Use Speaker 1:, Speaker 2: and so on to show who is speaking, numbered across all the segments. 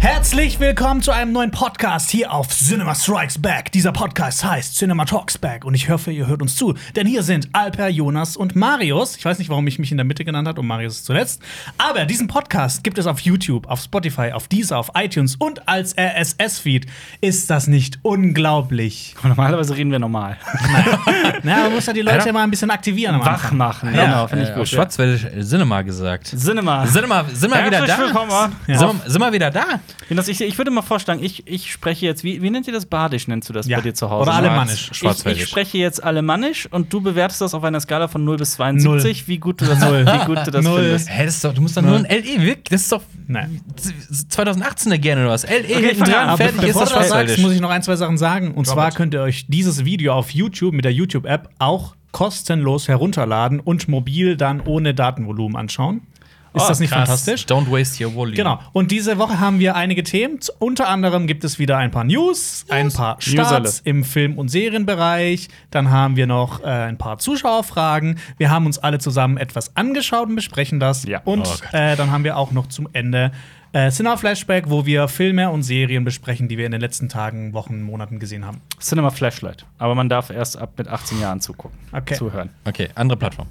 Speaker 1: Herzlich willkommen zu einem neuen Podcast hier auf Cinema Strikes Back. Dieser Podcast heißt Cinema Talks Back und ich hoffe, ihr hört uns zu, denn hier sind Alper, Jonas und Marius. Ich weiß nicht, warum ich mich in der Mitte genannt habe und Marius zuletzt, aber diesen Podcast gibt es auf YouTube, auf Spotify, auf Deezer, auf iTunes und als RSS-Feed. Ist das nicht unglaublich?
Speaker 2: Normalerweise reden wir normal.
Speaker 1: Na, man muss ja die Leute
Speaker 2: Ja.
Speaker 1: mal ein bisschen aktivieren am
Speaker 2: Wach
Speaker 1: Anfang.
Speaker 2: machen.
Speaker 1: Ja,
Speaker 2: genau, finde ich
Speaker 3: äh,
Speaker 2: gut.
Speaker 3: Auf Schwarzwäldisch äh, Cinema gesagt.
Speaker 2: Cinema.
Speaker 3: Sind wir, sind wir wieder
Speaker 2: Herzlich
Speaker 3: da?
Speaker 2: willkommen.
Speaker 3: Ja. Sind, wir- sind wir wieder da?
Speaker 2: Jonas, ich, ich würde mal vorschlagen, ich, ich spreche jetzt, wie, wie nennt ihr das? Badisch nennst du das
Speaker 1: Ja.
Speaker 2: bei dir zu Hause?
Speaker 1: Oder
Speaker 2: ne?
Speaker 1: Alemannisch.
Speaker 2: Ich,
Speaker 3: Schwarzwäldisch.
Speaker 2: ich spreche jetzt Alemannisch und du bewertest das auf einer Skala von 0 bis 72, wie gut du das, wie gut du das
Speaker 1: Null.
Speaker 2: findest.
Speaker 3: Hä, das ist doch, du musst doch nur ein LE, wirklich, das ist doch
Speaker 1: Nein.
Speaker 3: 2018er gerne oder was? LE hinten
Speaker 2: fang an,
Speaker 3: dran,
Speaker 2: aber
Speaker 3: fertig ist
Speaker 1: Bevor
Speaker 3: das
Speaker 1: du das sagst, muss
Speaker 3: Schwarzwäldisch.
Speaker 1: ich noch ein, zwei Sachen sagen. Und zwar könnt ihr euch dieses Video auf YouTube mit der YouTube-App auch kostenlos herunterladen und mobil dann ohne Datenvolumen anschauen. Ist
Speaker 2: Oh,
Speaker 1: das nicht
Speaker 2: krass.
Speaker 1: fantastisch?
Speaker 3: Don't waste your volume.
Speaker 1: Genau. Und diese Woche haben wir einige Themen. Z- Unter anderem gibt es wieder ein paar News, ein paar Starts
Speaker 2: Newsale.
Speaker 1: im Film- und Serienbereich. Dann haben wir noch äh, ein paar Zuschauerfragen. Wir haben uns alle zusammen etwas angeschaut und besprechen das.
Speaker 2: Ja.
Speaker 1: Und
Speaker 3: Oh Gott.
Speaker 1: äh, dann haben wir auch noch zum Ende äh, Cinema Flashback, wo wir Filme und Serien besprechen, die wir in den letzten Tagen, Wochen, Monaten gesehen haben.
Speaker 2: Cinema Flashlight. Aber man darf erst ab mit 18 Jahren zugucken.
Speaker 1: Okay.
Speaker 2: Zuhören.
Speaker 3: Okay, andere Plattform.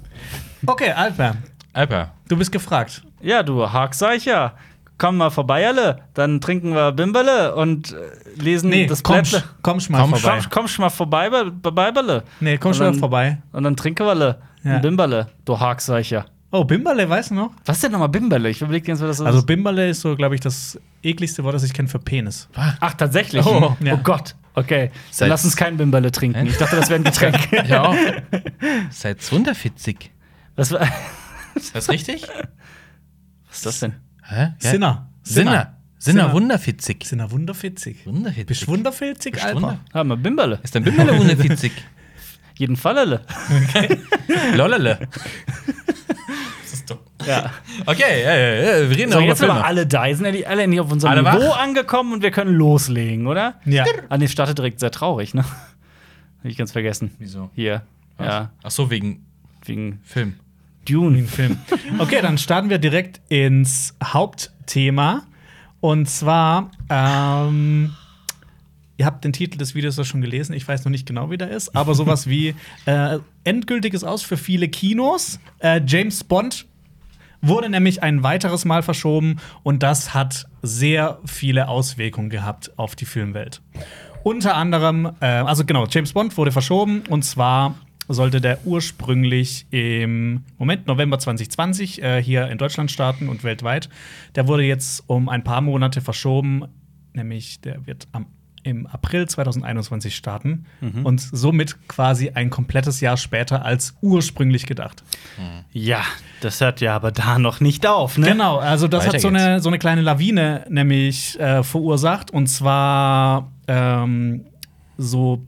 Speaker 1: Okay, Alper,
Speaker 3: Alper.
Speaker 1: du bist gefragt.
Speaker 2: Ja, du Hagseicher. Komm mal vorbei, alle. Dann trinken wir Bimberle und äh, lesen
Speaker 1: Nee,
Speaker 2: das
Speaker 1: komm,
Speaker 2: Blättle.
Speaker 1: sch- komm schon mal
Speaker 3: Komm
Speaker 1: vorbei.
Speaker 2: Komm, komm schon mal vorbei, Be- Be- Beiberle.
Speaker 1: Nee, komm
Speaker 2: Und
Speaker 1: schon mal
Speaker 2: dann-
Speaker 1: vorbei.
Speaker 2: Und dann trinken wir alle.
Speaker 1: Ja.
Speaker 2: Ein Bimberle, du Hagseicher.
Speaker 1: Oh, Bimberle, weißt du noch?
Speaker 2: Was ist denn nochmal Bimberle? Ich überlege jetzt, was
Speaker 3: Mhm.
Speaker 2: das
Speaker 1: Also
Speaker 2: ist.
Speaker 1: Bimberle ist so, glaube ich, das ekligste Wort, das ich kenne für Penis.
Speaker 2: Ach, tatsächlich.
Speaker 1: Oh,
Speaker 2: Oh,
Speaker 1: ja.
Speaker 2: Gott. Okay, dann
Speaker 3: Seit-
Speaker 2: lass uns kein Bimberle trinken. Ich dachte, das wäre ein Getränk.
Speaker 3: Ja auch. Seid 140.
Speaker 2: was, war,
Speaker 3: Ist das richtig?
Speaker 2: was ist das denn?
Speaker 3: Hä? Ja.
Speaker 1: Sinner.
Speaker 3: Sinner.
Speaker 1: Sinner.
Speaker 3: Sinner, wunderfitzig.
Speaker 1: Sinner wunderfitzig. Bist
Speaker 3: Wunderfitzig.
Speaker 1: wunderfitzig,
Speaker 3: Bist
Speaker 1: Alper?
Speaker 3: wunder-
Speaker 2: Ah, mal Bimberle.
Speaker 3: Ist dein Bimmel wunderfitzig?
Speaker 2: Jeden Fall alle.
Speaker 3: Lollerle. Das ist doch.
Speaker 2: Ja.
Speaker 3: Okay, äh, äh, wir reden
Speaker 2: So,
Speaker 3: auch über
Speaker 2: jetzt sind
Speaker 3: Filme.
Speaker 2: aber alle da. Jetzt Sind endlich alle endlich auf unserem
Speaker 3: Alle wach?
Speaker 2: Niveau angekommen und wir können loslegen, oder?
Speaker 1: Ja.
Speaker 2: Ah, nee, startet direkt sehr traurig, ne? Hab ich ganz vergessen.
Speaker 3: Wieso?
Speaker 2: Hier. Ja,
Speaker 3: Ach so, wegen
Speaker 2: wegen
Speaker 3: Film.
Speaker 2: Dune.
Speaker 1: Film. Okay, dann starten wir direkt ins Hauptthema. Und zwar, ähm, ihr habt den Titel des Videos ja schon gelesen, ich weiß noch nicht genau, wie der ist, aber sowas wie äh, endgültiges Aus für viele Kinos. Äh, James Bond wurde nämlich ein weiteres Mal verschoben und das hat sehr viele Auswirkungen gehabt auf die Filmwelt. Unter anderem, äh, also genau, James Bond wurde verschoben und zwar sollte der ursprünglich im Moment November 2020 äh, hier in Deutschland starten und weltweit. Der wurde jetzt um ein paar Monate verschoben, nämlich der wird am, im April 2021 starten und somit quasi ein komplettes Jahr später als ursprünglich gedacht.
Speaker 2: Ja, das hört ja aber da noch nicht auf, ne?
Speaker 1: Genau, also das
Speaker 3: Weiter
Speaker 1: hat so eine, so eine kleine Lawine nämlich äh, verursacht. Und zwar ähm, so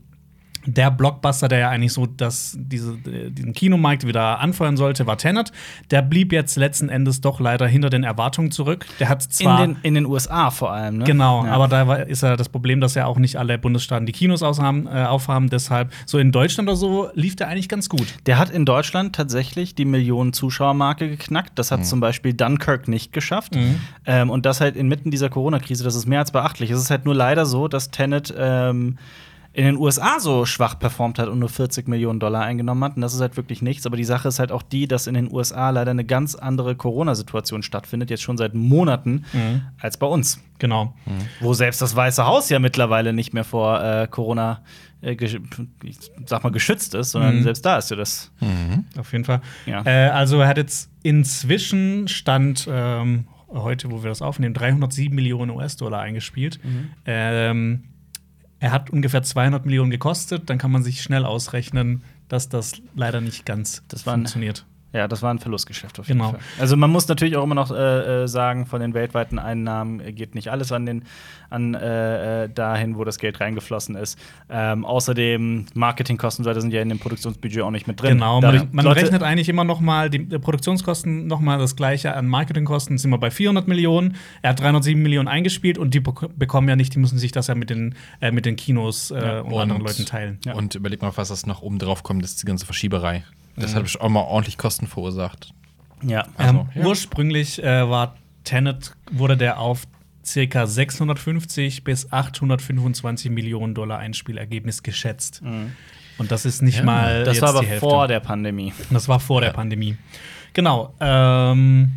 Speaker 1: der Blockbuster, der ja eigentlich so das, diese, äh, diesen Kinomarkt wieder anfeuern sollte, war Tenet. Der blieb jetzt letzten Endes doch leider hinter den Erwartungen zurück. Der hat
Speaker 2: In
Speaker 1: zwar
Speaker 2: den, in den USA vor allem, ne?
Speaker 1: Genau,
Speaker 2: Ja.
Speaker 1: aber da war- ist ja das Problem, dass ja auch nicht alle Bundesstaaten die Kinos aushaben, äh, aufhaben. Deshalb, so in Deutschland oder so, lief der eigentlich ganz gut.
Speaker 2: Der hat in Deutschland tatsächlich die Millionen-Zuschauer-Marke geknackt. Das hat zum Beispiel Dunkirk nicht geschafft. Ähm, und das halt inmitten dieser Corona-Krise, das ist mehr als beachtlich. Es ist halt nur leider so, dass Tenet ähm, in den USA so schwach performt hat und nur 40 Millionen Dollar eingenommen hat. Und das ist halt wirklich nichts. Aber die Sache ist halt auch die, dass in den USA leider eine ganz andere Corona-Situation stattfindet, jetzt schon seit Monaten, als bei uns.
Speaker 1: Genau.
Speaker 2: Wo selbst das Weiße Haus ja mittlerweile nicht mehr vor äh, Corona, äh, gesch- ich sag mal, geschützt ist, sondern
Speaker 1: Mhm.
Speaker 2: selbst da ist ja das.
Speaker 1: Auf jeden Fall.
Speaker 2: Ja.
Speaker 1: Äh, also er hat jetzt inzwischen Stand ähm, heute, wo wir das aufnehmen, 307 Millionen US-Dollar eingespielt.
Speaker 2: Mhm.
Speaker 1: Ähm, er hat ungefähr 200 Millionen gekostet. Dann kann man sich schnell ausrechnen, dass das leider nicht ganz
Speaker 2: Das war ein-
Speaker 1: funktioniert.
Speaker 2: Ja, das war ein Verlustgeschäft auf jeden
Speaker 1: Genau.
Speaker 2: Fall. Also man muss natürlich auch immer noch äh, äh, sagen, von den weltweiten Einnahmen äh, geht nicht alles an den an äh, äh, dahin, wo das Geld reingeflossen ist. Ähm, außerdem Marketingkosten und so weiter sind ja in dem Produktionsbudget auch nicht mit drin.
Speaker 1: Genau,
Speaker 2: Dadurch-
Speaker 1: man, man
Speaker 2: Leute-
Speaker 1: rechnet eigentlich immer noch mal die äh, Produktionskosten noch mal das gleiche an Marketingkosten sind wir bei 400 Millionen. Er hat 307 Millionen eingespielt und die bek- bekommen ja nicht, die müssen sich das ja mit den äh, mit den Kinos äh,
Speaker 2: um
Speaker 1: und, anderen Leuten teilen.
Speaker 2: Ja.
Speaker 3: Und überleg mal, auf was das noch oben drauf kommt, das ist die ganze Verschieberei.
Speaker 2: Mhm.
Speaker 3: Das hat bestimmt auch mal ordentlich Kosten verursacht.
Speaker 2: Ja.
Speaker 3: Also,
Speaker 1: ähm, Ursprünglich äh, war Tenet, wurde der auf circa 650 bis 825 Millionen Dollar Einspielergebnis geschätzt. Und das ist nicht
Speaker 3: Ja.
Speaker 1: mal
Speaker 2: Mhm. Das
Speaker 1: jetzt
Speaker 2: war aber
Speaker 1: die Hälfte.
Speaker 2: vor der Pandemie.
Speaker 1: Das war vor der Pandemie. Genau. Ähm,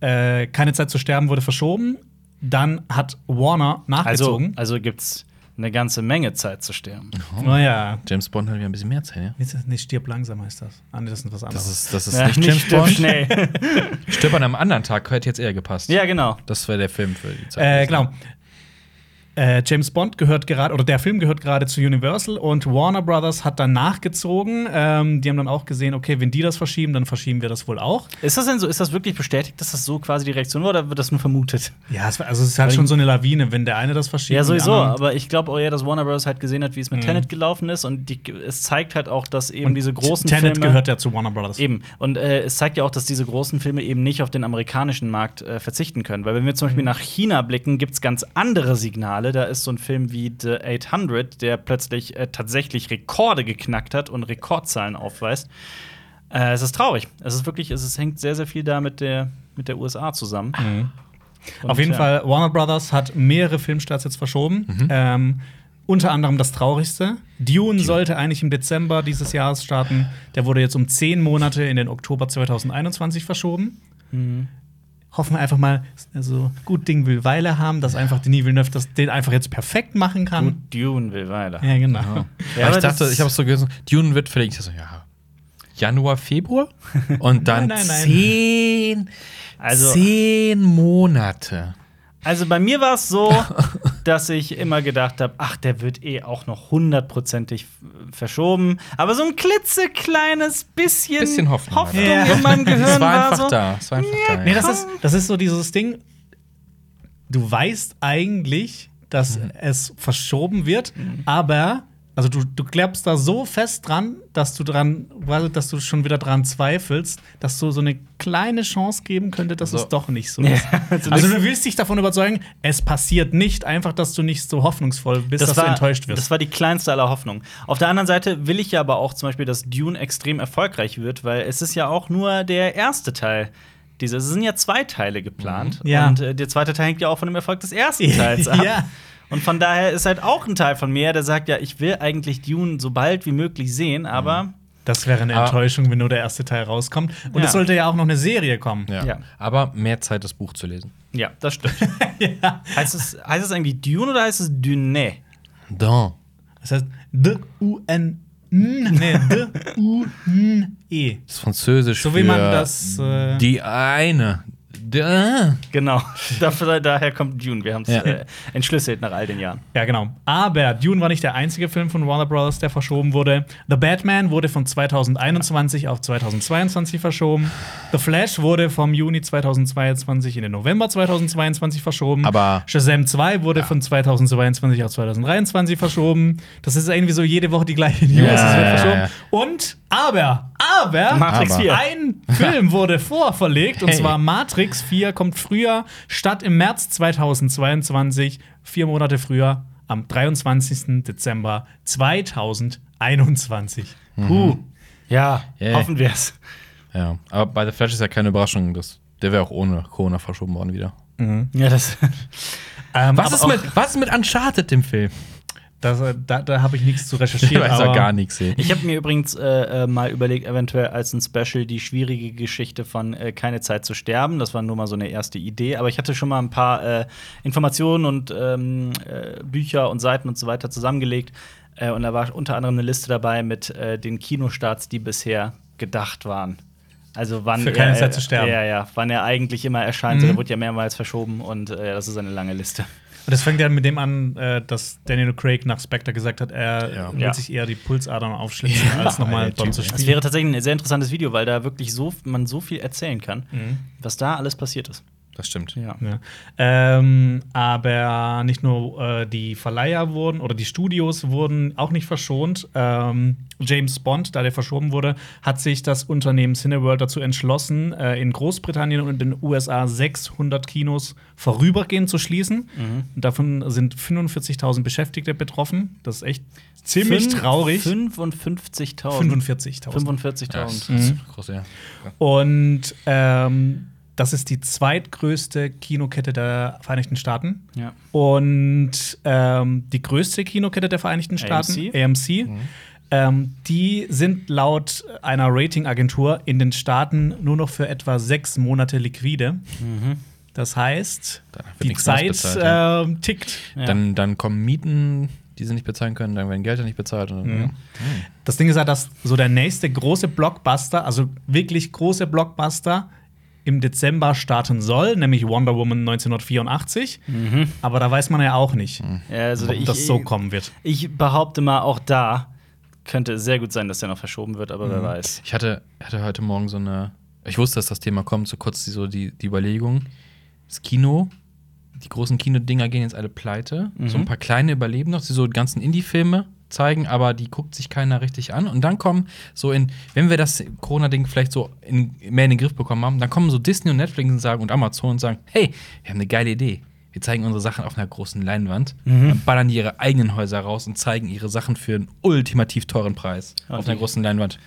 Speaker 1: äh, keine Zeit zu sterben wurde verschoben. Dann hat Warner
Speaker 2: Also,
Speaker 1: nachgezogen.
Speaker 2: also gibt's eine ganze Menge Zeit zu sterben.
Speaker 1: naja.
Speaker 3: James Bond hat wieder ein bisschen mehr Zeit, ja?
Speaker 1: Ist das nicht stirb langsam heißt das. Ah, nee, das ist was anderes.
Speaker 3: Das ist, das ist
Speaker 2: Ja,
Speaker 3: nicht, James
Speaker 2: stirb
Speaker 3: Bond.
Speaker 2: schnell.
Speaker 3: Stirb an einem anderen Tag, hätte jetzt eher gepasst.
Speaker 2: ja, genau.
Speaker 3: Das wäre der Film für die Zeit.
Speaker 1: äh, genau. Äh, James Bond gehört gerade, oder der Film gehört gerade zu Universal und Warner Brothers hat dann nachgezogen. Ähm, die haben dann auch gesehen, okay, wenn die das verschieben, dann verschieben wir das wohl auch.
Speaker 2: Ist das denn so? Ist das wirklich bestätigt, dass das so quasi die Reaktion war oder wird das nur vermutet?
Speaker 1: Ja, es, war- also es ist halt schon so eine Lawine, wenn der eine das verschiebt.
Speaker 2: Ja,
Speaker 1: und die
Speaker 2: sowieso.
Speaker 1: anderen- Mhm.
Speaker 2: Aber ich glaube auch eher, dass Warner Bros. halt gesehen hat, wie es mit Tenet gelaufen ist. Und die, es zeigt halt auch, dass eben diese großen
Speaker 1: Tenet
Speaker 2: Filme.
Speaker 1: gehört ja zu Warner Brothers.
Speaker 2: Eben. Und äh, es zeigt ja auch, dass diese großen Filme eben nicht auf den amerikanischen Markt äh, verzichten können. Weil wenn wir
Speaker 1: Mhm.
Speaker 2: zum Beispiel nach China blicken, gibt es ganz andere Signale. Da ist so ein Film wie The 800, der plötzlich äh, tatsächlich Rekorde geknackt hat und Rekordzahlen aufweist. Äh, es ist traurig. Es ist wirklich, es, es hängt sehr, sehr viel da mit der, mit der USA zusammen. Und,
Speaker 1: Auf jeden
Speaker 2: ja. Mhm.
Speaker 1: Fall, Warner Brothers hat mehrere Filmstarts jetzt verschoben. Ähm, unter anderem das Traurigste. Dune sollte eigentlich im Dezember dieses Jahres starten. Der wurde jetzt um zehn Monate in den Oktober 2021 verschoben.
Speaker 2: Mhm.
Speaker 1: Hoffen wir einfach mal, also gut Ding will Weile haben, dass einfach Denis Villeneuve das den einfach jetzt perfekt machen
Speaker 2: Gut,
Speaker 1: kann.
Speaker 2: Dune will weiter.
Speaker 1: Ja, genau.
Speaker 2: Ja,
Speaker 3: aber
Speaker 2: aber
Speaker 3: ich dachte,
Speaker 2: das-
Speaker 3: ich habe so gelesen, Dune wird verlegt. Ich dachte so, ja. Januar, Februar? Und dann
Speaker 1: Nein, nein, nein.
Speaker 3: Zehn,
Speaker 2: Also-
Speaker 3: zehn Monate.
Speaker 2: Also bei mir war es so, dass ich immer gedacht habe, ach, der wird eh auch noch hundertprozentig f- verschoben. Aber so ein klitzekleines bisschen,
Speaker 3: Bisschen Hoffnung war da.
Speaker 2: Hoffnung
Speaker 1: Ja.
Speaker 2: in meinem Gehirn
Speaker 3: Es war
Speaker 2: war,
Speaker 3: einfach
Speaker 2: so.
Speaker 3: da. Es war einfach da.
Speaker 1: Nee,
Speaker 3: Ja.
Speaker 1: das ist, das ist so dieses Ding, du weißt eigentlich, dass
Speaker 2: Mhm.
Speaker 1: es verschoben wird, aber also du, du glaubst da so fest dran, dass du dran, weil- dass du schon wieder dran zweifelst, dass du so eine kleine Chance geben könnte, dass
Speaker 3: Also-
Speaker 1: es doch nicht so
Speaker 2: Ja,
Speaker 1: ist.
Speaker 2: also
Speaker 1: Also
Speaker 2: das-
Speaker 1: du willst dich davon überzeugen, es passiert nicht, einfach, dass du nicht so hoffnungsvoll bist, dass du enttäuscht wirst.
Speaker 2: Das war die kleinste aller Hoffnungen. Auf der anderen Seite will ich ja aber auch zum Beispiel, dass Dune extrem erfolgreich wird, weil es ist ja auch nur der erste Teil. Diese, es sind ja zwei Teile geplant.
Speaker 1: Mhm. Ja.
Speaker 2: Und äh, der zweite Teil hängt ja auch von dem Erfolg des ersten Teils ab.
Speaker 1: Ja.
Speaker 2: Und von daher ist halt auch ein Teil von mir, der sagt, ja, ich will eigentlich Dune so bald wie möglich sehen, aber
Speaker 1: Mhm. das wäre eine
Speaker 3: Ah.
Speaker 1: Enttäuschung, wenn nur der erste Teil rauskommt. Und
Speaker 2: Ja.
Speaker 1: es sollte ja auch noch eine Serie kommen.
Speaker 3: ja.
Speaker 2: Ja.
Speaker 3: Aber mehr Zeit, das Buch zu lesen.
Speaker 2: ja, das stimmt. heißt, es, heißt es eigentlich Dune oder heißt es Dune?
Speaker 3: Da.
Speaker 1: Das heißt D-U-N. Nee, D-U-N-E.
Speaker 3: Das ist Französisch.
Speaker 1: So wie
Speaker 3: für
Speaker 1: man das, äh,
Speaker 3: die eine. äh. Da.
Speaker 2: Genau, Dafür, daher kommt Dune. Wir haben es
Speaker 3: Ja.
Speaker 2: äh, entschlüsselt nach all den Jahren.
Speaker 1: Ja, genau. Aber Dune war nicht der einzige Film von Warner Bros., der verschoben wurde. The Batman wurde von 2021 auf 2022 verschoben. The Flash wurde vom Juni 2022 in den November 2022 verschoben.
Speaker 3: Aber-
Speaker 1: Shazam 2 wurde von 2022 auf 2023 verschoben. Das ist irgendwie so jede Woche die gleiche News.
Speaker 3: Ja,
Speaker 1: es wird
Speaker 3: ja,
Speaker 1: verschoben.
Speaker 3: ja. Ah.
Speaker 1: Und aber, aber,
Speaker 2: Matrix
Speaker 3: Aber.
Speaker 2: 4.
Speaker 1: Ein Film wurde vorverlegt und
Speaker 3: Hey.
Speaker 1: zwar Matrix 4 kommt früher statt im März 2022, vier Monate früher, am 23. Dezember 2021.
Speaker 2: Huh. Mhm. Ja,
Speaker 3: Yeah.
Speaker 2: hoffen wir es.
Speaker 3: Ja. Aber bei The Flash ist ja keine Überraschung. Das, der wäre auch ohne Corona verschoben worden wieder.
Speaker 2: Ja, das.
Speaker 1: Ähm,
Speaker 3: Was
Speaker 1: aber
Speaker 3: ist, mit, was ist mit Uncharted, dem Film?
Speaker 1: Das, äh, da da habe ich nichts zu
Speaker 3: Ich
Speaker 1: recherchieren.
Speaker 3: weiß
Speaker 1: aber
Speaker 3: auch gar nichts. ey.
Speaker 2: Ich habe mir übrigens äh, äh, mal überlegt, eventuell als ein Special die schwierige Geschichte von äh, Keine Zeit zu sterben. Das war nur mal so eine erste Idee. Aber ich hatte schon mal ein paar äh, Informationen und ähm, äh, Bücher und Seiten und so weiter zusammengelegt. Äh, und da war unter anderem eine Liste dabei mit äh, den Kinostarts, die bisher gedacht waren. Also wann
Speaker 1: Für Keine
Speaker 2: er,
Speaker 1: Zeit zu sterben. Mhm.
Speaker 2: Ja, ja, wann er eigentlich immer erscheint. Der wurde ja mehrmals verschoben und äh, das ist eine lange Liste.
Speaker 1: Und das fängt ja mit dem an, äh, dass Daniel Craig nach Spectre gesagt hat, er
Speaker 3: Ja.
Speaker 1: will
Speaker 2: Ja.
Speaker 1: sich eher die Pulsadern aufschlitzen, als nochmal
Speaker 3: Alter,
Speaker 1: dort zu
Speaker 3: Typ,
Speaker 2: Das
Speaker 1: spielen.
Speaker 2: wäre tatsächlich ein sehr interessantes Video, weil da wirklich so man so viel erzählen kann,
Speaker 1: Mhm.
Speaker 2: was da alles passiert ist.
Speaker 3: Das stimmt.
Speaker 2: Ja.
Speaker 1: Ja. Ähm, aber nicht nur äh, die Verleiher wurden oder die Studios wurden auch nicht verschont. Ähm, James Bond, da der verschoben wurde, hat sich das Unternehmen Cineworld dazu entschlossen, äh, in Großbritannien und in den USA 600 Kinos vorübergehend zu schließen.
Speaker 2: Mhm.
Speaker 1: Davon sind 45.000 Beschäftigte betroffen. Das ist echt ziemlich
Speaker 2: Fünf-
Speaker 1: traurig.
Speaker 2: 55.000.
Speaker 1: 45.000.
Speaker 2: 45.000.
Speaker 3: Mhm. Ja, das ist groß, ja.
Speaker 1: Und ähm, Das ist die zweitgrößte Kinokette der Vereinigten Staaten.
Speaker 2: Ja.
Speaker 1: Und ähm, die größte Kinokette der Vereinigten Staaten,
Speaker 2: AMC?
Speaker 1: AMC,
Speaker 3: Mhm.
Speaker 1: ähm, die sind laut einer Ratingagentur in den Staaten nur noch für etwa sechs Monate liquide. Das heißt,
Speaker 3: Mhm. Danach wird
Speaker 1: die
Speaker 3: nichts Neues
Speaker 1: Zeit
Speaker 3: bezahlt, ja.
Speaker 1: ähm, tickt.
Speaker 2: Ja.
Speaker 3: Dann, dann kommen Mieten, die sie nicht bezahlen können, dann werden Gelder nicht bezahlt. Und,
Speaker 1: Mhm.
Speaker 3: ja.
Speaker 1: Das Ding ist ja, dass so der nächste große Blockbuster, also wirklich große Blockbuster, im Dezember starten soll, nämlich Wonder Woman 1984.
Speaker 3: Mhm.
Speaker 1: Aber da weiß man ja auch nicht,
Speaker 2: Ja, also
Speaker 1: ob
Speaker 2: ich,
Speaker 1: das so kommen wird.
Speaker 2: ich behaupte mal, auch da könnte es sehr gut sein, dass der noch verschoben wird, aber
Speaker 1: Mhm.
Speaker 2: wer weiß.
Speaker 3: Ich hatte, hatte heute Morgen so eine. Ich wusste, dass das Thema kommt, so kurz die, so die, die Überlegung. Das Kino, die großen Kinodinger gehen jetzt alle pleite. So ein paar kleine überleben noch, die so ganzen Indie-Filme zeigen, aber die guckt sich keiner richtig an. Und dann kommen so in, wenn wir das Corona-Ding vielleicht so in, mehr in den Griff bekommen haben, dann kommen so Disney und Netflix und sagen und Amazon und sagen, hey, wir haben eine geile Idee. Wir zeigen unsere Sachen auf einer großen Leinwand, dann ballern die ihre eigenen Häuser raus und zeigen ihre Sachen für einen ultimativ teuren Preis auf
Speaker 2: die-
Speaker 3: einer großen Leinwand.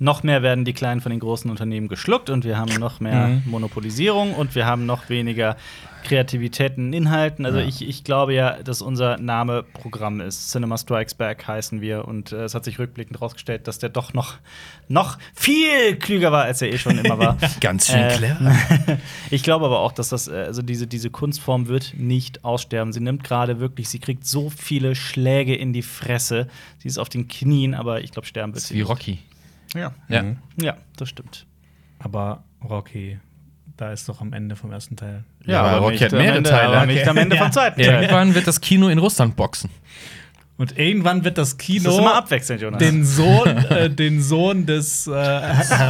Speaker 2: Noch mehr werden die Kleinen von den großen Unternehmen geschluckt und wir haben noch mehr
Speaker 3: Mhm.
Speaker 2: Monopolisierung und wir haben noch weniger Kreativitäten in Inhalten. Also ich, ich glaube ja, dass unser Name Programm ist. Cinema Strikes Back heißen wir und äh, es hat sich rückblickend herausgestellt, dass der doch noch, noch viel klüger war, als er eh schon immer war.
Speaker 3: Ganz schön
Speaker 2: Äh,
Speaker 3: clever.
Speaker 2: Ich glaube aber auch, dass das, äh, also diese, diese Kunstform wird nicht aussterben. Sie nimmt gerade wirklich, sie kriegt so viele Schläge in die Fresse. Sie ist auf den Knien, aber ich glaube, sterben wird
Speaker 3: Das ist
Speaker 2: sie.
Speaker 3: wie Rocky.
Speaker 2: nicht. Ja.
Speaker 3: Ja.
Speaker 2: ja, das stimmt.
Speaker 1: Aber Rocky, da ist doch am Ende vom ersten Teil.
Speaker 3: Ja, aber Rocky hat
Speaker 2: am
Speaker 3: mehrere
Speaker 2: Ende,
Speaker 3: Teile.
Speaker 2: Aber nicht am Ende
Speaker 1: Ja.
Speaker 2: vom zweiten Teil.
Speaker 3: Irgendwann wird das Kino in Russland boxen.
Speaker 1: Und irgendwann wird das
Speaker 2: Das
Speaker 1: Kino
Speaker 2: ist immer abwechselnd, Jonas.
Speaker 1: den Sohn, äh, den Sohn des äh, Her-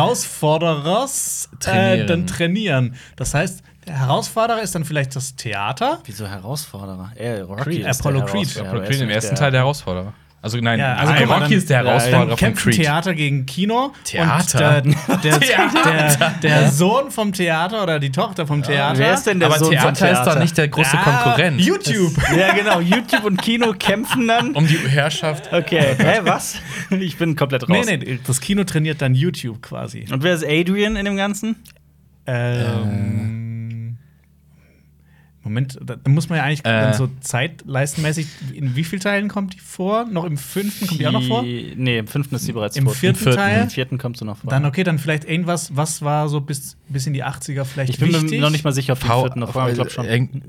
Speaker 1: Herausforderers äh,
Speaker 3: Trainieren.
Speaker 1: dann trainieren. Das heißt, der Herausforderer ist dann vielleicht das Theater.
Speaker 2: Wieso Herausforderer? Ey, Rocky
Speaker 1: Creed,
Speaker 2: ist
Speaker 1: Apollo
Speaker 2: der
Speaker 1: Creed.
Speaker 2: Herausforderer.
Speaker 1: Ja,
Speaker 3: Apollo
Speaker 2: Er
Speaker 3: Creed
Speaker 2: ist
Speaker 3: im
Speaker 2: nicht
Speaker 3: ersten Teil der Herausforderer. Also nein,
Speaker 1: Ja,
Speaker 3: also
Speaker 1: nein,
Speaker 3: Rocky
Speaker 1: aber dann-
Speaker 3: ist der
Speaker 2: ja,
Speaker 3: Herausforderer von
Speaker 1: Kämpfen
Speaker 3: Creed.
Speaker 1: Theater gegen Kino.
Speaker 3: Theater?
Speaker 1: Und der, der, der, der Sohn vom Theater oder die Tochter vom Theater.
Speaker 2: Wer ist denn der
Speaker 3: aber
Speaker 2: Sohn
Speaker 3: Theater,
Speaker 2: von Theater
Speaker 3: ist doch nicht der große
Speaker 1: Ah,
Speaker 3: Konkurrent.
Speaker 1: YouTube.
Speaker 2: Ja, genau. YouTube und Kino kämpfen dann.
Speaker 3: Um die Herrschaft.
Speaker 2: Okay. Hä, was? Ich bin komplett raus.
Speaker 1: Nee, nee, das Kino trainiert dann YouTube quasi.
Speaker 2: Und wer ist Adrian in dem Ganzen?
Speaker 1: Ähm. Moment, da da muss man ja eigentlich
Speaker 2: Äh.
Speaker 1: dann so zeitleistenmäßig, in wie vielen Teilen kommt die vor? Noch im fünften kommt die auch noch vor?
Speaker 2: Nee, im fünften ist sie bereits
Speaker 1: Im
Speaker 2: tot.
Speaker 1: vierten,
Speaker 3: vierten.
Speaker 1: Teil?
Speaker 2: Im vierten kommt sie noch vor.
Speaker 1: Dann okay, dann vielleicht irgendwas, was war so bis, bis in die 80er vielleicht
Speaker 2: ich bin mir
Speaker 1: wichtig?
Speaker 2: noch nicht mal sicher, ob im
Speaker 3: V
Speaker 2: vierten noch vor. Ich glaube schon.
Speaker 3: Irgend-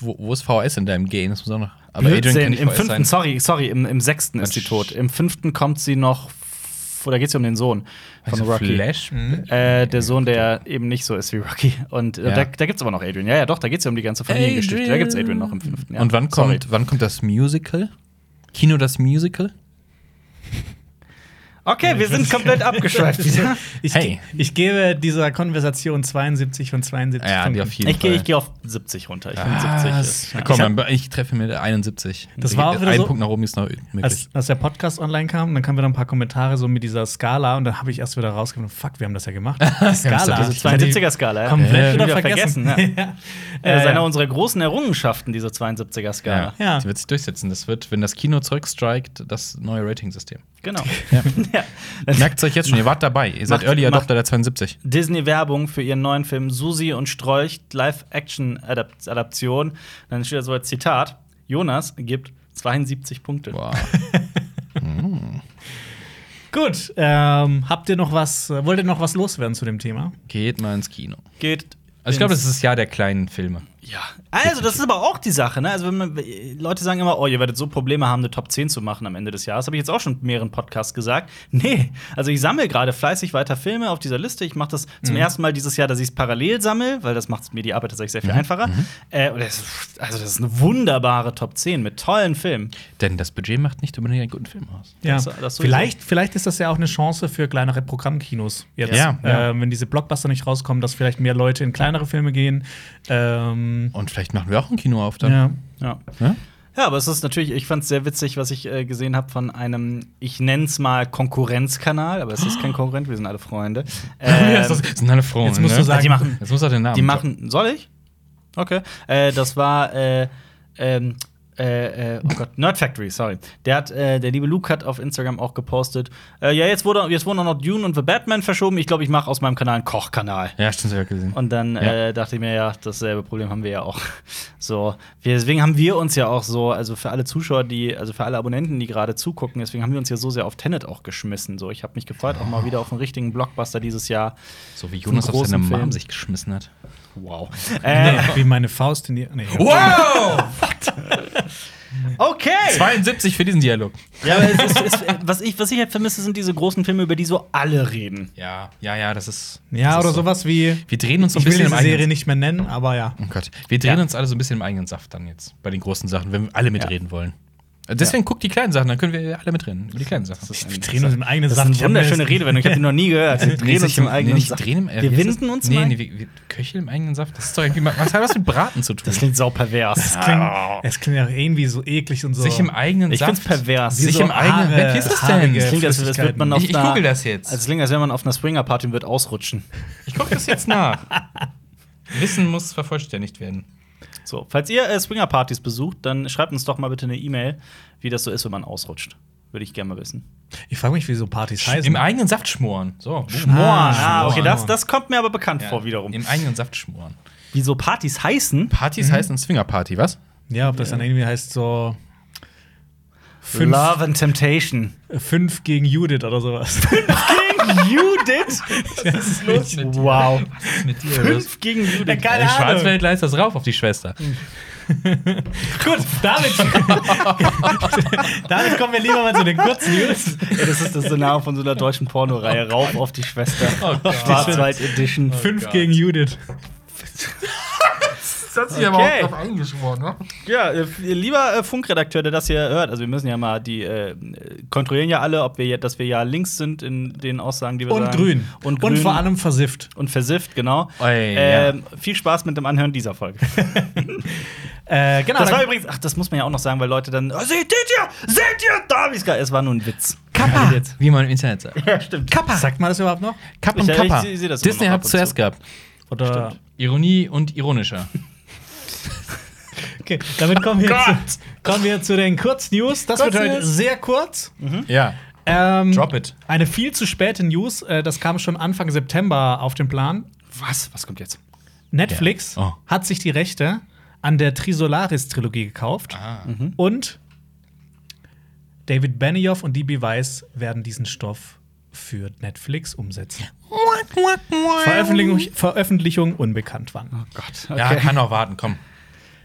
Speaker 3: wo, wo ist VHS in deinem Game? Das muss auch noch. Aber
Speaker 2: Blödsinn,
Speaker 3: kann nicht
Speaker 2: im
Speaker 3: VHS
Speaker 2: fünften,
Speaker 3: sein.
Speaker 2: sorry, sorry, im, im sechsten ist
Speaker 3: Mensch.
Speaker 2: sie tot. Im fünften kommt sie noch, f- oder geht's ja um den Sohn von
Speaker 3: Also
Speaker 2: Rocky?
Speaker 3: Flash?
Speaker 2: Äh, der Sohn, der eben nicht so ist wie Rocky. Und äh,
Speaker 3: Ja.
Speaker 2: da, da gibt's aber noch Adrian. Ja, ja, doch, da geht's ja um die ganze Familiengeschichte. Da gibt's Adrian noch im fünften. Ja.
Speaker 3: Und wann
Speaker 2: Sorry.
Speaker 3: kommt, wann kommt das Musical? Kino das Musical?
Speaker 2: Okay, wir sind komplett abgeschweift wieder.
Speaker 1: Ich,
Speaker 3: Hey.
Speaker 1: ich gebe dieser Konversation 72 von 72
Speaker 3: Ja, die
Speaker 1: Punkten.
Speaker 3: auf jeden
Speaker 2: Ich gehe
Speaker 3: Fall.
Speaker 2: ich geh auf 70 runter. Ich bin
Speaker 3: Ah,
Speaker 2: 70.
Speaker 3: s-
Speaker 2: Ist.
Speaker 3: Na komm, dann, ich treffe mit der 71.
Speaker 1: Das war auch wieder
Speaker 3: Ein
Speaker 1: so-
Speaker 3: Punkt nach oben ist noch möglich.
Speaker 1: als, als der Podcast online kam, dann kamen wieder ein paar Kommentare so mit dieser Skala und dann habe ich erst wieder rausgefunden, fuck, wir haben das ja gemacht. Skala.
Speaker 3: das
Speaker 2: Diese
Speaker 3: ist
Speaker 1: Ich hatte die
Speaker 2: 72er-Skala. Ja.
Speaker 1: Komplett
Speaker 2: Ja,
Speaker 1: wieder
Speaker 2: wieder
Speaker 1: vergessen.
Speaker 2: vergessen,
Speaker 1: ja.
Speaker 2: Äh,
Speaker 1: Ja,
Speaker 2: ist einer
Speaker 1: ja.
Speaker 2: unserer großen Errungenschaften, diese 72er-Skala.
Speaker 3: Ja.
Speaker 1: Ja.
Speaker 3: Die wird sich durchsetzen. Das wird, wenn das Kino zurückstrikt, das neue Rating-System.
Speaker 2: Genau. Ja.
Speaker 3: Merkt es euch jetzt schon, ihr wart dabei. Ihr seid
Speaker 2: Macht-
Speaker 3: Early
Speaker 2: macht-
Speaker 3: Adopter der 72.
Speaker 2: Disney-Werbung für ihren neuen Film Susi und Strolch Live-Action-Adaption. Dann steht da so als Zitat: Jonas gibt 72 Punkte.
Speaker 3: Boah.
Speaker 1: Gut, ähm, habt ihr noch was, äh, wollt ihr noch was loswerden zu dem Thema?
Speaker 3: Geht mal ins Kino.
Speaker 2: Geht.
Speaker 3: Also ich glaube,
Speaker 2: ins-
Speaker 3: das ist das Jahr der kleinen Filme.
Speaker 2: Ja. Also, das ist aber auch die Sache, ne? Also, wenn man, Leute sagen immer, oh, ihr werdet so Probleme haben, eine Top 10 zu machen am Ende des Jahres. Habe ich jetzt auch schon in mehreren Podcasts gesagt. Nee, also ich sammle gerade fleißig weiter Filme auf dieser Liste. Ich mache das zum
Speaker 3: Mhm.
Speaker 2: ersten Mal dieses Jahr, dass ich es parallel sammle, weil das macht mir die Arbeit tatsächlich
Speaker 3: Mhm.
Speaker 2: sehr viel einfacher. Äh, und das, also, das ist eine wunderbare Top 10 mit tollen Filmen.
Speaker 3: Denn das Budget macht nicht unbedingt einen guten Film aus.
Speaker 1: Ja,
Speaker 2: Das- das sowieso.
Speaker 1: vielleicht, vielleicht ist das ja auch eine Chance für kleinere Programmkinos jetzt.
Speaker 3: Ja, ja.
Speaker 1: Ähm, wenn diese Blockbuster nicht rauskommen, dass vielleicht mehr Leute in kleinere Filme gehen. Ähm,
Speaker 3: Und vielleicht machen wir auch ein Kino auf dann.
Speaker 1: ja.
Speaker 2: Ja.
Speaker 3: Ne?
Speaker 2: Ja, aber es ist natürlich, ich fand es sehr witzig, was ich äh, gesehen habe von einem, ich nenne es mal Konkurrenzkanal, aber es ist kein Konkurrent, wir sind alle Freunde.
Speaker 3: Ja,
Speaker 2: Ähm,
Speaker 3: das das sind alle Frauen.
Speaker 1: Jetzt musst
Speaker 3: ne?
Speaker 1: du sagen,
Speaker 2: die machen-
Speaker 3: Jetzt muss er den Namen.
Speaker 2: Die machen. Soll ich? Okay. Äh, das war äh, ähm, äh, äh, äh, oh Gott, Nerd Factory, sorry. Der hat, äh, der liebe Luke hat auf Instagram auch gepostet. Äh, ja, jetzt wurde, jetzt wurden auch noch Dune und The Batman verschoben. Ich glaube, ich mache aus meinem Kanal einen Kochkanal.
Speaker 3: Ja, stimmt, ich hab gesehen.
Speaker 2: Und dann
Speaker 3: Ja.
Speaker 2: äh, dachte ich mir, ja, dasselbe Problem haben wir ja auch. So, wir, deswegen haben wir uns ja auch so, also für alle Zuschauer, die, also für alle Abonnenten, die gerade zugucken, deswegen haben wir uns ja so sehr auf Tenet auch geschmissen. So, ich habe mich gefreut, auch mal wieder auf einen richtigen Blockbuster dieses Jahr.
Speaker 3: so wie Jonas auf
Speaker 2: großen
Speaker 3: seine
Speaker 2: Film.
Speaker 3: Mom sich geschmissen hat.
Speaker 2: Wow. Äh,
Speaker 1: Wie meine Faust in die. Nee,
Speaker 3: Wow!
Speaker 2: okay.
Speaker 3: 72 für diesen Dialog.
Speaker 2: Ja, aber es ist, es, was, ich, was ich halt vermisse, sind diese großen Filme, über die so alle reden.
Speaker 3: Ja, ja, ja, das ist.
Speaker 1: ja,
Speaker 3: das
Speaker 1: oder
Speaker 3: ist so.
Speaker 1: sowas wie.
Speaker 3: Wir drehen uns so ein
Speaker 1: Ich will
Speaker 3: bisschen
Speaker 1: diese
Speaker 3: im
Speaker 1: Serie
Speaker 3: eigenen.
Speaker 1: nicht mehr nennen, aber ja.
Speaker 3: Oh Gott. Wir drehen
Speaker 2: Ja.
Speaker 3: uns alle so ein bisschen im eigenen Saft dann jetzt bei den großen Sachen, wenn wir alle mitreden wollen. Äh,
Speaker 2: Ja.
Speaker 3: Deswegen guckt die kleinen Sachen, dann können wir alle mitreden. Über die kleinen Sachen.
Speaker 1: Wir drehen uns im eigenen
Speaker 2: Das ist
Speaker 1: Saft.
Speaker 2: eine
Speaker 1: Ich hab mir
Speaker 2: wunderschöne
Speaker 1: das-
Speaker 2: Redewendung, ich habe die noch nie gehört. Wir drehen uns im eigenen
Speaker 3: nicht
Speaker 2: Saft.
Speaker 3: drehen im,
Speaker 2: Wir
Speaker 3: äh, wie heißt das?
Speaker 2: winden uns im
Speaker 3: Nee,
Speaker 2: eigenen-
Speaker 3: nee, wir, wir köcheln im eigenen Saft. Das ist doch irgendwie. Was hat das mit Braten zu tun?
Speaker 2: Das klingt sau pervers.
Speaker 1: Es
Speaker 2: Ah.
Speaker 1: klingt, es klingt ja irgendwie so eklig und so.
Speaker 3: Sich im eigenen
Speaker 2: Ich
Speaker 3: Saft.
Speaker 2: find's pervers.
Speaker 3: Sich
Speaker 1: so
Speaker 3: im eigenen.
Speaker 1: Haare-
Speaker 3: Wer ist das denn?
Speaker 1: haarige-
Speaker 2: Das klingt, als, als wird man auf
Speaker 3: Ich- ich
Speaker 2: einer-
Speaker 3: google das jetzt.
Speaker 2: Als klingt, als wenn man auf einer Swinger-Party und wird ausrutschen.
Speaker 3: Ich gucke das jetzt nach. Wissen muss vervollständigt werden.
Speaker 2: So, falls ihr äh, Swinger-Partys besucht, dann schreibt uns doch mal bitte eine E-Mail, wie das so ist, wenn man ausrutscht. Würde ich gerne mal wissen.
Speaker 1: Ich frage mich, wieso Partys heißen.
Speaker 3: Im eigenen Saft schmoren. So. boom.
Speaker 2: Moin.
Speaker 1: Ah,
Speaker 2: Ah, okay,
Speaker 1: Moin.
Speaker 2: das, das kommt mir aber bekannt
Speaker 3: Ja,
Speaker 2: vor wiederum.
Speaker 3: Im eigenen Saft schmoren.
Speaker 2: Wieso Partys heißen?
Speaker 3: Partys heißen Swingerparty, was?
Speaker 1: ja, ob das dann irgendwie heißt so. Fünf,
Speaker 2: Love and Temptation.
Speaker 1: fünf gegen Judith oder sowas.
Speaker 2: Judith?
Speaker 3: Was ist los mit dir?
Speaker 2: Wow.
Speaker 3: Was ist mit dir? los?
Speaker 2: Fünf gegen Judith.
Speaker 1: keine Ahnung.
Speaker 3: Ey, Schwarzwald leistet das rauf auf die Schwester.
Speaker 2: Hm.
Speaker 1: Gut, damit, damit kommen wir lieber mal zu den kurzen News.
Speaker 2: Ey, das ist das Szenario von so einer deutschen Pornoreihe. Rauf auf die Schwester.
Speaker 3: Oh Gott.
Speaker 2: Schwarzwald Edition.
Speaker 1: Fünf gegen Judith.
Speaker 3: Das hat sich
Speaker 2: aber auch drauf
Speaker 3: eingeschworen, ne?
Speaker 2: Ja, äh, lieber äh, Funkredakteur, der das hier hört, also wir müssen ja mal die äh, kontrollieren ja alle, ob wir jetzt, dass wir ja links sind in den Aussagen, die wir
Speaker 1: Und
Speaker 2: sagen.
Speaker 1: grün.
Speaker 2: Und grün.
Speaker 1: Und vor allem versifft.
Speaker 2: und versifft, genau.
Speaker 3: Ey,
Speaker 2: ähm, Viel Spaß mit dem Anhören dieser Folge.
Speaker 1: Äh, genau,
Speaker 2: Das war
Speaker 1: dann-
Speaker 2: übrigens, ach, das muss man ja auch noch sagen, weil Leute dann, oh, seht ihr, seht ihr, da hab ich's gar. Es war nur ein Witz.
Speaker 3: Kappa, wie man im Internet sagt.
Speaker 2: Ja, stimmt.
Speaker 1: Kappa. Sagt man das überhaupt noch?
Speaker 3: Kapp
Speaker 2: Ich-
Speaker 3: und
Speaker 2: ich-
Speaker 3: Kappa.
Speaker 2: ich seh das immer
Speaker 3: Disney
Speaker 2: noch ab
Speaker 3: hat
Speaker 2: und
Speaker 3: zuerst
Speaker 2: zu.
Speaker 3: gehabt.
Speaker 1: Oder
Speaker 3: Ironie und ironischer.
Speaker 1: okay, damit kommen wir,
Speaker 3: Gott.
Speaker 1: zu, kommen wir zu den Kurznews. Das wird heute
Speaker 2: Kurznews.
Speaker 1: sehr kurz.
Speaker 2: Mhm.
Speaker 3: ja.
Speaker 1: Ähm,
Speaker 3: Drop it.
Speaker 1: Eine viel zu späte News, äh, das kam schon Anfang September auf den Plan.
Speaker 2: Was? Was kommt jetzt?
Speaker 1: Netflix
Speaker 3: Ja. Oh.
Speaker 1: hat sich die Rechte an der Trisolaris-Trilogie gekauft
Speaker 3: Ah.
Speaker 1: und David Benioff und DB Weiss werden diesen Stoff für Netflix umsetzen. Veröffentlichung, Veröffentlichung unbekannt wann.
Speaker 2: Oh Gott.
Speaker 3: Ja, kann auch warten, komm.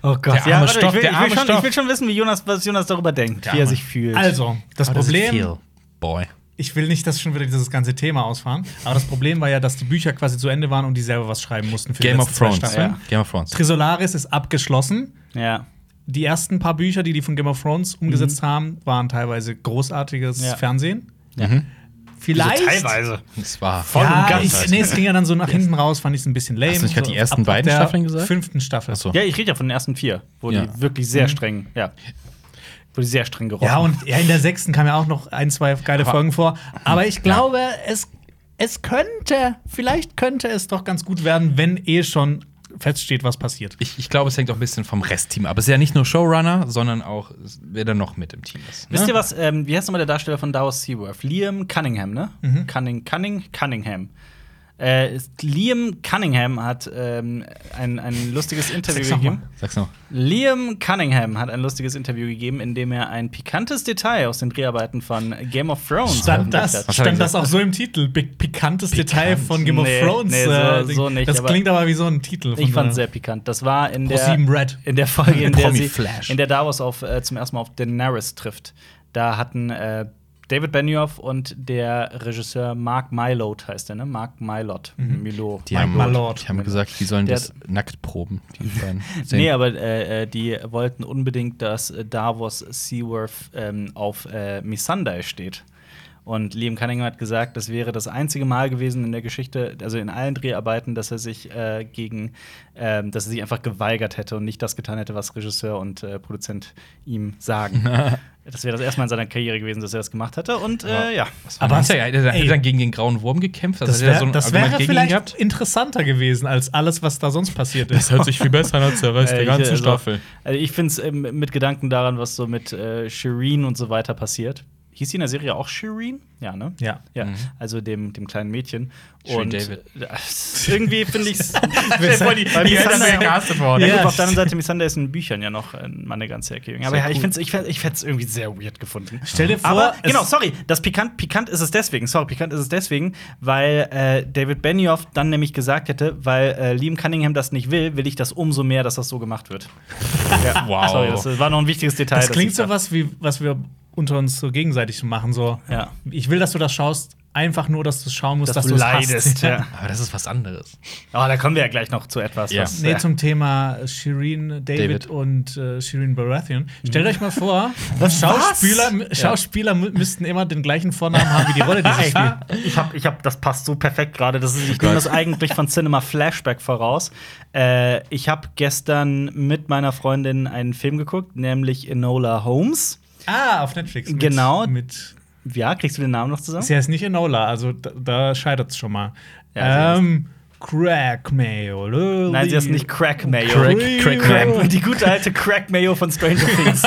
Speaker 2: Oh Gott.
Speaker 3: Der
Speaker 2: ja,
Speaker 3: arme
Speaker 2: warte,
Speaker 3: Stoff,
Speaker 2: ich, will,
Speaker 3: der
Speaker 2: ich, will
Speaker 3: arme
Speaker 2: schon,
Speaker 3: Stoff.
Speaker 2: ich will schon wissen, wie Jonas, was Jonas darüber denkt,
Speaker 3: Der
Speaker 2: wie er
Speaker 3: arme.
Speaker 2: sich fühlt.
Speaker 1: Also, das
Speaker 3: How does it
Speaker 1: Problem,
Speaker 3: feel, Boy.
Speaker 1: ich will nicht, dass schon wieder dieses ganze Thema ausfahren, aber das Problem war ja, dass die Bücher quasi zu Ende waren und die selber was schreiben mussten für
Speaker 3: Game
Speaker 1: die
Speaker 3: of
Speaker 1: letzten zwei
Speaker 3: Thrones.
Speaker 1: Staffeln.
Speaker 3: Ja. Game of Thrones.
Speaker 1: Trisolaris ist abgeschlossen.
Speaker 2: Ja.
Speaker 1: die ersten paar Bücher, die die von Game of Thrones umgesetzt haben, waren teilweise großartiges
Speaker 2: Mhm. Ja.
Speaker 1: Fernsehen.
Speaker 2: Ja.
Speaker 3: Mhm.
Speaker 1: Vielleicht.
Speaker 2: Wieso Also, teilweise.
Speaker 3: Das war
Speaker 2: und
Speaker 1: Ja,
Speaker 2: ganz
Speaker 1: ich,
Speaker 2: halt.
Speaker 1: nee, es ging ja dann so nach hinten raus, fand ich es ein bisschen lame.
Speaker 3: Hast du nicht gerade
Speaker 1: So
Speaker 3: die ersten
Speaker 1: ab- ab
Speaker 3: beiden
Speaker 1: der
Speaker 3: Staffeln gesagt?
Speaker 1: Fünften Staffel.
Speaker 3: Ach so.
Speaker 2: Ja, ich rede ja von den ersten vier, wo
Speaker 3: Ja.
Speaker 2: die wirklich sehr streng, ja. Wo die sehr streng gerochen
Speaker 1: Mhm. Ja, und ja, in der sechsten kam ja auch noch ein, zwei geile
Speaker 3: Aber-
Speaker 1: Folgen vor. Aber ich glaube, es, es könnte, vielleicht könnte es doch ganz gut werden, wenn eh schon feststeht, was passiert.
Speaker 3: Ich, ich glaube, es hängt auch ein bisschen vom Restteam ab. Es ist ja nicht nur Showrunner, sondern auch, wer da noch mit im Team ist.
Speaker 1: ne?
Speaker 3: ne?
Speaker 2: Wisst ihr was, ähm, wie heißt nochmal der Darsteller von Dawes Seaworth? Liam Cunningham, ne?
Speaker 1: Mhm.
Speaker 2: Cunning, Cunning, Cunningham. Äh, ist- Liam Cunningham hat ähm, ein, ein lustiges Interview
Speaker 1: Sag's noch mal.
Speaker 2: gegeben.
Speaker 3: Sag's noch.
Speaker 2: Liam Cunningham hat ein lustiges Interview gegeben, in dem er ein pikantes Detail aus den Dreharbeiten von Game of Thrones
Speaker 1: Stand das,
Speaker 2: veröffentlicht hat.
Speaker 3: Was hab ich
Speaker 1: stand das
Speaker 3: gesagt?
Speaker 1: auch so im Titel? Bi- Pikantes Detail von Game of
Speaker 2: Nee,
Speaker 1: Thrones.
Speaker 2: nee, so-
Speaker 1: äh,
Speaker 2: so nicht,
Speaker 1: das
Speaker 2: aber-
Speaker 1: klingt aber wie so ein Titel.
Speaker 2: Ich fand
Speaker 1: einer-
Speaker 2: sehr pikant. Das war in der
Speaker 1: ProSieben Red.
Speaker 2: in der Folge, in der, sie,
Speaker 3: Promi-Flash.
Speaker 2: in der Davos auf, äh, zum ersten Mal auf Daenerys trifft. Da hatten äh, David Benioff und der Regisseur Mark Mylot heißt er, ne? Mark Mylot. Milo.
Speaker 3: Mhm. Die
Speaker 1: Mike
Speaker 3: haben,
Speaker 1: Mallord.
Speaker 3: die haben gesagt, die sollen
Speaker 2: Der
Speaker 3: das nackt proben. Die beiden.
Speaker 2: Nee, aber äh, äh, die wollten unbedingt, dass äh, Davos Seaworth ähm, auf äh, Missandei steht. Und Liam Cunningham hat gesagt, das wäre das einzige Mal gewesen in der Geschichte, also in allen Dreharbeiten, dass er sich äh, gegen, ähm, dass er sich einfach geweigert hätte und nicht das getan hätte, was Regisseur und äh, Produzent ihm sagen. das wäre das erste Mal in seiner Karriere gewesen, dass er das gemacht hätte. Und äh, ja.
Speaker 3: Aber hast du ja, der
Speaker 1: Ey.
Speaker 3: hat dann gegen den grauen Wurm gekämpft. also
Speaker 1: Das,
Speaker 3: hat er
Speaker 1: wär,
Speaker 3: so ein
Speaker 1: das
Speaker 3: Argument
Speaker 1: wäre
Speaker 3: gegen ihn
Speaker 1: vielleicht
Speaker 3: gehabt.
Speaker 1: interessanter gewesen als alles, was da sonst passiert ist.
Speaker 3: hört sich viel besser an als der Rest
Speaker 2: Äh, ich- also- Also ich finde es ähm, mit Gedanken daran, was so mit äh, Shireen und so weiter passiert. Hieß sie in der Serie auch Shireen? Ja, ne?
Speaker 1: Ja.
Speaker 2: Ja,
Speaker 3: Mhm.
Speaker 2: also dem, dem kleinen Mädchen.
Speaker 3: Shireen
Speaker 2: und
Speaker 3: David.
Speaker 2: äh, irgendwie finde ich es.
Speaker 1: die
Speaker 3: Die
Speaker 1: Eltern
Speaker 3: Eltern
Speaker 1: sind
Speaker 3: sind gecastet worden.
Speaker 1: Ja,
Speaker 2: Ja, gut, auf der anderen Seite, Missandei ist in Büchern ja noch äh, mal eine ganze Ecke jünger. Aber ja, ich find's, ich fände es irgendwie sehr weird gefunden.
Speaker 1: Stell dir vor,
Speaker 2: Aber,
Speaker 1: es-
Speaker 2: genau, sorry, das pikant, pikant ist es deswegen, sorry, pikant ist es deswegen, weil äh, David Benioff dann nämlich gesagt hätte, weil äh, Liam Cunningham das nicht will, will ich das umso mehr, dass das so gemacht wird. ja,
Speaker 3: Wow.
Speaker 2: Sorry, das äh, war noch ein wichtiges Detail.
Speaker 1: Das klingt
Speaker 2: ich
Speaker 1: so
Speaker 2: da-
Speaker 1: was, wie, was wir unter uns so gegenseitig machen. So,
Speaker 2: Ja.
Speaker 1: ich will, dass du das schaust, einfach nur, dass du schauen musst,
Speaker 2: Dass,
Speaker 1: dass,
Speaker 2: du
Speaker 1: du's hast.
Speaker 2: leidest. Ja.
Speaker 3: Aber das ist was anderes.
Speaker 2: Aber da kommen wir ja gleich noch zu etwas.
Speaker 3: Ja.
Speaker 2: Was,
Speaker 1: Nee,
Speaker 2: äh,
Speaker 1: zum Thema Shirin David,
Speaker 3: David.
Speaker 1: und äh, Shirin Baratheon.
Speaker 2: Mhm.
Speaker 1: Stellt euch mal vor, Schauspieler, Schauspieler mü- müssten immer den gleichen Vornamen haben wie die Rolle, die sie spielen.
Speaker 2: Ich hab, ich hab, das passt so perfekt gerade. Das ist, ich
Speaker 3: Gott.
Speaker 2: nehme das eigentlich von Cinema Flashback voraus. Äh, ich habe gestern mit meiner Freundin einen Film geguckt, nämlich Enola Holmes.
Speaker 1: Ah, auf Netflix. Mit,
Speaker 2: Genau.
Speaker 1: Mit,
Speaker 2: Ja, kriegst du den Namen noch zusammen?
Speaker 1: sie heißt nicht Enola, also da, da scheitert es schon mal.
Speaker 2: Ja, sie
Speaker 1: ähm, Crack äh, Mayo.
Speaker 2: Nein, sie ist nicht Crack Mayo.
Speaker 3: Crack- Crack Mayo.
Speaker 2: Crack- Die gute alte Crack Mayo von Stranger Things.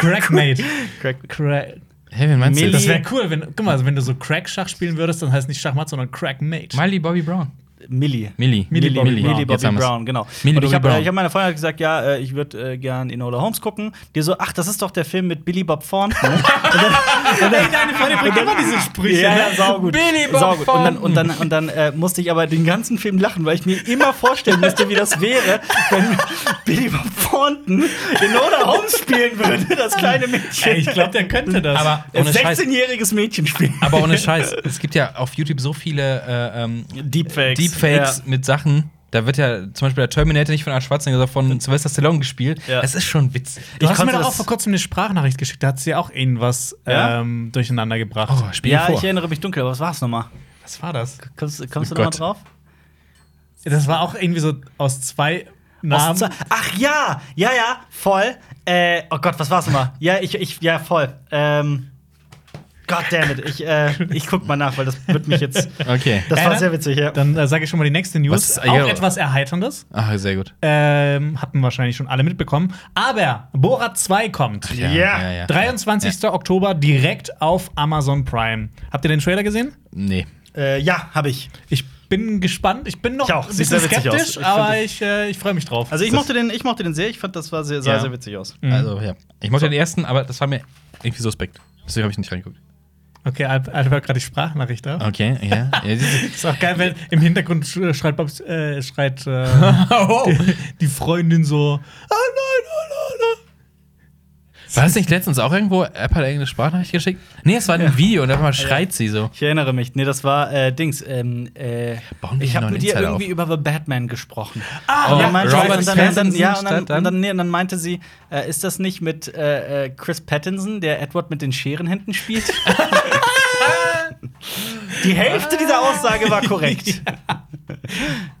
Speaker 1: Crackmate.
Speaker 2: Crack
Speaker 1: Crack.
Speaker 3: Hey, wen meinst
Speaker 2: Millie-
Speaker 3: du?
Speaker 1: Das
Speaker 3: Das
Speaker 1: wäre cool, wenn, guck mal, also wenn du so Crack-Schach spielen würdest, dann heißt nicht Schachmatt, sondern Crackmate.
Speaker 3: Miley Bobby Brown.
Speaker 2: Millie.
Speaker 3: Millie.
Speaker 1: Millie Bobby Brown.
Speaker 2: Millie
Speaker 3: Jetzt
Speaker 2: Bobby
Speaker 3: haben wir's.
Speaker 2: Brown, genau.
Speaker 3: Millie
Speaker 2: und ich
Speaker 3: Bobby
Speaker 2: habe
Speaker 3: Brown.
Speaker 2: hab meiner Freundin gesagt, ja, äh, ich würde äh, gern Enola Holmes gucken. Die so, ach, das ist doch der Film mit Billy Bob Thornton. und dann, und dann,
Speaker 1: Deine Freundin bringt immer diese Sprüche.
Speaker 2: Ja, ja, saugut.
Speaker 3: ne? Billy Bob
Speaker 2: saugut. Und dann, und dann, und dann äh, musste ich aber den ganzen Film lachen, weil ich mir immer vorstellen musste, wie das wäre, wenn Billy Bob Thornton in Oda Holmes spielen würde, das kleine Mädchen.
Speaker 1: Ey, ich glaube, der könnte das.
Speaker 3: Aber
Speaker 2: ein
Speaker 3: ohne Scheiß.
Speaker 2: 16-jähriges Mädchen spielen.
Speaker 3: Aber ohne Scheiß. Es gibt ja auf YouTube so viele äh, ähm,
Speaker 2: Deepfakes.
Speaker 3: Deepfakes
Speaker 2: Ja.
Speaker 3: mit Sachen. Da wird ja zum Beispiel der Terminator nicht von Arnold Schwarzenegger, sondern von Sylvester Stallone gespielt.
Speaker 2: Ja.
Speaker 3: Das ist schon witzig.
Speaker 1: du
Speaker 2: ich
Speaker 1: hast mir
Speaker 2: konnte
Speaker 1: doch auch
Speaker 2: das-
Speaker 1: vor kurzem eine Sprachnachricht geschickt, da hat sie auch irgendwas
Speaker 2: Ja?
Speaker 1: ähm, durcheinander gebracht.
Speaker 3: Oh, spiel
Speaker 2: Ja,
Speaker 3: vor.
Speaker 2: ich erinnere mich dunkel, aber was war's nochmal?
Speaker 1: Was war das?
Speaker 2: Kommst, kommst
Speaker 3: Oh
Speaker 2: du nochmal
Speaker 3: Gott.
Speaker 2: drauf?
Speaker 1: Das war auch irgendwie so aus zwei Namen.
Speaker 2: Aus Ze- Ach ja, ja, ja, voll. Äh, oh Gott, was war's nochmal? Ja, ich, ich, ja, voll. Ähm, God damn it, ich, äh, ich guck mal nach, weil das wird mich jetzt.
Speaker 3: okay.
Speaker 2: Das
Speaker 1: Äh,
Speaker 2: war sehr witzig, ja.
Speaker 1: Dann äh, sage ich schon mal die nächste News.
Speaker 3: Was-
Speaker 1: auch
Speaker 3: ja.
Speaker 1: etwas Erheiterndes.
Speaker 3: Ach, sehr gut.
Speaker 1: Ähm, hatten wahrscheinlich schon alle mitbekommen. Aber Borat 2 kommt.
Speaker 2: Ja.
Speaker 3: ja, ja.
Speaker 1: 23. Oktober direkt auf Amazon Prime. Habt ihr den Trailer gesehen?
Speaker 3: Nee.
Speaker 2: Äh, ja, habe ich.
Speaker 1: Ich bin gespannt. Ich bin noch
Speaker 2: Ich auch.
Speaker 1: ein
Speaker 2: Sieht
Speaker 1: bisschen
Speaker 2: sehr witzig aus.
Speaker 1: skeptisch,
Speaker 2: Ich
Speaker 1: aber
Speaker 2: find
Speaker 1: ich, äh, ich freue mich drauf.
Speaker 2: Also ich
Speaker 1: Das-
Speaker 2: mochte den, ich mochte den sehr. Ich fand, das war sehr, sah
Speaker 3: Ja.
Speaker 2: sehr witzig aus.
Speaker 3: Also, ja. Ich mochte den ersten, aber das war mir irgendwie suspekt. Deswegen habe ich nicht reingeguckt.
Speaker 1: Okay, Al- Albert gerade die Sprachnachricht ab.
Speaker 3: Okay, ja. ja diese-
Speaker 1: Ist auch geil, wenn im Hintergrund sch- schreit, Bob, äh, schreit äh,
Speaker 3: Oh.
Speaker 1: die, die Freundin so. Oh nein, oh nein, oh nein.
Speaker 3: War das nicht letztens auch irgendwo? App hat eine Sprachnachricht geschickt? Nee, es war ein Video und auf einmal schreit sie so.
Speaker 2: Ich erinnere mich. Nee, das war äh, Dings. Ähm, äh,
Speaker 3: Bauen wir
Speaker 2: ich
Speaker 3: hier
Speaker 2: habe
Speaker 3: noch
Speaker 2: mit
Speaker 3: einen
Speaker 2: dir
Speaker 3: Insider
Speaker 2: irgendwie über The Batman gesprochen.
Speaker 1: Ah,
Speaker 2: Und
Speaker 3: Oh,
Speaker 2: dann meinte sie-
Speaker 3: Robert
Speaker 2: und dann, und dann,
Speaker 3: Pattinson
Speaker 2: ja, und dann, und
Speaker 3: statt
Speaker 2: dann,
Speaker 3: dann?
Speaker 2: nee, und dann meinte sie, äh, ist das nicht mit äh, äh, Chris Pattinson, der Edward mit den Scherenhänden spielt? Die Hälfte dieser Aussage war korrekt.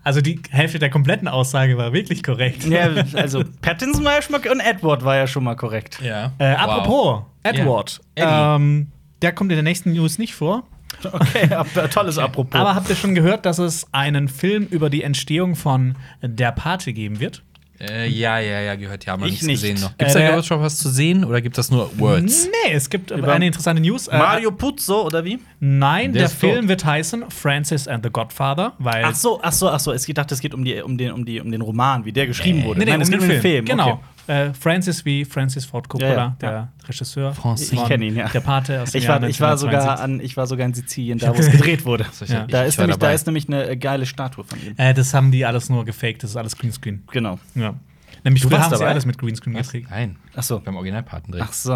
Speaker 1: Also die Hälfte der kompletten Aussage war wirklich korrekt.
Speaker 2: ja, also Pattinson war ja schon mal und Edward war ja schon mal korrekt.
Speaker 3: Ja.
Speaker 1: Äh, apropos, Edward.
Speaker 3: Eddie.
Speaker 1: Ähm, der kommt in der nächsten News nicht vor.
Speaker 2: Okay, ab- tolles Apropos.
Speaker 1: Aber habt ihr schon gehört, dass es einen Film über die Entstehung von Der Pate geben wird?
Speaker 3: Äh, ja, ja, ja, gehört. Ja, haben wir
Speaker 2: Ich
Speaker 3: nichts
Speaker 2: nicht.
Speaker 3: gesehen noch.
Speaker 1: Äh,
Speaker 3: Gibt es
Speaker 1: der-
Speaker 3: da überhaupt schon was zu sehen oder gibt das nur
Speaker 2: Hm?
Speaker 3: Words?
Speaker 1: Nee, es gibt
Speaker 2: Über-
Speaker 1: eine interessante News. Äh,
Speaker 2: Mario Puzo oder wie?
Speaker 1: Nein,
Speaker 3: Der
Speaker 1: der,
Speaker 3: ist tot.
Speaker 1: Film wird heißen Francis and the Godfather, weil
Speaker 2: Ach so, ach so, ach so. Ich dachte, es geht um, die, um, den, um, die, um den Roman, wie der geschrieben wurde.
Speaker 1: Nee, nee,
Speaker 2: es
Speaker 1: um
Speaker 2: geht
Speaker 1: den Film. Genau.
Speaker 2: Okay.
Speaker 1: Äh, Francis wie Francis Ford Coppola,
Speaker 2: Ja, ja.
Speaker 1: der Regisseur.
Speaker 3: Francis.
Speaker 1: von
Speaker 2: Ich kenn ihn, ja.
Speaker 1: Der Pate aus dem
Speaker 2: Ich
Speaker 1: Jahr
Speaker 2: war, ich, war
Speaker 1: 1972.
Speaker 2: sogar an, ich war sogar in Sizilien, da wo es gedreht wurde.
Speaker 3: So, ich-
Speaker 1: Ja.
Speaker 3: ich-
Speaker 2: Da
Speaker 3: ich
Speaker 2: ist,
Speaker 3: war
Speaker 2: nämlich, da
Speaker 3: dabei.
Speaker 2: ist nämlich eine äh, geile Statue von ihm.
Speaker 1: Äh, das haben die alles nur gefaked, das ist alles Greenscreen.
Speaker 2: Genau.
Speaker 1: Ja. Nämlich früher
Speaker 2: warst
Speaker 1: haben sie
Speaker 2: dabei?
Speaker 1: alles mit Greenscreen gekriegt.
Speaker 3: Nein,
Speaker 2: Ach so.
Speaker 3: beim Originalparten drin.
Speaker 2: Ach so.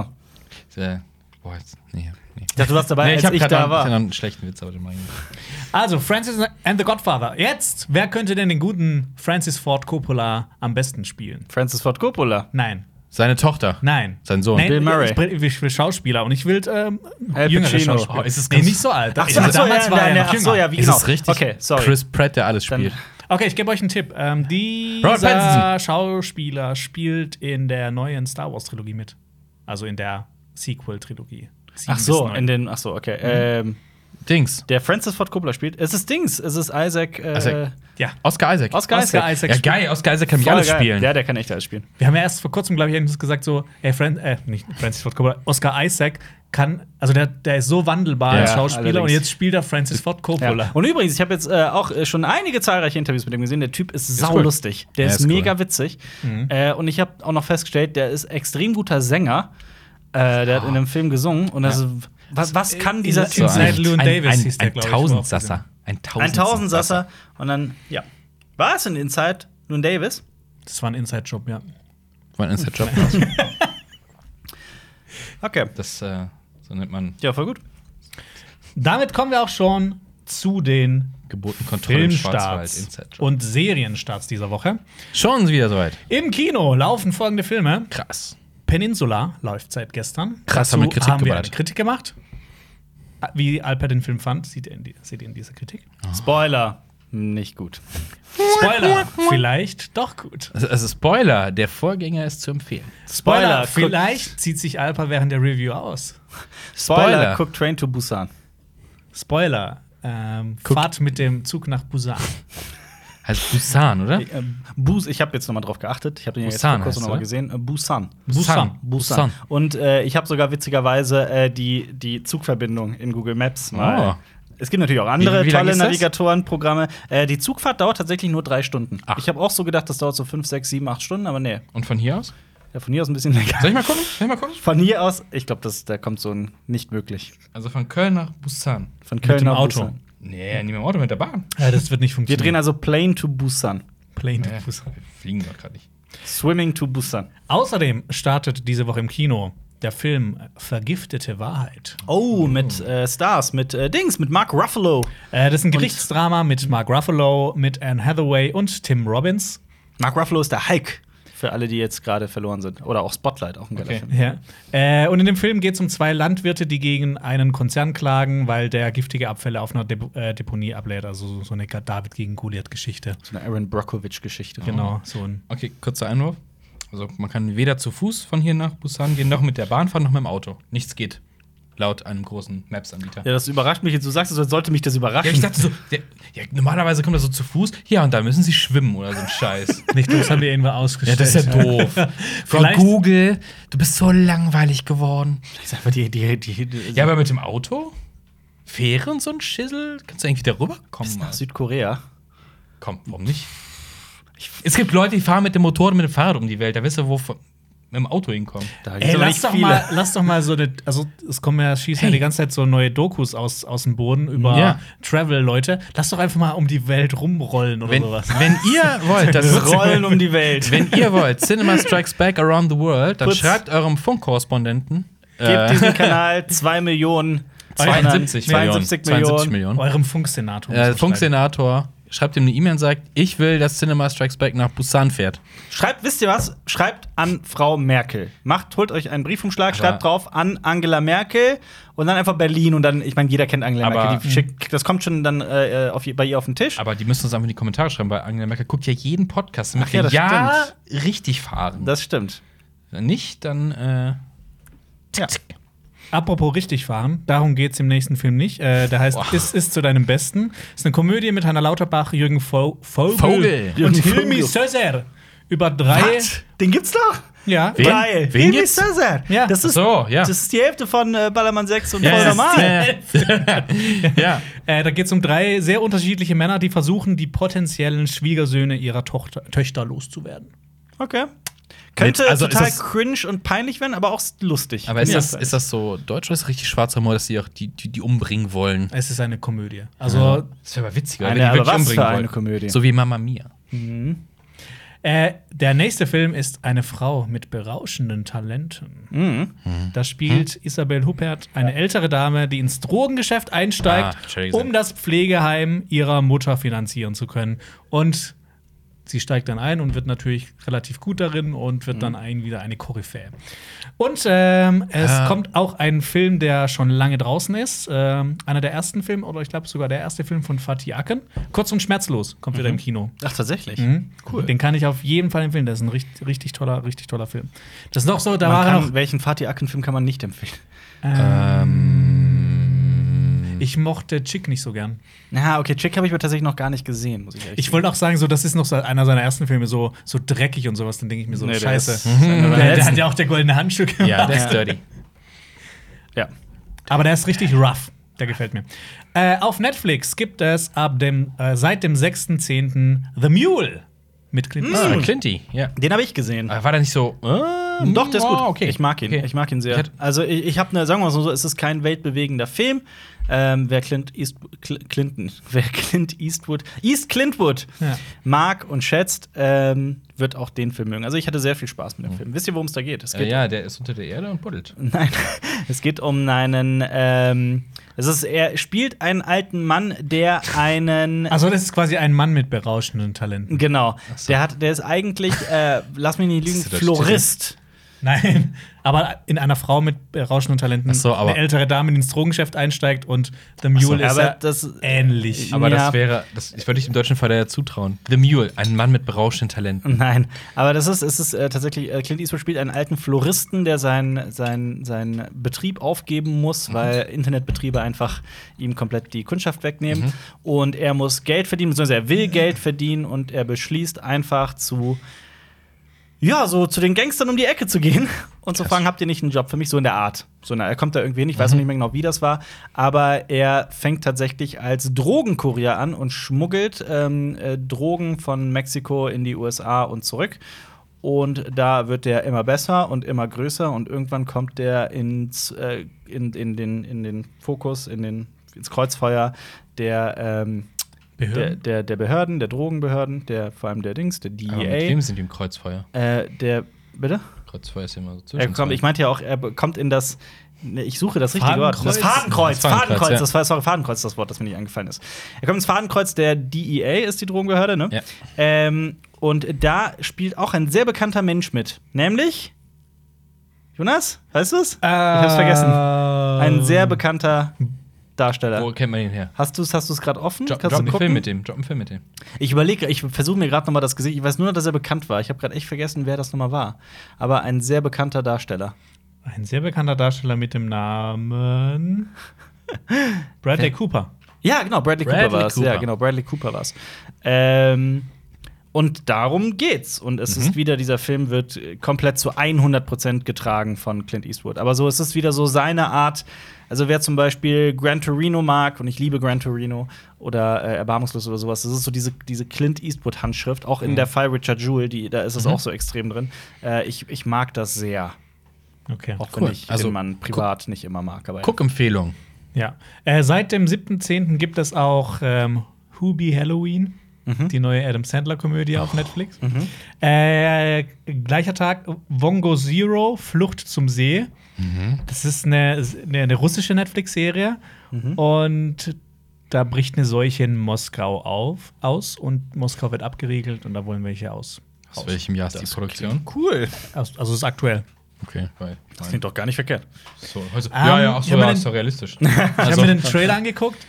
Speaker 3: Äh, boah, jetzt. Nee,
Speaker 2: Ich
Speaker 3: nee.
Speaker 2: dachte, du warst dabei,
Speaker 3: nee, ich
Speaker 2: als
Speaker 3: habe
Speaker 2: ich da
Speaker 3: noch, ich hab noch
Speaker 2: war.
Speaker 3: einen schlechten Witz, aber den mach ich nicht.
Speaker 1: Also, Francis and the Godfather. Jetzt, wer könnte denn den guten Francis Ford Coppola am besten spielen?
Speaker 2: Francis Ford Coppola.
Speaker 1: Nein.
Speaker 3: Seine Tochter.
Speaker 1: Nein.
Speaker 3: Sein Sohn.
Speaker 1: Nein,
Speaker 2: Bill Murray.
Speaker 1: Ich, will- ich will Schauspieler und ich will ähm,
Speaker 2: Al
Speaker 1: jüngere
Speaker 2: Pacino.
Speaker 1: Schauspieler.
Speaker 3: Oh, ist es
Speaker 1: nee,
Speaker 3: ganz-
Speaker 1: nicht so alt.
Speaker 2: Ach
Speaker 1: Ich
Speaker 2: so,
Speaker 1: meine,
Speaker 2: ach so,
Speaker 1: damals
Speaker 2: ja,
Speaker 1: war
Speaker 2: nein,
Speaker 1: er noch
Speaker 2: ach so,
Speaker 1: jünger.
Speaker 2: ja, wie
Speaker 3: Ist
Speaker 2: genau.
Speaker 3: es richtig?
Speaker 2: Okay, sorry.
Speaker 3: Chris Pratt, der alles
Speaker 2: Dann-
Speaker 3: spielt.
Speaker 1: Okay, ich gebe euch einen Tipp. Ähm,
Speaker 3: Robert
Speaker 1: dieser
Speaker 3: Pattinson.
Speaker 1: Schauspieler spielt in der neuen Star Wars Trilogie mit. Also in der Sequel-Trilogie. Sieben
Speaker 2: Ach so,
Speaker 1: bis neun.
Speaker 2: in den, ach so, okay. Ähm,
Speaker 3: Dings.
Speaker 2: der Francis Ford Coppola spielt. Es ist Dings, es ist Isaac. Äh,
Speaker 3: Isaac.
Speaker 1: ja.
Speaker 3: Oscar Isaac.
Speaker 2: Oscar
Speaker 1: Oscar
Speaker 2: Isaac.
Speaker 1: Isaac.
Speaker 3: ja, geil. Oscar Isaac kann mich
Speaker 2: Voll
Speaker 3: alles
Speaker 2: geil.
Speaker 3: spielen.
Speaker 2: Ja, der kann echt alles spielen.
Speaker 1: Wir haben ja erst vor kurzem, glaube ich, irgendwas gesagt, so, ey, Fran äh, nicht Francis Ford Coppola, Oscar Isaac kann, also der, der ist so wandelbar
Speaker 2: Ja,
Speaker 1: als Schauspieler
Speaker 2: allerdings.
Speaker 1: und jetzt spielt er Francis Ford
Speaker 2: Ja.
Speaker 1: Coppola.
Speaker 2: Und übrigens, ich habe jetzt äh, auch äh, schon einige zahlreiche Interviews mit ihm gesehen. Der Typ ist
Speaker 3: cool.
Speaker 2: saulustig. Der
Speaker 3: Ja,
Speaker 2: ist,
Speaker 3: ist cool. Mhm.
Speaker 2: mega witzig. Äh, und ich habe auch noch festgestellt, der ist extrem guter Sänger. Äh,
Speaker 3: Ah.
Speaker 2: der hat in einem Film gesungen. Und also, was, was kann dieser
Speaker 1: ist so
Speaker 2: Typ
Speaker 1: ein- Inside Llewyn Davis
Speaker 3: ein,
Speaker 1: hieß der,
Speaker 3: ein,
Speaker 1: glaub ich,
Speaker 3: Tausendsasser. Ein
Speaker 2: Ein
Speaker 3: Tausendsasser.
Speaker 2: Tausendsasser. Und dann, ja. War es in Inside nun Davis?
Speaker 1: Das war ein Inside-Job, ja.
Speaker 3: Mein Inside Job.
Speaker 2: Okay.
Speaker 3: Das, äh, so nennt man
Speaker 2: Ja, voll gut.
Speaker 1: Damit kommen wir auch schon zu den
Speaker 3: Geburtenkontrolle im Schwarzwald.
Speaker 1: Filmstarts
Speaker 3: Inside Job.
Speaker 1: und Serienstarts dieser Woche.
Speaker 3: Schon wieder soweit.
Speaker 1: Im Kino laufen folgende Filme.
Speaker 3: Krass.
Speaker 1: Peninsula läuft seit gestern.
Speaker 3: Krass,
Speaker 1: Dazu
Speaker 3: haben wir Kritik
Speaker 1: haben wir
Speaker 3: geballert.
Speaker 1: eine Kritik gemacht. Wie Alper den Film fand, seht ihr in, die, seht ihr in dieser Kritik.
Speaker 2: Spoiler. Nicht gut.
Speaker 1: Spoiler, vielleicht doch gut.
Speaker 3: Also, also Spoiler, der Vorgänger ist zu empfehlen.
Speaker 1: Spoiler,
Speaker 2: Spoiler,
Speaker 1: vielleicht zieht sich Alper während der Review aus.
Speaker 2: Spoiler,
Speaker 3: Spoiler.
Speaker 2: guck Train to Busan.
Speaker 1: Spoiler, ähm, Fahrt mit dem Zug nach Busan.
Speaker 3: Heißt Busan, oder?
Speaker 2: Ich, ähm, Bus, ich habe jetzt nochmal drauf geachtet. Ich habe den ja jetzt
Speaker 3: Busan
Speaker 2: vor kurzem
Speaker 3: heißt,
Speaker 2: nochmal
Speaker 3: oder?
Speaker 2: gesehen. Äh, Busan.
Speaker 1: Busan.
Speaker 2: Busan. Und äh, ich habe sogar witzigerweise äh, die, die Zugverbindung in Google Maps mal. Es gibt natürlich auch andere
Speaker 3: Ah. Wie- wie lang
Speaker 2: tolle
Speaker 3: ist das?
Speaker 2: Navigatorenprogramme. Äh, die Zugfahrt dauert tatsächlich nur drei Stunden.
Speaker 3: Ach.
Speaker 2: Ich habe auch so gedacht, das dauert so fünf, sechs, sieben, acht Stunden, aber nee.
Speaker 3: Und von hier aus?
Speaker 2: Ja, von hier aus ein bisschen länger.
Speaker 3: Soll ich mal gucken? Soll ich mal gucken?
Speaker 2: Von hier aus, ich glaube, da kommt so ein nicht möglich.
Speaker 3: Also von Köln nach Busan.
Speaker 2: Von Köln
Speaker 1: dem
Speaker 2: nach
Speaker 1: Auto.
Speaker 2: Busan.
Speaker 3: Nee, nicht mit dem Auto, mit der Bahn.
Speaker 1: Ja, das wird nicht
Speaker 2: Wir drehen
Speaker 1: funktionieren.
Speaker 2: also Plane to Busan.
Speaker 1: Plane to
Speaker 3: Nee,
Speaker 1: Busan.
Speaker 3: wir fliegen doch gerade nicht.
Speaker 2: Swimming to Busan.
Speaker 1: Außerdem startet diese Woche im Kino der Film Vergiftete Wahrheit.
Speaker 2: Oh, mit äh, Stars, mit äh, Dings, mit Mark Ruffalo.
Speaker 1: Äh, das ist ein Gerichtsdrama mit Mark Ruffalo, mit Anne Hathaway und Tim Robbins.
Speaker 2: Mark Ruffalo ist der Hulk. Für alle, die jetzt gerade verloren sind. Oder auch Spotlight, auch ein geiler
Speaker 3: Okay.
Speaker 2: Film.
Speaker 1: Ja. Äh, und in dem Film geht es um zwei Landwirte, die gegen einen Konzern klagen, weil der giftige Abfälle auf einer Dep äh, Deponie ablädt. Also so- so eine David gegen Goliath-Geschichte.
Speaker 2: So eine Aaron Brockovich-Geschichte.
Speaker 1: Genau, so ein.
Speaker 3: Okay, kurzer Einwurf. Also man kann weder zu Fuß von hier nach Busan gehen, noch mit der Bahn fahren, noch mit dem Auto. Nichts geht. Laut einem großen Maps-Anbieter.
Speaker 2: Ja, das überrascht mich jetzt. Du sagst, es als sollte mich das überraschen.
Speaker 3: Ja, ich dachte so, der, ja, normalerweise kommt er so zu Fuß, ja, und da müssen sie schwimmen oder so ein Scheiß.
Speaker 1: Nicht doof, das haben wir irgendwann ausgestellt.
Speaker 3: doof. Frau
Speaker 1: Vielleicht-
Speaker 3: Google, du bist so langweilig geworden.
Speaker 2: Das ist einfach die, die, die, die
Speaker 3: Ja, aber mit dem Auto? Fähre und so ein Schissel? Kannst du eigentlich wieder rüberkommen?
Speaker 2: nach
Speaker 3: Mann?
Speaker 2: Südkorea.
Speaker 3: Komm, warum nicht? Es gibt Leute, die fahren mit dem Motorrad, mit dem Fahrrad um die Welt. Da wirst du, wo von- mit dem Auto hinkommen.
Speaker 2: Da
Speaker 1: Ey,
Speaker 2: gibt's aber
Speaker 1: lass doch, mal, lass doch mal so eine, also es kommen ja, schießen ja
Speaker 3: Hey.
Speaker 1: die ganze Zeit so neue Dokus aus, aus dem Boden über
Speaker 3: Ja.
Speaker 1: Travel-Leute. Lass doch einfach mal um die Welt rumrollen oder
Speaker 3: Wenn,
Speaker 1: sowas.
Speaker 3: wenn ihr wollt, dass
Speaker 2: Wir rollen um die Welt.
Speaker 3: Wenn ihr wollt, Cinema Strikes Back Around the World, dann
Speaker 2: Putz.
Speaker 3: schreibt eurem Funkkorrespondenten. äh,
Speaker 2: Gebt diesem Kanal 2 Millionen.
Speaker 3: 72 Millionen.
Speaker 2: 72 Äh. Millionen.
Speaker 1: Eurem Funksenator. muss
Speaker 3: Äh,
Speaker 1: man schreiben.
Speaker 3: Funksenator schreibt ihm eine E-Mail und sagt, ich will, dass Cinema Strikes Back nach Busan fährt.
Speaker 2: Schreibt, wisst ihr was? Schreibt an Frau Merkel. Macht, holt euch einen Briefumschlag, schreibt drauf an Angela Merkel und dann einfach Berlin und dann, ich meine, jeder kennt Angela
Speaker 3: Aber-
Speaker 2: Merkel. Die schickt, das kommt schon dann äh, auf, bei ihr auf den Tisch.
Speaker 3: Aber die müssen uns einfach in die Kommentare schreiben, weil Angela Merkel guckt ja jeden Podcast, damit
Speaker 2: Ach ja,
Speaker 3: wir
Speaker 2: das
Speaker 3: ja richtig fahren.
Speaker 2: Das stimmt.
Speaker 3: Wenn nicht, dann äh,
Speaker 2: Ja.
Speaker 1: Apropos richtig fahren, darum geht's im nächsten Film nicht. Äh, der heißt Ist ist zu deinem Besten. Ist eine Komödie mit Hannah Lauterbach, Jürgen Vo Vogel,
Speaker 3: Vogel.
Speaker 1: und
Speaker 2: Jürgen
Speaker 1: Hilmi
Speaker 2: Vogel.
Speaker 1: Sözer über drei.
Speaker 2: Den gibt's doch!
Speaker 1: Ja,
Speaker 3: Wen?
Speaker 2: Geil!
Speaker 3: Wen
Speaker 2: Hilmi
Speaker 3: gibt's?
Speaker 2: Cäsar!
Speaker 1: Ja.
Speaker 2: Das ist,
Speaker 3: Ach so, ja.
Speaker 2: das ist die Hälfte von äh, Ballermann 6 und
Speaker 3: ja,
Speaker 2: voll
Speaker 3: ja,
Speaker 2: normal.
Speaker 3: ja, ja. ja.
Speaker 1: Äh, da geht's um drei sehr unterschiedliche Männer, die versuchen, die potenziellen Schwiegersöhne ihrer Tochter, Töchter loszuwerden.
Speaker 2: Okay. Könnte
Speaker 3: also ist
Speaker 2: total
Speaker 3: das-
Speaker 2: cringe und peinlich werden, aber auch lustig.
Speaker 3: Aber ist
Speaker 2: Ja.
Speaker 3: das, ist das so deutsch oder ist das richtig schwarzer Humor, dass die auch die, die, die umbringen wollen?
Speaker 1: Es ist eine Komödie. Also,
Speaker 3: Das wäre aber witziger,
Speaker 2: Eine-
Speaker 3: wenn die
Speaker 2: aber
Speaker 3: wirklich
Speaker 2: was
Speaker 3: umbringen
Speaker 2: für eine
Speaker 3: wollen.
Speaker 2: Komödie.
Speaker 3: So wie Mama Mia.
Speaker 1: äh, der nächste Film ist Eine Frau mit berauschenden Talenten.
Speaker 2: Mhm.
Speaker 1: Da spielt Isabel Huppert eine ältere Dame, die ins Drogengeschäft einsteigt,
Speaker 3: Ah, Entschuldigung.
Speaker 1: um das Pflegeheim ihrer Mutter finanzieren zu können. Und Sie steigt dann ein und wird natürlich relativ gut darin und wird dann ein, wieder eine Koryphäe. Und ähm, es
Speaker 3: Ah.
Speaker 1: kommt auch ein Film, der schon lange draußen ist. Ähm, einer der ersten Filme, oder ich glaube sogar der erste Film von Fatih Akin. Kurz und schmerzlos kommt wieder im Kino.
Speaker 2: Ach, tatsächlich.
Speaker 1: Cool. Den kann ich auf jeden Fall empfehlen. Das ist ein richtig, richtig toller, richtig toller Film. Das ist noch so, da
Speaker 2: Man
Speaker 1: war er
Speaker 2: kann,
Speaker 1: noch.
Speaker 2: welchen Fatih Akin-Film kann man nicht empfehlen?
Speaker 1: Ich mochte Chick nicht so gern.
Speaker 2: Na, okay, Chick habe ich mir tatsächlich noch gar nicht gesehen, muss ich ehrlich
Speaker 1: Ich wollte auch sagen, so, das ist noch so einer seiner ersten Filme, so, so dreckig und sowas. Dann denke ich mir so,
Speaker 2: Nee, der ist-
Speaker 1: scheiße.
Speaker 2: einer
Speaker 1: Der,
Speaker 2: der
Speaker 1: der
Speaker 2: letzten.
Speaker 1: hat ja auch der goldene Handschuh gemacht.
Speaker 3: Ja, der ist dirty.
Speaker 2: Ja.
Speaker 1: Aber der ist richtig rough. Der gefällt mir. Äh, auf Netflix gibt es ab dem, äh, seit dem 6.10. The Mule mit Clint
Speaker 3: Ah,
Speaker 1: Eastwood.
Speaker 3: Clinty, ja.
Speaker 2: Den habe ich gesehen.
Speaker 3: Aber Ah, war der nicht so. äh,
Speaker 2: Hm, Doch, der ist gut.
Speaker 3: ah, Okay.
Speaker 2: Ich mag ihn. Ich mag ihn sehr.
Speaker 3: Ich hatte-
Speaker 2: also ich, ich habe eine, sagen wir mal so, es ist kein weltbewegender Film. Ähm, wer Clint East, Cl- Clinton, wer Clint Eastwood, East Clintwood
Speaker 1: Ja.
Speaker 2: mag und schätzt, ähm, wird auch den Film mögen. Also ich hatte sehr viel Spaß mit dem Film. Wisst ihr, worum es da geht? Es geht
Speaker 3: Äh, Oh. ja, der ist unter der Erde und buddelt.
Speaker 2: Nein, es geht um einen. Ähm, es ist, er spielt einen alten Mann, der einen.
Speaker 1: Also, das ist quasi ein Mann mit berauschenden Talenten.
Speaker 2: genau. Der, hat, der ist eigentlich, äh, lass mich nicht lügen,
Speaker 3: Ist der deutsche
Speaker 2: Florist.
Speaker 1: Nein, aber in einer Frau mit berauschenden Talenten.
Speaker 3: Ach so, aber-
Speaker 1: eine ältere Dame, die ins Drogengeschäft einsteigt und The Mule ist
Speaker 2: aber
Speaker 1: ja
Speaker 2: das-
Speaker 1: ähnlich.
Speaker 3: Aber
Speaker 2: Ja.
Speaker 3: das wäre. Das, ich würde nicht dem deutschen Vater ja zutrauen. The Mule, ein Mann mit berauschenden Talenten.
Speaker 2: Nein, aber das ist, es ist äh, tatsächlich, äh, Clint Eastwood spielt einen alten Floristen, der seinen sein, sein Betrieb aufgeben muss, weil Internetbetriebe einfach ihm komplett die Kundschaft wegnehmen. Und er muss Geld verdienen, beziehungsweise er will Geld verdienen und er beschließt einfach zu, ja, so zu den Gangstern um die Ecke zu gehen und zu fragen, habt ihr nicht einen Job für mich? So in der Art. So, na, er kommt da irgendwie hin, ich
Speaker 3: Mhm.
Speaker 2: weiß noch nicht mehr genau, wie das war, aber er fängt tatsächlich als Drogenkurier an und schmuggelt ähm, äh, Drogen von Mexiko in die USA und zurück. Und da wird der immer besser und immer größer und irgendwann kommt der ins, äh, in, in, den, in den Fokus, in den, ins Kreuzfeuer der, ähm, der,
Speaker 1: Behörden?
Speaker 2: der, der Behörden, der Drogenbehörden, der vor allem der Dings, der E
Speaker 3: Aber mit wem
Speaker 2: DEA.
Speaker 3: sind die im Kreuzfeuer?
Speaker 2: Äh, der, bitte?
Speaker 3: Kreuzfeuer ist ja immer so zwischen.
Speaker 2: Er kommt,
Speaker 3: zwei.
Speaker 2: ich meinte ja auch, er kommt in das. ne, Ich suche das richtige Wort.
Speaker 1: Fadenkreuz.
Speaker 2: Das Fadenkreuz.
Speaker 3: Das Fadenkreuz,
Speaker 2: Fadenkreuz.
Speaker 3: ja.
Speaker 2: Das war, sorry, Fadenkreuz ist das Wort, das mir nicht eingefallen ist. Er kommt ins Fadenkreuz der DEA, ist die Drogenbehörde, ne?
Speaker 3: Ja.
Speaker 2: Ähm, und da spielt auch ein sehr bekannter Mensch mit. Nämlich. Jonas? Weißt du es? ich hab's vergessen. Ein sehr bekannter
Speaker 3: Wo
Speaker 2: Darsteller.
Speaker 3: kennt man ihn her?
Speaker 2: Hast du es hast du's gerade offen?
Speaker 3: Drop,
Speaker 2: Kannst
Speaker 3: drop einen
Speaker 2: du
Speaker 3: Film
Speaker 2: gucken?
Speaker 3: mit dem. Drop einen Film mit dem.
Speaker 2: Ich überlege, ich versuche mir gerade nochmal das Gesicht. Ich weiß nur noch, dass er bekannt war. Ich habe gerade echt vergessen, wer das nochmal war. Aber ein sehr bekannter Darsteller.
Speaker 1: Ein sehr bekannter Darsteller mit dem Namen Bradley Cooper.
Speaker 2: Ja, genau, Bradley Cooper
Speaker 3: Bradley
Speaker 2: war es.
Speaker 3: Cooper.
Speaker 2: Ja, genau, Bradley Cooper war es. Ähm, und darum geht's. Und es ist wieder, dieser Film wird äh, komplett zu 100% getragen von Clint Eastwood. Aber so, es ist wieder so seine Art. Also, wer zum Beispiel Gran Torino mag, und ich liebe Gran Torino oder äh, Erbarmungslos oder sowas, das ist so diese, diese Clint Eastwood-Handschrift. Auch in der Fall Richard Jewell, die, da ist es auch so extrem drin. Äh, ich, ich mag das sehr.
Speaker 1: Okay.
Speaker 2: Auch
Speaker 3: Cool.
Speaker 2: wenn ich
Speaker 3: Also,
Speaker 2: den Mann privat nicht immer mag. Aber
Speaker 3: Guckempfehlung.
Speaker 1: Ja. Äh, seit dem 7.10. gibt es auch ähm, Hubie Halloween, die neue Adam Sandler-Komödie auf Netflix. Äh, gleicher Tag, Wongo Zero, Flucht zum See. Das ist eine, eine, eine russische Netflix-Serie. Und da bricht eine Seuche in Moskau auf, aus und Moskau wird abgeriegelt und da wollen welche aus.
Speaker 3: Aus welchem Jahr ist die Produktion?
Speaker 2: cool.
Speaker 1: Aus- Also ist aktuell.
Speaker 3: Okay, weil.
Speaker 2: Das klingt doch gar nicht verkehrt.
Speaker 3: So, also,
Speaker 2: Ähm,
Speaker 3: ja, ja, ach so,
Speaker 1: ich hab mir
Speaker 3: ja,
Speaker 1: den-
Speaker 3: ist doch realistisch.
Speaker 1: Ich
Speaker 3: Also,
Speaker 1: habe mir den Trailer angeguckt.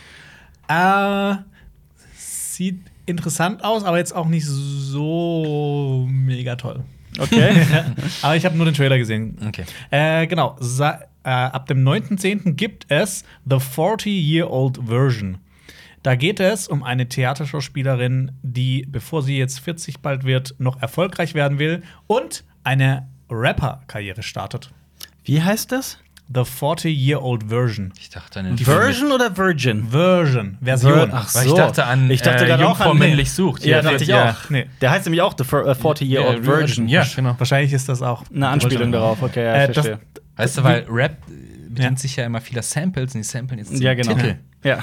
Speaker 1: Äh, sieht interessant aus, aber jetzt auch nicht so mega toll.
Speaker 2: Okay.
Speaker 1: aber ich habe nur den Trailer gesehen.
Speaker 3: okay.
Speaker 1: Äh, genau. Sa äh, ab dem 9.10. gibt es The 40-Year-Old Version. Da geht es um eine Theaterschauspielerin, die, bevor sie jetzt 40 bald wird, noch erfolgreich werden will und eine Rapper-Karriere startet.
Speaker 2: Wie heißt das?
Speaker 1: The 40-Year-Old Version.
Speaker 3: Ich dachte an den
Speaker 2: Virgin oder Virgin?
Speaker 1: Version. Version.
Speaker 2: Ach
Speaker 3: Weil ich dachte an,
Speaker 2: ich dachte
Speaker 3: äh,
Speaker 2: gerade auch
Speaker 3: Jungfrau
Speaker 2: an
Speaker 3: männlich sucht.
Speaker 2: Ja,
Speaker 3: Ja,
Speaker 2: dachte ich
Speaker 3: ja.
Speaker 2: auch.
Speaker 1: Nee.
Speaker 2: Der heißt nämlich auch The Fir- äh, 40 Year Old Virgin.
Speaker 3: Ja, genau.
Speaker 1: Wahrscheinlich ist das auch
Speaker 2: Eine Anspielung darauf. Okay, ja, ich
Speaker 1: Äh, das-
Speaker 2: verstehe.
Speaker 3: Weißt du, weil Rap äh, bedient sich ja immer vieler Samples und die Samplen jetzt
Speaker 2: Ja, genau.
Speaker 3: Titel.
Speaker 2: Ja.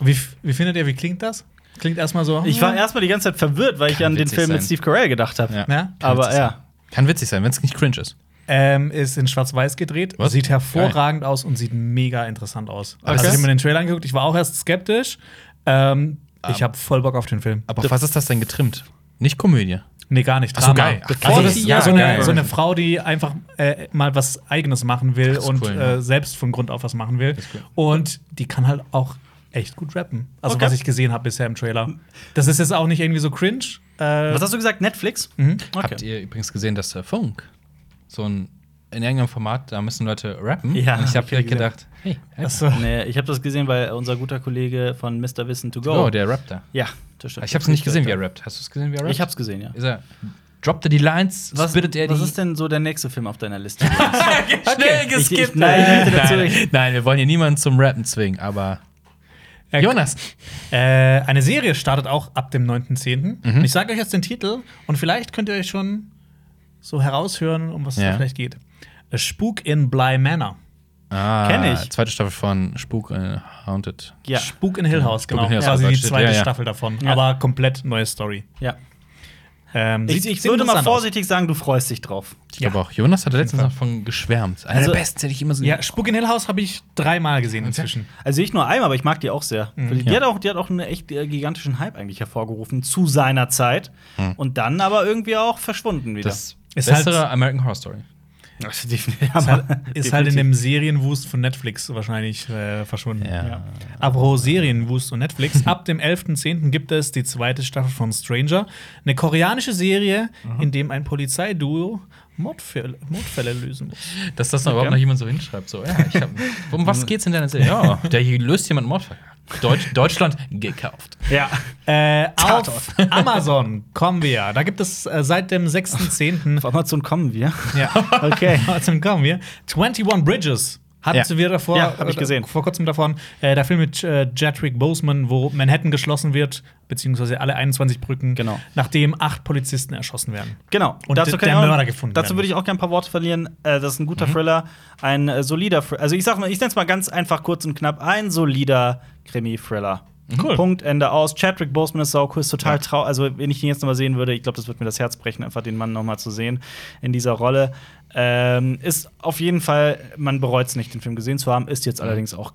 Speaker 1: Wie, f- wie findet ihr, wie klingt das? Klingt erstmal so.
Speaker 2: Ich war erstmal die ganze Zeit verwirrt, weil ich
Speaker 3: Kann
Speaker 2: an den
Speaker 3: witzig
Speaker 2: Film mit
Speaker 3: sein.
Speaker 2: Steve Carell gedacht habe.
Speaker 3: Ja.
Speaker 1: Ja?
Speaker 2: Aber ja.
Speaker 3: Kann witzig sein, wenn es nicht cringe ist.
Speaker 1: Ähm, ist in Schwarz-Weiß gedreht,
Speaker 3: Was?
Speaker 1: sieht hervorragend aus und sieht mega interessant aus. Also
Speaker 2: Okay.
Speaker 1: ich habe mir den Trailer angeguckt,
Speaker 3: Ah.
Speaker 1: ich war auch erst skeptisch. Ähm, ich habe voll Bock auf den Film.
Speaker 3: Aber auf was ist das denn getrimmt? Nicht Komödie.
Speaker 1: Nee, gar nicht.
Speaker 3: Ach so,
Speaker 1: Drama.
Speaker 3: geil. Ach,
Speaker 1: Bevor
Speaker 3: geil.
Speaker 1: das
Speaker 3: Ja,
Speaker 1: so, eine,
Speaker 3: geil.
Speaker 1: so eine Frau, die einfach äh, mal was Eigenes machen will
Speaker 3: Das ist
Speaker 1: und
Speaker 3: cool,
Speaker 1: äh,
Speaker 3: ja.
Speaker 1: selbst von Grund auf was machen will.
Speaker 3: cool.
Speaker 1: Und die kann halt auch echt gut rappen. Also,
Speaker 2: Okay.
Speaker 1: was ich gesehen habe bisher im Trailer. Das ist jetzt auch nicht irgendwie so cringe. Äh,
Speaker 2: Was hast du gesagt? Netflix?
Speaker 1: Mhm.
Speaker 3: Habt ihr übrigens gesehen, dass der Funk so ein in irgendeinem Format, da müssen Leute rappen.
Speaker 2: Ja,
Speaker 3: und ich
Speaker 2: hab
Speaker 3: habe
Speaker 2: ich
Speaker 3: direkt
Speaker 2: gesehen.
Speaker 3: gedacht, hey,
Speaker 1: das, äh,
Speaker 2: Nee, ich habe das gesehen, weil unser guter Kollege von Mr. Wissen to Go.
Speaker 3: oh, der rappt da.
Speaker 2: ja, das stimmt.
Speaker 3: Ich habe es nicht gesehen, wie er rappt. Hast du es gesehen, wie er rappt?
Speaker 2: Ich habe es gesehen, ja.
Speaker 3: Ist er, droppt er die Lines,
Speaker 2: Was,
Speaker 3: spittet er die.
Speaker 2: was ist denn so der nächste Film auf deiner Liste? Ich-
Speaker 3: Schnell
Speaker 2: ich-
Speaker 3: geskippt.
Speaker 2: nein, ich möchte dazu-
Speaker 3: nein, nein, wir wollen hier niemanden zum Rappen zwingen, aber
Speaker 1: äh,
Speaker 3: Jonas,
Speaker 1: Äh, eine Serie startet auch ab dem 9.10.
Speaker 2: Mhm.
Speaker 1: Und Ich sage euch jetzt den Titel und vielleicht könnt ihr euch schon so heraushören, um was es
Speaker 3: Ja.
Speaker 1: da vielleicht geht. A Spook in Bly Manor.
Speaker 3: ah,
Speaker 2: Kenn ich.
Speaker 3: Zweite Staffel von Spuk äh, Haunted.
Speaker 2: ja. Mhm.
Speaker 1: Spook in Hill House,
Speaker 3: Spook
Speaker 1: genau.
Speaker 3: in Hill House,
Speaker 1: Quasi
Speaker 3: ja,
Speaker 1: die
Speaker 3: steht-
Speaker 1: zweite
Speaker 3: ja, ja.
Speaker 1: Staffel davon.
Speaker 2: Ja.
Speaker 1: Aber komplett neue Story.
Speaker 2: ja.
Speaker 1: Ähm,
Speaker 2: Ich,
Speaker 1: sieht-
Speaker 2: ich
Speaker 1: sieht
Speaker 2: würde mal
Speaker 1: interessant aus.
Speaker 2: vorsichtig sagen, du freust dich drauf.
Speaker 3: Ich glaube auch. Jonas hat letztens
Speaker 1: Fall.
Speaker 3: davon geschwärmt. Einer
Speaker 2: Also-
Speaker 3: der besten, den ich immer so.
Speaker 1: Ja, Spuk in Hill House habe ich dreimal gesehen inzwischen.
Speaker 2: Also nicht nur einmal, aber ich mag die auch sehr.
Speaker 1: Mhm.
Speaker 2: Weil die, die,
Speaker 3: Ja.
Speaker 2: hat auch, die hat auch einen echt äh, gigantischen Hype eigentlich hervorgerufen zu seiner Zeit. Und dann aber irgendwie auch verschwunden wieder.
Speaker 3: das
Speaker 1: Ist
Speaker 3: bessere
Speaker 1: halt-
Speaker 3: American Horror Story.
Speaker 2: Das ist definitiv-
Speaker 1: Ist halt, ist halt in
Speaker 2: definitiv.
Speaker 1: dem Serienwust von Netflix wahrscheinlich äh, verschwunden.
Speaker 2: Ja.
Speaker 1: Apropos Serienwust und Netflix. Ab dem 11.10. gibt es die zweite Staffel von Stranger. Eine koreanische Serie,
Speaker 2: Mhm.
Speaker 1: in dem ein Polizeiduo Mordfälle, Mordfälle lösen muss.
Speaker 3: Dass das noch überhaupt
Speaker 2: Okay.
Speaker 3: noch jemand so hinschreibt. So, ja, ich hab, um was geht's in deiner Serie? Ja, der hier löst jemand einen Mordfall. Deutsch, Deutschland gekauft.
Speaker 2: Ja.
Speaker 1: Äh, auf
Speaker 2: Tatort.
Speaker 1: Amazon kommen wir. Da gibt es äh, seit dem 6.10.
Speaker 2: Auf Amazon kommen wir.
Speaker 1: ja.
Speaker 2: Okay.
Speaker 1: Trotzdem kommen wir. 21 Bridges. Hatten
Speaker 3: Ja.
Speaker 1: wir davor,
Speaker 2: Ja, hab ich
Speaker 1: äh,
Speaker 2: gesehen.
Speaker 1: vor kurzem davon, äh, der Film mit äh, Jedrick Boseman, wo Manhattan geschlossen wird, beziehungsweise alle 21 Brücken,
Speaker 2: Genau.
Speaker 1: nachdem acht Polizisten erschossen werden.
Speaker 2: Genau.
Speaker 1: Und der-
Speaker 2: kann ich
Speaker 1: der
Speaker 2: auch-
Speaker 1: Mörder gefunden
Speaker 2: Dazu
Speaker 1: werden Mhm.
Speaker 2: würde ich auch gerne ein paar Worte verlieren. Äh, das ist ein guter Thriller, ein äh, solider, Thr- also ich sag mal, ich nenne es mal ganz einfach, kurz und knapp, ein solider Krimi-Thriller.
Speaker 1: Mhm. Cool.
Speaker 2: Punkt, Ende aus. Chadwick Boseman ist saucool, ist total traurig. Also, wenn ich ihn jetzt nochmal sehen würde, ich glaube, das würde mir das Herz brechen, einfach den Mann nochmal zu sehen in dieser Rolle. Ähm, ist auf jeden Fall, man bereut es nicht, den Film gesehen zu haben, ist jetzt allerdings auch,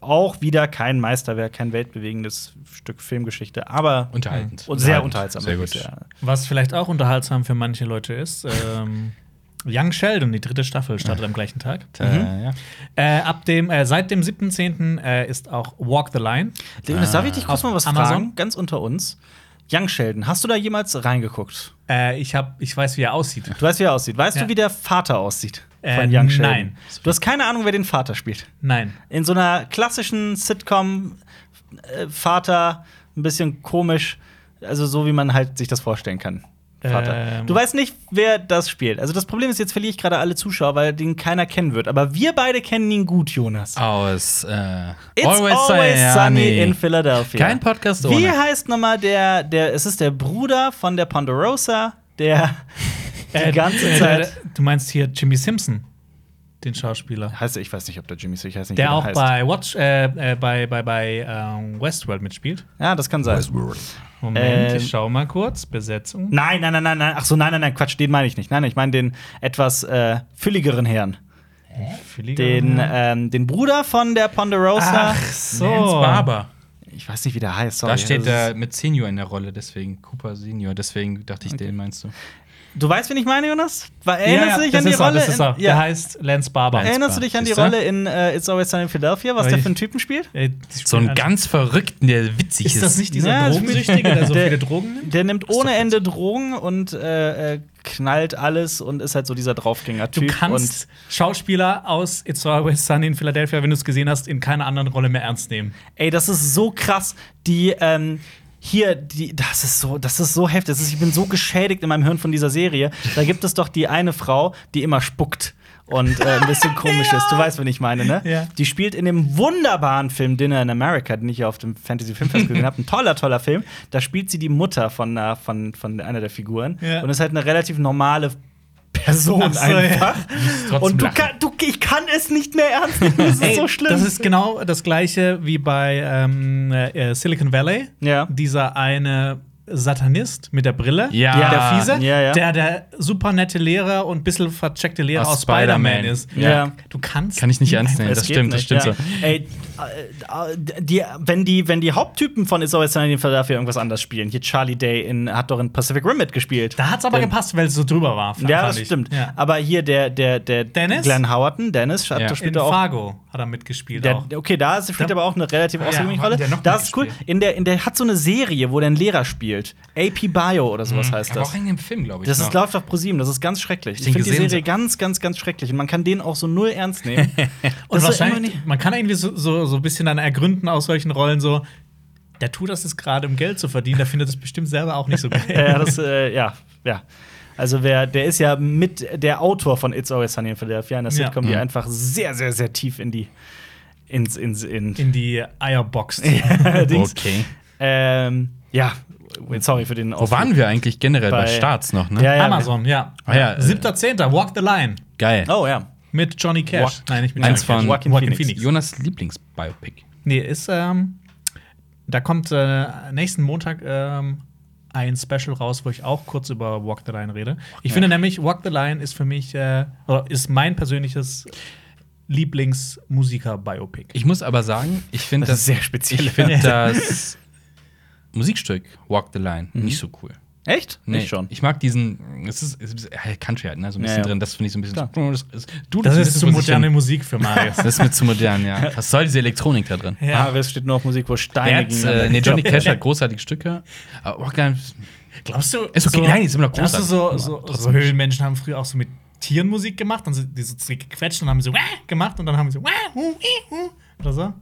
Speaker 2: auch wieder kein Meisterwerk, kein weltbewegendes Stück Filmgeschichte, aber
Speaker 3: Unterhaltend.
Speaker 2: und sehr unterhaltsam.
Speaker 3: Sehr gut.
Speaker 2: Ja.
Speaker 1: Was vielleicht auch unterhaltsam für manche Leute ist, ähm, Young Sheldon, die dritte Staffel, startet am gleichen Tag.
Speaker 2: Mhm.
Speaker 3: Äh, ja.
Speaker 1: Äh, ab dem, äh, seit dem 7.10. Äh, ist auch Walk the Line.
Speaker 2: Leonis, darf ich dich kurz
Speaker 1: Äh, Auf
Speaker 2: mal was
Speaker 1: Amazon?
Speaker 2: fragen? Ganz unter uns. Young Sheldon, hast du da jemals reingeguckt?
Speaker 1: Äh, ich, hab, ich weiß, wie er aussieht.
Speaker 2: Du weißt, wie er aussieht. Weißt
Speaker 1: Ja.
Speaker 2: du, wie der Vater aussieht
Speaker 1: Äh,
Speaker 2: von Young Sheldon?
Speaker 1: nein.
Speaker 2: Du hast keine Ahnung, wer den Vater spielt.
Speaker 1: Nein.
Speaker 2: In so einer klassischen Sitcom, äh, Vater, ein bisschen komisch, also so, wie man halt sich das vorstellen kann. Vater.
Speaker 1: Ähm.
Speaker 2: Du weißt nicht, wer das spielt. Also das Problem ist, jetzt verliere ich gerade alle Zuschauer, weil den keiner kennen wird. Aber wir beide kennen ihn gut, Jonas.
Speaker 3: Aus äh,
Speaker 2: It's always, sunny in Philadelphia.
Speaker 3: Kein Podcast
Speaker 2: Wie
Speaker 3: ohne.
Speaker 2: heißt nochmal der, der, es ist der Bruder von der Ponderosa, der die ganze
Speaker 1: Äh,
Speaker 2: Zeit.
Speaker 1: du meinst hier Jimmy Simpson, den Schauspieler.
Speaker 2: Heißt, ich weiß nicht, ob der Jimmy ich heißt nicht, wie
Speaker 1: Der auch
Speaker 2: heißt.
Speaker 1: bei Watch, äh, äh, bei, bei, bei ähm, Westworld mitspielt.
Speaker 2: Ja, das kann sein.
Speaker 1: Moment,
Speaker 2: Ähm.
Speaker 1: ich schau mal kurz. Besetzung.
Speaker 2: Nein, nein, nein, nein, nein. Ach so, nein, nein, nein, Quatsch, den meine ich nicht. Nein, nein, ich meine den etwas äh, fülligeren Herrn.
Speaker 1: Philly-
Speaker 2: Den, ähm, den Bruder von der Ponderosa.
Speaker 1: Ach so.
Speaker 3: Hans Barber.
Speaker 2: Ich weiß nicht, wie der heißt. Sorry.
Speaker 3: Da steht
Speaker 2: Also, es
Speaker 3: er mit Senior in der Rolle, deswegen Cooper Senior, deswegen dachte ich, den meinst du.
Speaker 2: ist- Du weißt, wen ich meine, Jonas? War-
Speaker 1: Ja,
Speaker 2: Erinnerst
Speaker 1: ja,
Speaker 2: du dich
Speaker 1: das
Speaker 2: an die
Speaker 1: ist er,
Speaker 2: Rolle?
Speaker 1: Das ist
Speaker 2: in-
Speaker 1: er. Der
Speaker 2: Ja.
Speaker 1: heißt Lance Barber.
Speaker 3: Äh,
Speaker 2: Erinnerst du dich an die
Speaker 3: Siehst du?
Speaker 2: Rolle in äh, It's Always Sunny in Philadelphia, was
Speaker 1: Aber
Speaker 2: der
Speaker 1: ich-
Speaker 2: für einen Typen spielt?
Speaker 1: Äh, die
Speaker 3: So einen
Speaker 1: spielen-
Speaker 3: ganz verrückten, der witzig ist.
Speaker 1: Ist das nicht dieser
Speaker 2: Ja, das
Speaker 1: Drogensüchtige, der so
Speaker 2: Der-
Speaker 1: viele Drogen nimmt?
Speaker 2: Der nimmt ohne Ende Drogen und äh, äh, knallt alles und ist halt so dieser
Speaker 1: Du
Speaker 2: Draufgänger-Typ.
Speaker 1: kannst Schauspieler aus It's Always Sunny in Philadelphia, wenn du es gesehen hast, in keiner anderen Rolle mehr ernst nehmen.
Speaker 2: Und, ey, das ist so krass. Die, ähm, hier, die, das ist so, das ist so heftig. Das ist, ich bin so geschädigt in meinem Hirn von dieser Serie. Da gibt es doch die eine Frau, die immer spuckt und äh, ein bisschen komisch ist. Du weißt, wen ich meine, ne?
Speaker 1: Ja.
Speaker 2: Die spielt in dem wunderbaren Film Dinner in America, den ich ja auf dem Fantasy Filmfest gesehen habe. Ein toller, toller Film. Da spielt sie die Mutter von, einer- von, von einer der Figuren
Speaker 1: Ja.
Speaker 2: und ist halt eine relativ normale Person
Speaker 1: Ach so, ja.
Speaker 2: einfach.
Speaker 3: trotzdem
Speaker 2: Und du
Speaker 3: lachen.
Speaker 2: kann, du, ich kann es nicht mehr ernst nehmen. Das ist
Speaker 1: Ey,
Speaker 2: so schlimm.
Speaker 1: Das ist genau das gleiche wie bei ähm, äh, Silicon Valley.
Speaker 2: Ja.
Speaker 1: Dieser eine Satanist mit der Brille,
Speaker 3: Ja.
Speaker 1: der fiese,
Speaker 2: Ja, ja.
Speaker 1: der der super nette Lehrer und bisschen vercheckte Lehrer
Speaker 3: Aus
Speaker 1: aus Spider-Man
Speaker 3: Spider-Man.
Speaker 1: ist.
Speaker 2: Ja.
Speaker 1: Du kannst
Speaker 3: Kann ich nicht
Speaker 1: ihn
Speaker 3: ernst nehmen.
Speaker 1: einfach-
Speaker 2: Es
Speaker 3: das
Speaker 2: geht
Speaker 3: stimmt, das stimmt
Speaker 2: ja.
Speaker 3: so.
Speaker 2: Ey, äh, die, wenn, die, wenn die Haupttypen von It's Always Sunny in Philadelphia irgendwas anders spielen. Hier Charlie Day in, hat doch in Pacific Rim mitgespielt.
Speaker 1: Da hat's aber
Speaker 2: Denn-
Speaker 1: gepasst, weil es so drüber war. fand-
Speaker 2: Ja,
Speaker 1: fand
Speaker 2: das
Speaker 1: ich.
Speaker 2: stimmt.
Speaker 1: Ja.
Speaker 2: Aber hier der, der, der
Speaker 1: Dennis?
Speaker 2: Glenn Howerton, Dennis, hat
Speaker 3: Ja.
Speaker 2: da
Speaker 1: In
Speaker 2: spielt er auch.
Speaker 1: Fargo hat er mitgespielt.
Speaker 2: Der,
Speaker 1: auch.
Speaker 2: okay, da ist- spielt
Speaker 1: Da-
Speaker 2: aber auch eine relativ
Speaker 1: Ja,
Speaker 2: außergewöhnliche
Speaker 1: hat
Speaker 2: Rolle.
Speaker 1: der noch
Speaker 2: Das ist cool.
Speaker 1: mitgespielt.
Speaker 2: In der, in der hat so eine Serie, wo der ein Lehrer spielt. AP Bio oder sowas
Speaker 1: Mhm.
Speaker 2: heißt
Speaker 3: Aber
Speaker 2: das.
Speaker 3: auch in dem Film, glaube ich.
Speaker 2: Das
Speaker 3: noch.
Speaker 2: ist, glaube ich, auf ProSieben. Das ist ganz schrecklich. Ich
Speaker 3: genau. den
Speaker 2: finde die
Speaker 3: gesehen
Speaker 2: Serie
Speaker 3: so-
Speaker 2: ganz, ganz, ganz schrecklich. Und man kann den auch so null ernst nehmen.
Speaker 1: Und
Speaker 2: Das ist
Speaker 1: wahrscheinlich,
Speaker 2: immer nicht-
Speaker 1: man kann irgendwie so, so, so ein bisschen dann ergründen aus solchen Rollen so, der tut das jetzt gerade, um Geld zu verdienen, der findet das bestimmt selber auch nicht so geil.
Speaker 2: ja, das, äh, ja, ja. Also wer, der ist ja mit der Autor von It's Always Sunny in Philadelphia, einer
Speaker 1: Ja.
Speaker 2: Sitcom, die
Speaker 3: Mhm.
Speaker 2: einfach sehr, sehr, sehr tief in die ins, ins, in,
Speaker 1: In die Eierbox.
Speaker 2: Dings.
Speaker 3: Okay.
Speaker 2: Ähm, ja, sorry für den
Speaker 3: Wo waren wir eigentlich generell? Bei, Starts noch, ne?
Speaker 2: Ja, ja,
Speaker 1: Amazon, ja.
Speaker 3: Ah, ja, äh,
Speaker 1: 7.10. Walk the Line
Speaker 3: Geil.
Speaker 2: Oh ja.
Speaker 1: mit Johnny Cash.
Speaker 3: Walk-
Speaker 1: Nein, nicht mit
Speaker 3: Eins
Speaker 1: Johnny Cash.
Speaker 3: von
Speaker 1: Joaquin,
Speaker 2: Joaquin
Speaker 1: Phoenix.
Speaker 3: Jonas Lieblingsbiopic.
Speaker 1: Nee, ist, ähm, da kommt äh, nächsten Montag ähm, ein Special raus, wo ich auch kurz über Walk the Line rede. Ich finde nämlich, Walk the Line ist für mich, äh, oder ist mein persönliches Lieblingsmusiker-Biopic.
Speaker 3: Ich muss aber sagen, ich finde
Speaker 2: Das ist
Speaker 3: das,
Speaker 2: sehr speziell.
Speaker 3: ich äh, finde das Musikstück Walk the Line nicht so cool.
Speaker 2: Echt?
Speaker 3: Nee,
Speaker 2: Nicht schon.
Speaker 3: Ich mag diesen, es ist, es ist ja, Country halt, ne? So ein bisschen
Speaker 2: Ja, ja.
Speaker 3: drin. Das finde ich so ein bisschen.
Speaker 2: Klar.
Speaker 3: Das, das, du,
Speaker 1: Das
Speaker 3: ist
Speaker 1: ist zu
Speaker 3: was ich
Speaker 1: moderne
Speaker 3: hin-
Speaker 1: Musik für Marius.
Speaker 3: Das ist mir zu modern, ja. Was soll diese Elektronik da drin?
Speaker 1: Ja.
Speaker 2: Marius Ah, steht nur auf Musik, wo
Speaker 3: Er
Speaker 2: Steine
Speaker 3: hat,
Speaker 2: gingen.
Speaker 3: äh, nee, Johnny Cash hat großartige Stücke. Aber Walk the Line
Speaker 1: Glaubst du,
Speaker 3: Ist okay, nein, ist immer noch
Speaker 1: glaubst du, so,
Speaker 3: großartig.
Speaker 1: so,
Speaker 3: Trotzdem
Speaker 1: so Höhlenmenschen haben früher auch so mit Tieren Musik gemacht, dann sind die so gequetscht und haben so "Wah!" gemacht und dann haben sie "Wah, hu, i, hu" oder so.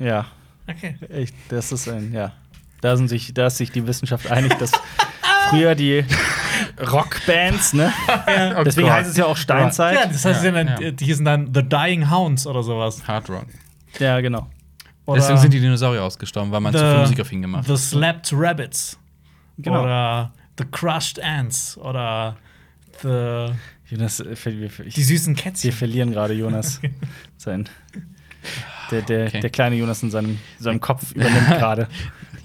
Speaker 2: ja,
Speaker 1: Okay.
Speaker 2: ich, das ist ein, ja. Da, sind sich, da ist sich die Wissenschaft einig, dass früher die Rockbands, ne? Deswegen heißt es ja auch
Speaker 1: Ja,
Speaker 2: Steinzeit.
Speaker 1: das heißt,
Speaker 3: Ja,
Speaker 1: die sind dann,
Speaker 3: ja.
Speaker 1: die hießen dann The Dying Hounds oder sowas.
Speaker 3: Hard Rock.
Speaker 2: Ja, genau.
Speaker 1: Oder
Speaker 3: Deswegen sind die Dinosaurier ausgestorben, weil man zu viel
Speaker 1: The-
Speaker 3: Musik auf ihn gemacht hat.
Speaker 1: The Slapped Rabbits.
Speaker 2: Genau.
Speaker 1: Oder The Crushed Ants. Oder the,
Speaker 2: Jonas, äh, ver- wir, ich,
Speaker 1: die süßen
Speaker 2: wir
Speaker 1: Kätzchen.
Speaker 2: verlieren gerade Jonas. Sein, der, der,
Speaker 3: Okay.
Speaker 2: der kleine Jonas in seinem, seinem Kopf übernimmt gerade.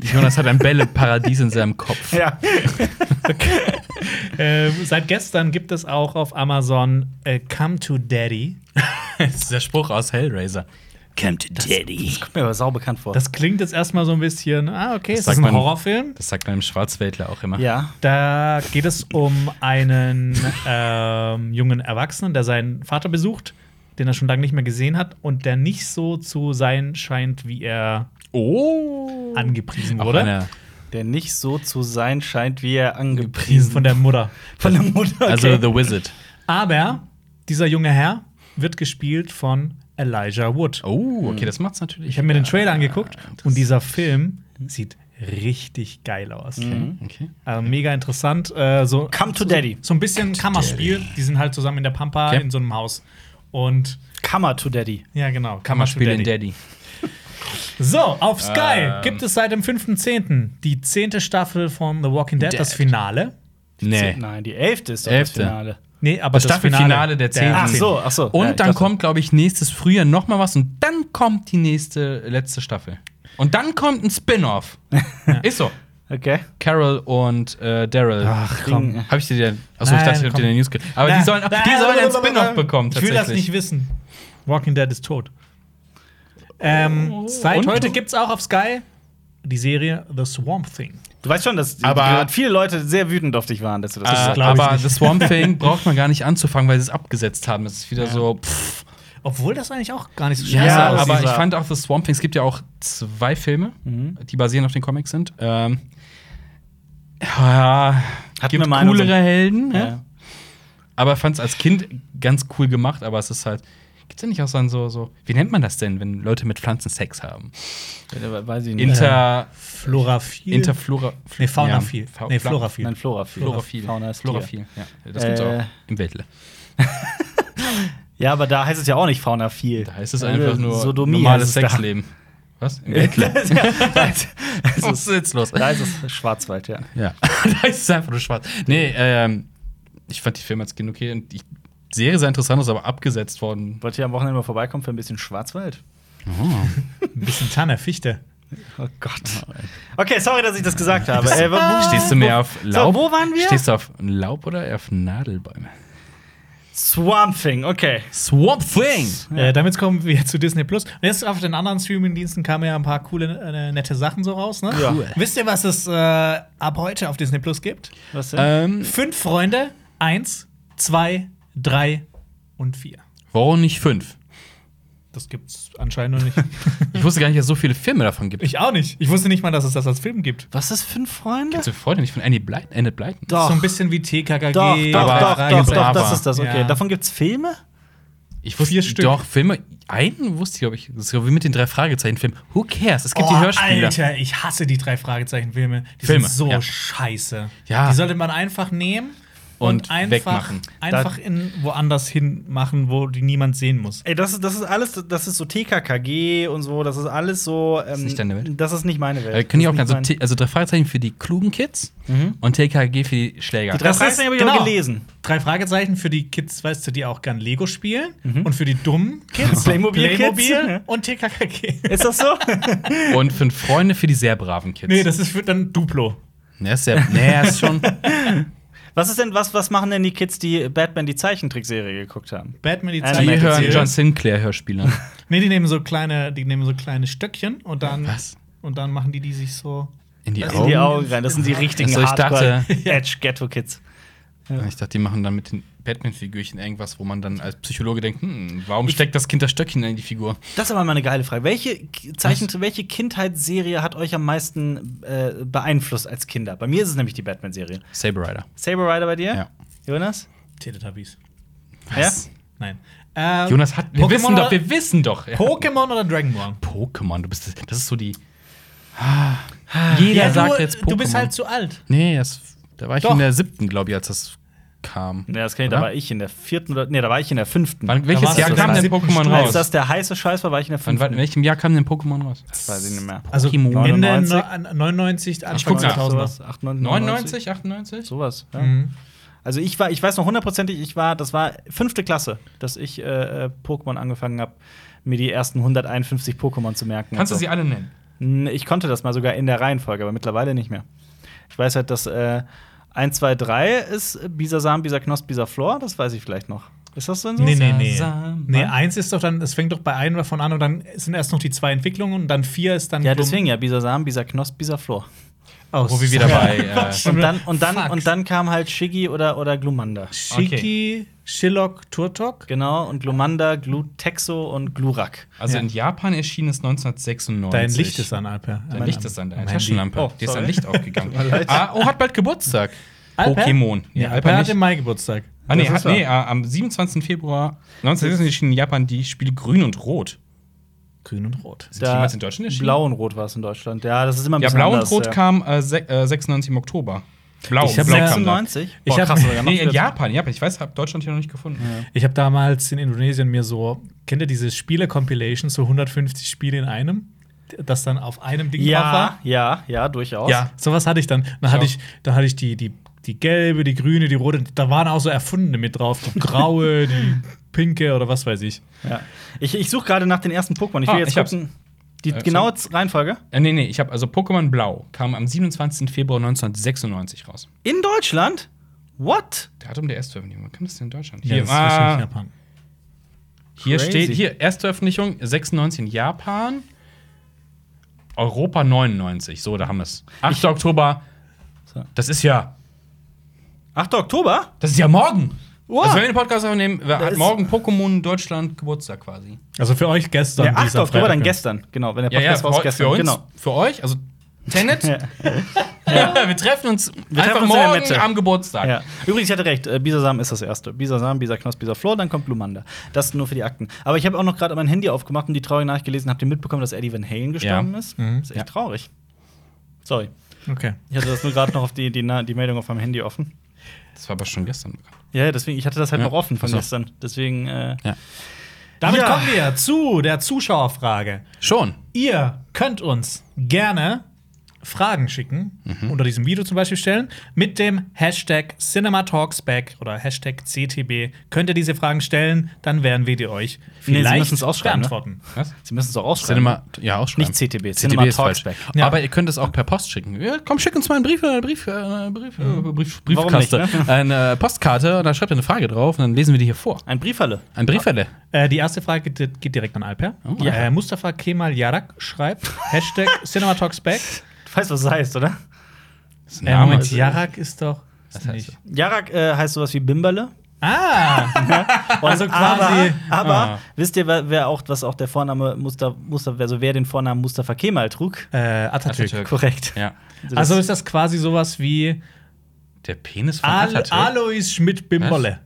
Speaker 3: Jonas hat ein Bälleparadies in seinem Kopf.
Speaker 2: ja.
Speaker 1: Ähm, seit gestern gibt es auch auf Amazon äh, Come to Daddy.
Speaker 3: Das ist der Spruch aus Hellraiser.
Speaker 4: Come to Daddy.
Speaker 2: Kommt mir aber sau bekannt vor.
Speaker 1: Das klingt jetzt erstmal so ein bisschen, ah, okay, ist
Speaker 3: sagt
Speaker 1: das ein
Speaker 3: man-
Speaker 1: Horrorfilm?
Speaker 3: Das sagt man im Schwarzwäldler auch immer.
Speaker 2: ja.
Speaker 1: Da geht es um einen ähm, jungen Erwachsenen, der seinen Vater besucht, den er schon lange nicht mehr gesehen hat und der nicht so zu sein scheint, wie er
Speaker 3: Oh.
Speaker 1: angepriesen
Speaker 3: Auch
Speaker 1: wurde.
Speaker 3: eine-
Speaker 2: Der nicht so zu sein scheint, wie er angepriesen
Speaker 1: Von der Mutter.
Speaker 2: von der Mutter. Okay.
Speaker 3: Also The Wizard.
Speaker 1: Aber dieser junge Herr wird gespielt von Elijah Wood.
Speaker 3: Oh,
Speaker 2: Hm.
Speaker 3: okay, das macht's natürlich.
Speaker 1: Ich habe mir den Trailer angeguckt und dieser Film sieht richtig geil aus.
Speaker 3: Okay.
Speaker 1: Also mega interessant. Äh, so,
Speaker 2: Come to Daddy.
Speaker 1: So ein bisschen Kammerspiel. Die sind halt zusammen in der Pampa
Speaker 3: Okay.
Speaker 1: in so einem Haus. Und
Speaker 2: Kammer to Daddy.
Speaker 1: ja, genau.
Speaker 3: Kammerspiel
Speaker 1: Come to
Speaker 3: in Daddy.
Speaker 1: So, auf Sky
Speaker 3: Ähm.
Speaker 1: gibt es seit dem 5.10. die zehnte Staffel von The Walking Dead,
Speaker 3: Dead.
Speaker 1: das Finale.
Speaker 3: Nee.
Speaker 2: Nein, die elfte ist doch
Speaker 3: Elfte.
Speaker 2: das Finale.
Speaker 1: Nee, aber das,
Speaker 3: Staffelfinale der zehnten.
Speaker 2: Ach so, ach so.
Speaker 3: Und
Speaker 2: Ja, ich
Speaker 3: dann
Speaker 2: dachte-
Speaker 3: kommt, glaube ich, nächstes Frühjahr noch mal was und dann kommt die nächste, letzte Staffel. Und dann kommt ein Spin-off. Ist so.
Speaker 2: Okay. äh,
Speaker 3: Carol und äh, Daryl.
Speaker 2: Ach, komm.
Speaker 3: Hab ich dir den. Achso, ich
Speaker 1: Nein,
Speaker 3: dachte, ich hab
Speaker 1: komm.
Speaker 3: dir den News ge- Aber die sollen, die sollen einen Spin-off bekommen,
Speaker 1: Ich will
Speaker 3: tatsächlich.
Speaker 1: das nicht wissen. Walking Dead ist tot. Ähm, seit
Speaker 3: Oh. Und?
Speaker 1: heute gibt es auch auf Sky die Serie The Swamp Thing.
Speaker 2: Du weißt schon, dass
Speaker 3: Aber-
Speaker 2: gerade viele Leute sehr wütend auf dich waren, dass du das
Speaker 3: Äh,
Speaker 2: gesagt
Speaker 1: glaub ich
Speaker 3: aber
Speaker 1: nicht.
Speaker 3: The Swamp Thing braucht man gar nicht anzufangen, weil sie es abgesetzt haben. Das ist wieder so. Pff,
Speaker 1: Obwohl das eigentlich auch gar nicht so
Speaker 3: ja,
Speaker 1: schlecht
Speaker 2: Ja,
Speaker 1: ist. Mhm.
Speaker 3: aber ich
Speaker 2: dieser-
Speaker 3: fand auch The Swamp Thing. Es gibt ja auch zwei Filme, die basierend auf den Comics sind. Ähm, ja,
Speaker 2: Hatten
Speaker 3: gibt
Speaker 2: wir mal einen
Speaker 3: coolere
Speaker 2: unseren-
Speaker 3: Helden. ne?
Speaker 2: hast. Ja.
Speaker 3: Aber fand es als Kind ganz cool gemacht. Aber es ist halt. Gibt's ja nicht auch so ein so, so. Wie nennt man das denn, wenn Leute mit Pflanzen Sex haben?
Speaker 2: Ja, Weiß ich nicht.
Speaker 3: Inter.
Speaker 1: Floraphil.
Speaker 3: Interflora.
Speaker 1: Äh, nee, Faunaphil.
Speaker 3: Ja,
Speaker 1: nee,
Speaker 3: Fa-
Speaker 1: Floraphil.
Speaker 2: Nein, Flora viel.
Speaker 3: Chlorophyll.
Speaker 2: Fauna ist Tier.
Speaker 3: Chlorophyll, ja. Das gibt's
Speaker 2: Äh,
Speaker 3: auch im Weltle.
Speaker 2: Ja, aber da heißt es ja auch nicht Fauna viel.
Speaker 3: Da heißt es
Speaker 2: Also,
Speaker 3: einfach nur
Speaker 2: Sodomie
Speaker 3: normales
Speaker 2: heißt es da.
Speaker 3: Sexleben. Was? Im Weltle?
Speaker 2: da, ist,
Speaker 3: Was ist jetzt los?
Speaker 2: da ist es Schwarzwald, ja.
Speaker 3: Ja. da ist es einfach nur schwarz. Nee, ähm, ich fand die Filme als Kind okay und die Serie sehr interessant, ist aber abgesetzt worden.
Speaker 2: Wollt ihr am Wochenende mal vorbeikommen für ein bisschen Schwarzwald?
Speaker 1: Ein bisschen Tanne, Fichte.
Speaker 2: Oh Gott. Okay, sorry, dass ich das gesagt habe. Äh, wo-
Speaker 3: Ah.
Speaker 2: wo-
Speaker 3: Stehst du mehr auf
Speaker 2: So,
Speaker 3: Laub?
Speaker 2: wo waren wir?
Speaker 3: Stehst du auf Laub oder eher auf Nadelbäume?
Speaker 2: Swamp Thing, okay.
Speaker 3: Swamp Thing!
Speaker 1: Äh, damit kommen wir zu Disney Plus. Und jetzt auf den anderen Streamingdiensten kamen ja ein paar coole, äh, nette Sachen so raus. Ne?
Speaker 2: Ja.
Speaker 3: Cool.
Speaker 1: Wisst ihr, was es äh, ab heute auf Disney Plus gibt?
Speaker 2: Was denn?
Speaker 3: Ähm,
Speaker 1: Fünf Freunde, eins, zwei, drei und vier.
Speaker 3: warum nicht fünf?
Speaker 1: Das gibt's anscheinend noch nicht.
Speaker 3: Ich wusste gar nicht, dass es so viele Filme davon gibt.
Speaker 1: ich auch nicht. Ich wusste nicht mal, dass es das als Film gibt.
Speaker 2: Was ist fünf Freunde?
Speaker 3: Gibt's eine Freunde nicht von Andy Blyton? Andy Blyton?
Speaker 2: Doch.
Speaker 1: So ein bisschen wie TKKG.
Speaker 2: Doch, doch,
Speaker 3: aber-
Speaker 2: doch,
Speaker 1: drei,
Speaker 2: doch,
Speaker 1: drei,
Speaker 2: doch,
Speaker 1: drei.
Speaker 2: das ist das, okay.
Speaker 1: Ja.
Speaker 2: Davon gibt's Filme?
Speaker 3: Ich wusste
Speaker 1: Vier Stück.
Speaker 3: Doch, Filme. Einen wusste ich, glaube ich. Das ist wie mit den drei Fragezeichen-Filmen. Who cares? Es gibt
Speaker 1: oh,
Speaker 3: die Hörspiele.
Speaker 1: Alter, ich hasse die drei Fragezeichen-Filme. Die
Speaker 3: Filme,
Speaker 1: sind so
Speaker 3: ja.
Speaker 1: scheiße.
Speaker 3: Ja.
Speaker 1: Die sollte man einfach nehmen und,
Speaker 3: Und
Speaker 1: einfach,
Speaker 3: wegmachen.
Speaker 1: einfach in woanders hin machen, wo die niemand sehen muss.
Speaker 2: Ey, das ist, das ist alles, das ist so TKKG und so, das ist alles so. Ähm,
Speaker 3: nicht deine Welt?
Speaker 2: Das ist nicht meine Welt.
Speaker 3: Äh, kann ich auch
Speaker 2: Das
Speaker 3: ganz
Speaker 2: ist
Speaker 3: so,
Speaker 2: nicht
Speaker 3: T- also drei Fragezeichen für die klugen Kids
Speaker 1: Mhm.
Speaker 3: und TKG für die Schläger.
Speaker 2: Die drei- Fragezeichen hab ich auch gelesen.
Speaker 1: genau. Drei Fragezeichen für die Kids, weißt du, die auch gern Lego spielen.
Speaker 3: Mhm.
Speaker 1: Und für die dummen Kids
Speaker 2: Playmobil-Kids.
Speaker 1: Playmobil und TKKG.
Speaker 2: mein- Ist das so?
Speaker 3: und fünf Freunde für die sehr braven Kids.
Speaker 1: nee, das ist für dann Duplo.
Speaker 3: nee, ist, sehr, nee, ist schon.
Speaker 2: was ist denn, was, was machen denn die Kids, die Batman die Zeichentrickserie geguckt haben?
Speaker 1: Batman die
Speaker 2: Die
Speaker 3: Also, Die
Speaker 1: Zeichentrickserie.
Speaker 3: hören John Sinclair-Hörspiele.
Speaker 1: Nee, die nehmen so kleine, die nehmen so kleine Stöckchen und dann
Speaker 3: Was?
Speaker 1: und dann machen die die sich so
Speaker 3: In die
Speaker 1: Das
Speaker 2: In
Speaker 3: Augen.
Speaker 2: die Augen rein. Das sind die richtigen
Speaker 3: Also, Oh. ich dachte-
Speaker 2: Edge-Ghetto-Kids.
Speaker 3: Ich dachte, die machen dann mit den Batman-Figürchen irgendwas, wo man dann als Psychologe denkt, hm, warum steckt das Kind das Stöckchen in die Figur?
Speaker 2: Das ist aber mal eine geile Frage. Welche, K- Zeichen, welche Kindheitsserie hat euch am meisten äh, beeinflusst als Kinder? Bei mir ist es nämlich die Batman-Serie.
Speaker 3: Saber Rider.
Speaker 2: Saber Rider bei dir?
Speaker 3: Ja.
Speaker 2: Jonas?
Speaker 1: Teletubbies.
Speaker 3: Was?
Speaker 1: Nein. Ähm,
Speaker 3: Jonas hat. Wir
Speaker 1: Pokémon
Speaker 3: wissen
Speaker 1: oder,
Speaker 3: doch, wir wissen doch. Ja.
Speaker 1: Pokémon oder Dragon Ball?
Speaker 3: Pokémon, du bist. Das ist so die. Jeder sagt
Speaker 1: Ah. du,
Speaker 3: jetzt Pokémon.
Speaker 1: du bist halt zu alt.
Speaker 3: Nee, das, da war ich
Speaker 1: Doch.
Speaker 3: in der siebten, glaube ich, als das kam.
Speaker 2: Ja, das kann ich,
Speaker 3: Oder?
Speaker 2: da war ich in der vierten oder. Nee, da war ich in der fünften.
Speaker 3: Wann,
Speaker 2: Da
Speaker 3: welches
Speaker 2: warst
Speaker 3: Jahr
Speaker 2: du
Speaker 3: kam
Speaker 2: dabei.
Speaker 3: denn Pokémon
Speaker 1: Stimmt.
Speaker 2: Als
Speaker 3: raus?
Speaker 2: das der heiße Scheiß war, war ich in der
Speaker 3: Wann, wann, in
Speaker 2: fünften.
Speaker 3: welchem Jahr kam denn Pokémon raus?
Speaker 2: Das weiß ich nicht mehr.
Speaker 1: Also
Speaker 3: Pokémon.
Speaker 1: Ende
Speaker 2: 99?
Speaker 1: neun- 99,
Speaker 3: Ich
Speaker 1: Anfang
Speaker 3: guck nach. Hm.
Speaker 1: 2000er.
Speaker 2: 8, 9,
Speaker 3: 99, 98?
Speaker 2: Sowas. Ja.
Speaker 1: Mhm.
Speaker 2: Also ich war, ich weiß noch hundertprozentig, ich war, das war fünfte Klasse, dass ich äh, äh, Pokémon angefangen habe, mir die ersten 151 Pokémon zu merken.
Speaker 3: Kannst du
Speaker 2: und
Speaker 3: sie
Speaker 2: so.
Speaker 3: alle nennen?
Speaker 2: N- Ich konnte das mal sogar in der Reihenfolge, aber mittlerweile nicht mehr. Ich weiß halt, dass äh, 1, 2, 3 ist äh, Bisasam, Bisaknosp, Bisaflor, das weiß ich vielleicht noch. Ist das denn so?
Speaker 1: Nee, nee, nee.
Speaker 3: Sasam.
Speaker 1: Nee, eins ist doch dann, es fängt doch bei einem davon an und dann sind erst noch die zwei Entwicklungen und dann vier ist dann.
Speaker 2: Ja, deswegen ja, Bisasam, Bisaknosp, Bisaflor.
Speaker 1: Oh,
Speaker 3: Wo wir wieder bei, äh,
Speaker 2: Und dann, und dann, und dann kam halt Shiggy oder, oder Glumanda.
Speaker 1: Shiki, Shilok, Turtok.
Speaker 2: Genau, und Glumanda, Glutexo und Glurak.
Speaker 3: Also
Speaker 1: Ja.
Speaker 3: in Japan erschien es 1996.
Speaker 1: Dein Licht ist an, Alper.
Speaker 3: Dein Licht ist an, deine
Speaker 1: Mein
Speaker 3: Taschenlampe.
Speaker 1: Licht. Oh,
Speaker 3: die ist
Speaker 1: sorry.
Speaker 3: am Licht aufgegangen. ah, oh, hat bald Geburtstag.
Speaker 1: Alper?
Speaker 3: Pokémon. Nee,
Speaker 1: Ja,
Speaker 3: Alper
Speaker 1: Alper hat
Speaker 3: nicht.
Speaker 1: im Mai Geburtstag.
Speaker 3: Ah, nee,
Speaker 2: Das
Speaker 3: hat,
Speaker 2: ist
Speaker 3: nee ah, am 27. Februar 1996 erschien in Japan die Spiele Grün und Rot.
Speaker 1: Grün und Rot.
Speaker 3: Sind die jemals in Deutschland erschienen?
Speaker 2: Blau und Rot war es in Deutschland. Ja, das ist immer ein
Speaker 3: ja,
Speaker 2: bisschen
Speaker 3: Blau und
Speaker 2: anders,
Speaker 3: Rot
Speaker 2: ja.
Speaker 3: kam äh, se- äh, 96 im Oktober. Blau,
Speaker 1: Ich hab
Speaker 3: Blau kam da.
Speaker 2: 96?
Speaker 1: Ich hab-
Speaker 2: sogar noch
Speaker 3: Nee, in
Speaker 2: früher.
Speaker 3: Japan, in Japan. Ich weiß, habe Deutschland hier noch nicht gefunden.
Speaker 1: Ich habe damals in Indonesien mir so, kennt ihr diese Spiele-Compilations, so 150 Spiele in einem, das dann auf einem Ding drauf
Speaker 2: Ja,
Speaker 1: war?
Speaker 2: ja, ja, durchaus.
Speaker 1: Ja, sowas hatte ich dann. Dann hatte
Speaker 3: auch.
Speaker 1: ich, dann hatte ich die, die, die gelbe, die grüne, die rote, da waren auch so erfundene mit drauf, die graue, die pinke oder was weiß ich.
Speaker 2: Ja. Ich, ich suche gerade nach den ersten Pokémon. Ich will
Speaker 3: Ah,
Speaker 2: jetzt
Speaker 3: ich hab's.
Speaker 2: gucken. Die
Speaker 3: Äh,
Speaker 2: genaue Reihenfolge?
Speaker 3: Äh, nee, nee, ich habe also Pokémon Blau kam am 27. Februar 1996 raus.
Speaker 2: In Deutschland? What?
Speaker 3: Datum der Erstveröffentlichung. Wann kam das denn in Deutschland?
Speaker 1: Ja,
Speaker 3: Hier,
Speaker 1: das ist wahrscheinlich
Speaker 3: ah,
Speaker 1: Japan.
Speaker 3: hier
Speaker 2: Crazy.
Speaker 3: steht, hier, Erstveröffentlichung 96 in Japan, Europa 99. So, da haben wir es. 8. Oktober.
Speaker 2: So.
Speaker 3: Das ist ja,
Speaker 2: 8. Oktober?
Speaker 3: das ist ja morgen.
Speaker 2: Wow.
Speaker 3: Also, wenn wir den Podcast aufnehmen, hat
Speaker 2: ist-
Speaker 3: morgen Pokémon Deutschland Geburtstag quasi.
Speaker 1: Also für euch gestern.
Speaker 2: Der 8.
Speaker 1: dieser
Speaker 2: Oktober,
Speaker 1: Freitag.
Speaker 2: dann gestern. Genau, wenn der
Speaker 3: Ja, ja,
Speaker 2: Podcast
Speaker 3: für,
Speaker 2: raus gestern.
Speaker 3: eu- für uns,
Speaker 2: Genau.
Speaker 3: für euch, also Tenet.
Speaker 2: Ja.
Speaker 3: wir treffen
Speaker 2: treffen
Speaker 3: uns einfach
Speaker 2: uns in der
Speaker 3: morgen
Speaker 2: Mitte.
Speaker 3: am Geburtstag.
Speaker 2: Ja. Übrigens, ich hatte recht, äh, Bisasam ist das erste. Bisasam, Bisaknosp, Bisaflor, dann kommt Glumanda. Das nur für die Akten. Aber ich habe auch noch gerade mein Handy aufgemacht und die traurige Nachricht gelesen. Habt ihr mitbekommen, dass Eddie Van Halen gestorben
Speaker 3: Ja.
Speaker 2: ist? Ist echt traurig. Sorry.
Speaker 1: Okay.
Speaker 2: Ich hatte das nur gerade noch auf die, die, Na- die Meldung auf meinem Handy offen.
Speaker 3: Das war aber schon gestern bekannt.
Speaker 2: Ja, ja, deswegen, ich hatte das halt
Speaker 3: Ja.
Speaker 2: noch offen von
Speaker 3: Ach so.
Speaker 2: gestern. Deswegen, äh,
Speaker 1: Damit
Speaker 2: Ja.
Speaker 1: kommen wir zu der Zuschauerfrage.
Speaker 3: Schon.
Speaker 1: Ihr könnt uns gerne Fragen schicken,
Speaker 2: Mhm.
Speaker 1: unter diesem Video zum Beispiel stellen, mit dem Hashtag CinemaTalksback oder Hashtag CTB. Könnt ihr diese Fragen stellen, dann werden wir die euch
Speaker 2: Nee, Sie
Speaker 1: vielleicht
Speaker 2: müssen's ausschreiben, ne?
Speaker 1: beantworten.
Speaker 3: Was?
Speaker 2: Sie müssen es auch ausschreiben.
Speaker 3: Cinema, ja, auch
Speaker 2: Nicht CTB, Cinema
Speaker 3: ist falsch.
Speaker 2: Talksback.
Speaker 1: Ja.
Speaker 3: Aber ihr könnt es auch per Post schicken. Ja, komm, schick uns mal einen Brief, äh, Brief, äh, Brief, äh, Brief Briefkaste.
Speaker 2: nicht, ne?
Speaker 3: Eine Postkarte und dann schreibt ihr eine Frage drauf und dann lesen wir die hier vor.
Speaker 2: Ein Brieferle.
Speaker 3: Ein Briefwelle.
Speaker 1: Äh, die erste Frage geht, geht direkt an Alper.
Speaker 3: Oh.
Speaker 2: Ja.
Speaker 1: Äh, Mustafa Kemal Yarak schreibt Hashtag CinemaTalksback.
Speaker 2: Du weißt, was es heißt, oder?
Speaker 3: Das
Speaker 1: Äh, Moment, Yarak ist doch.
Speaker 3: Was heißt Ähm, das?
Speaker 2: Jarak äh, heißt sowas wie Bimberle.
Speaker 1: Ah!
Speaker 2: Und
Speaker 1: Also quasi-
Speaker 2: Aber, aber
Speaker 3: Ah.
Speaker 2: wisst ihr, wer, wer auch, was auch der Vorname Mustafa, Mustafa, also wer den Vornamen Mustafa Kemal trug?
Speaker 1: äh, Atatürk.
Speaker 3: Atatürk.
Speaker 2: Korrekt.
Speaker 3: Ja.
Speaker 1: Also ist das quasi sowas wie
Speaker 3: Der Penis von
Speaker 1: Al
Speaker 3: Atatürk.
Speaker 1: Alois Schmidt-Bimbolle.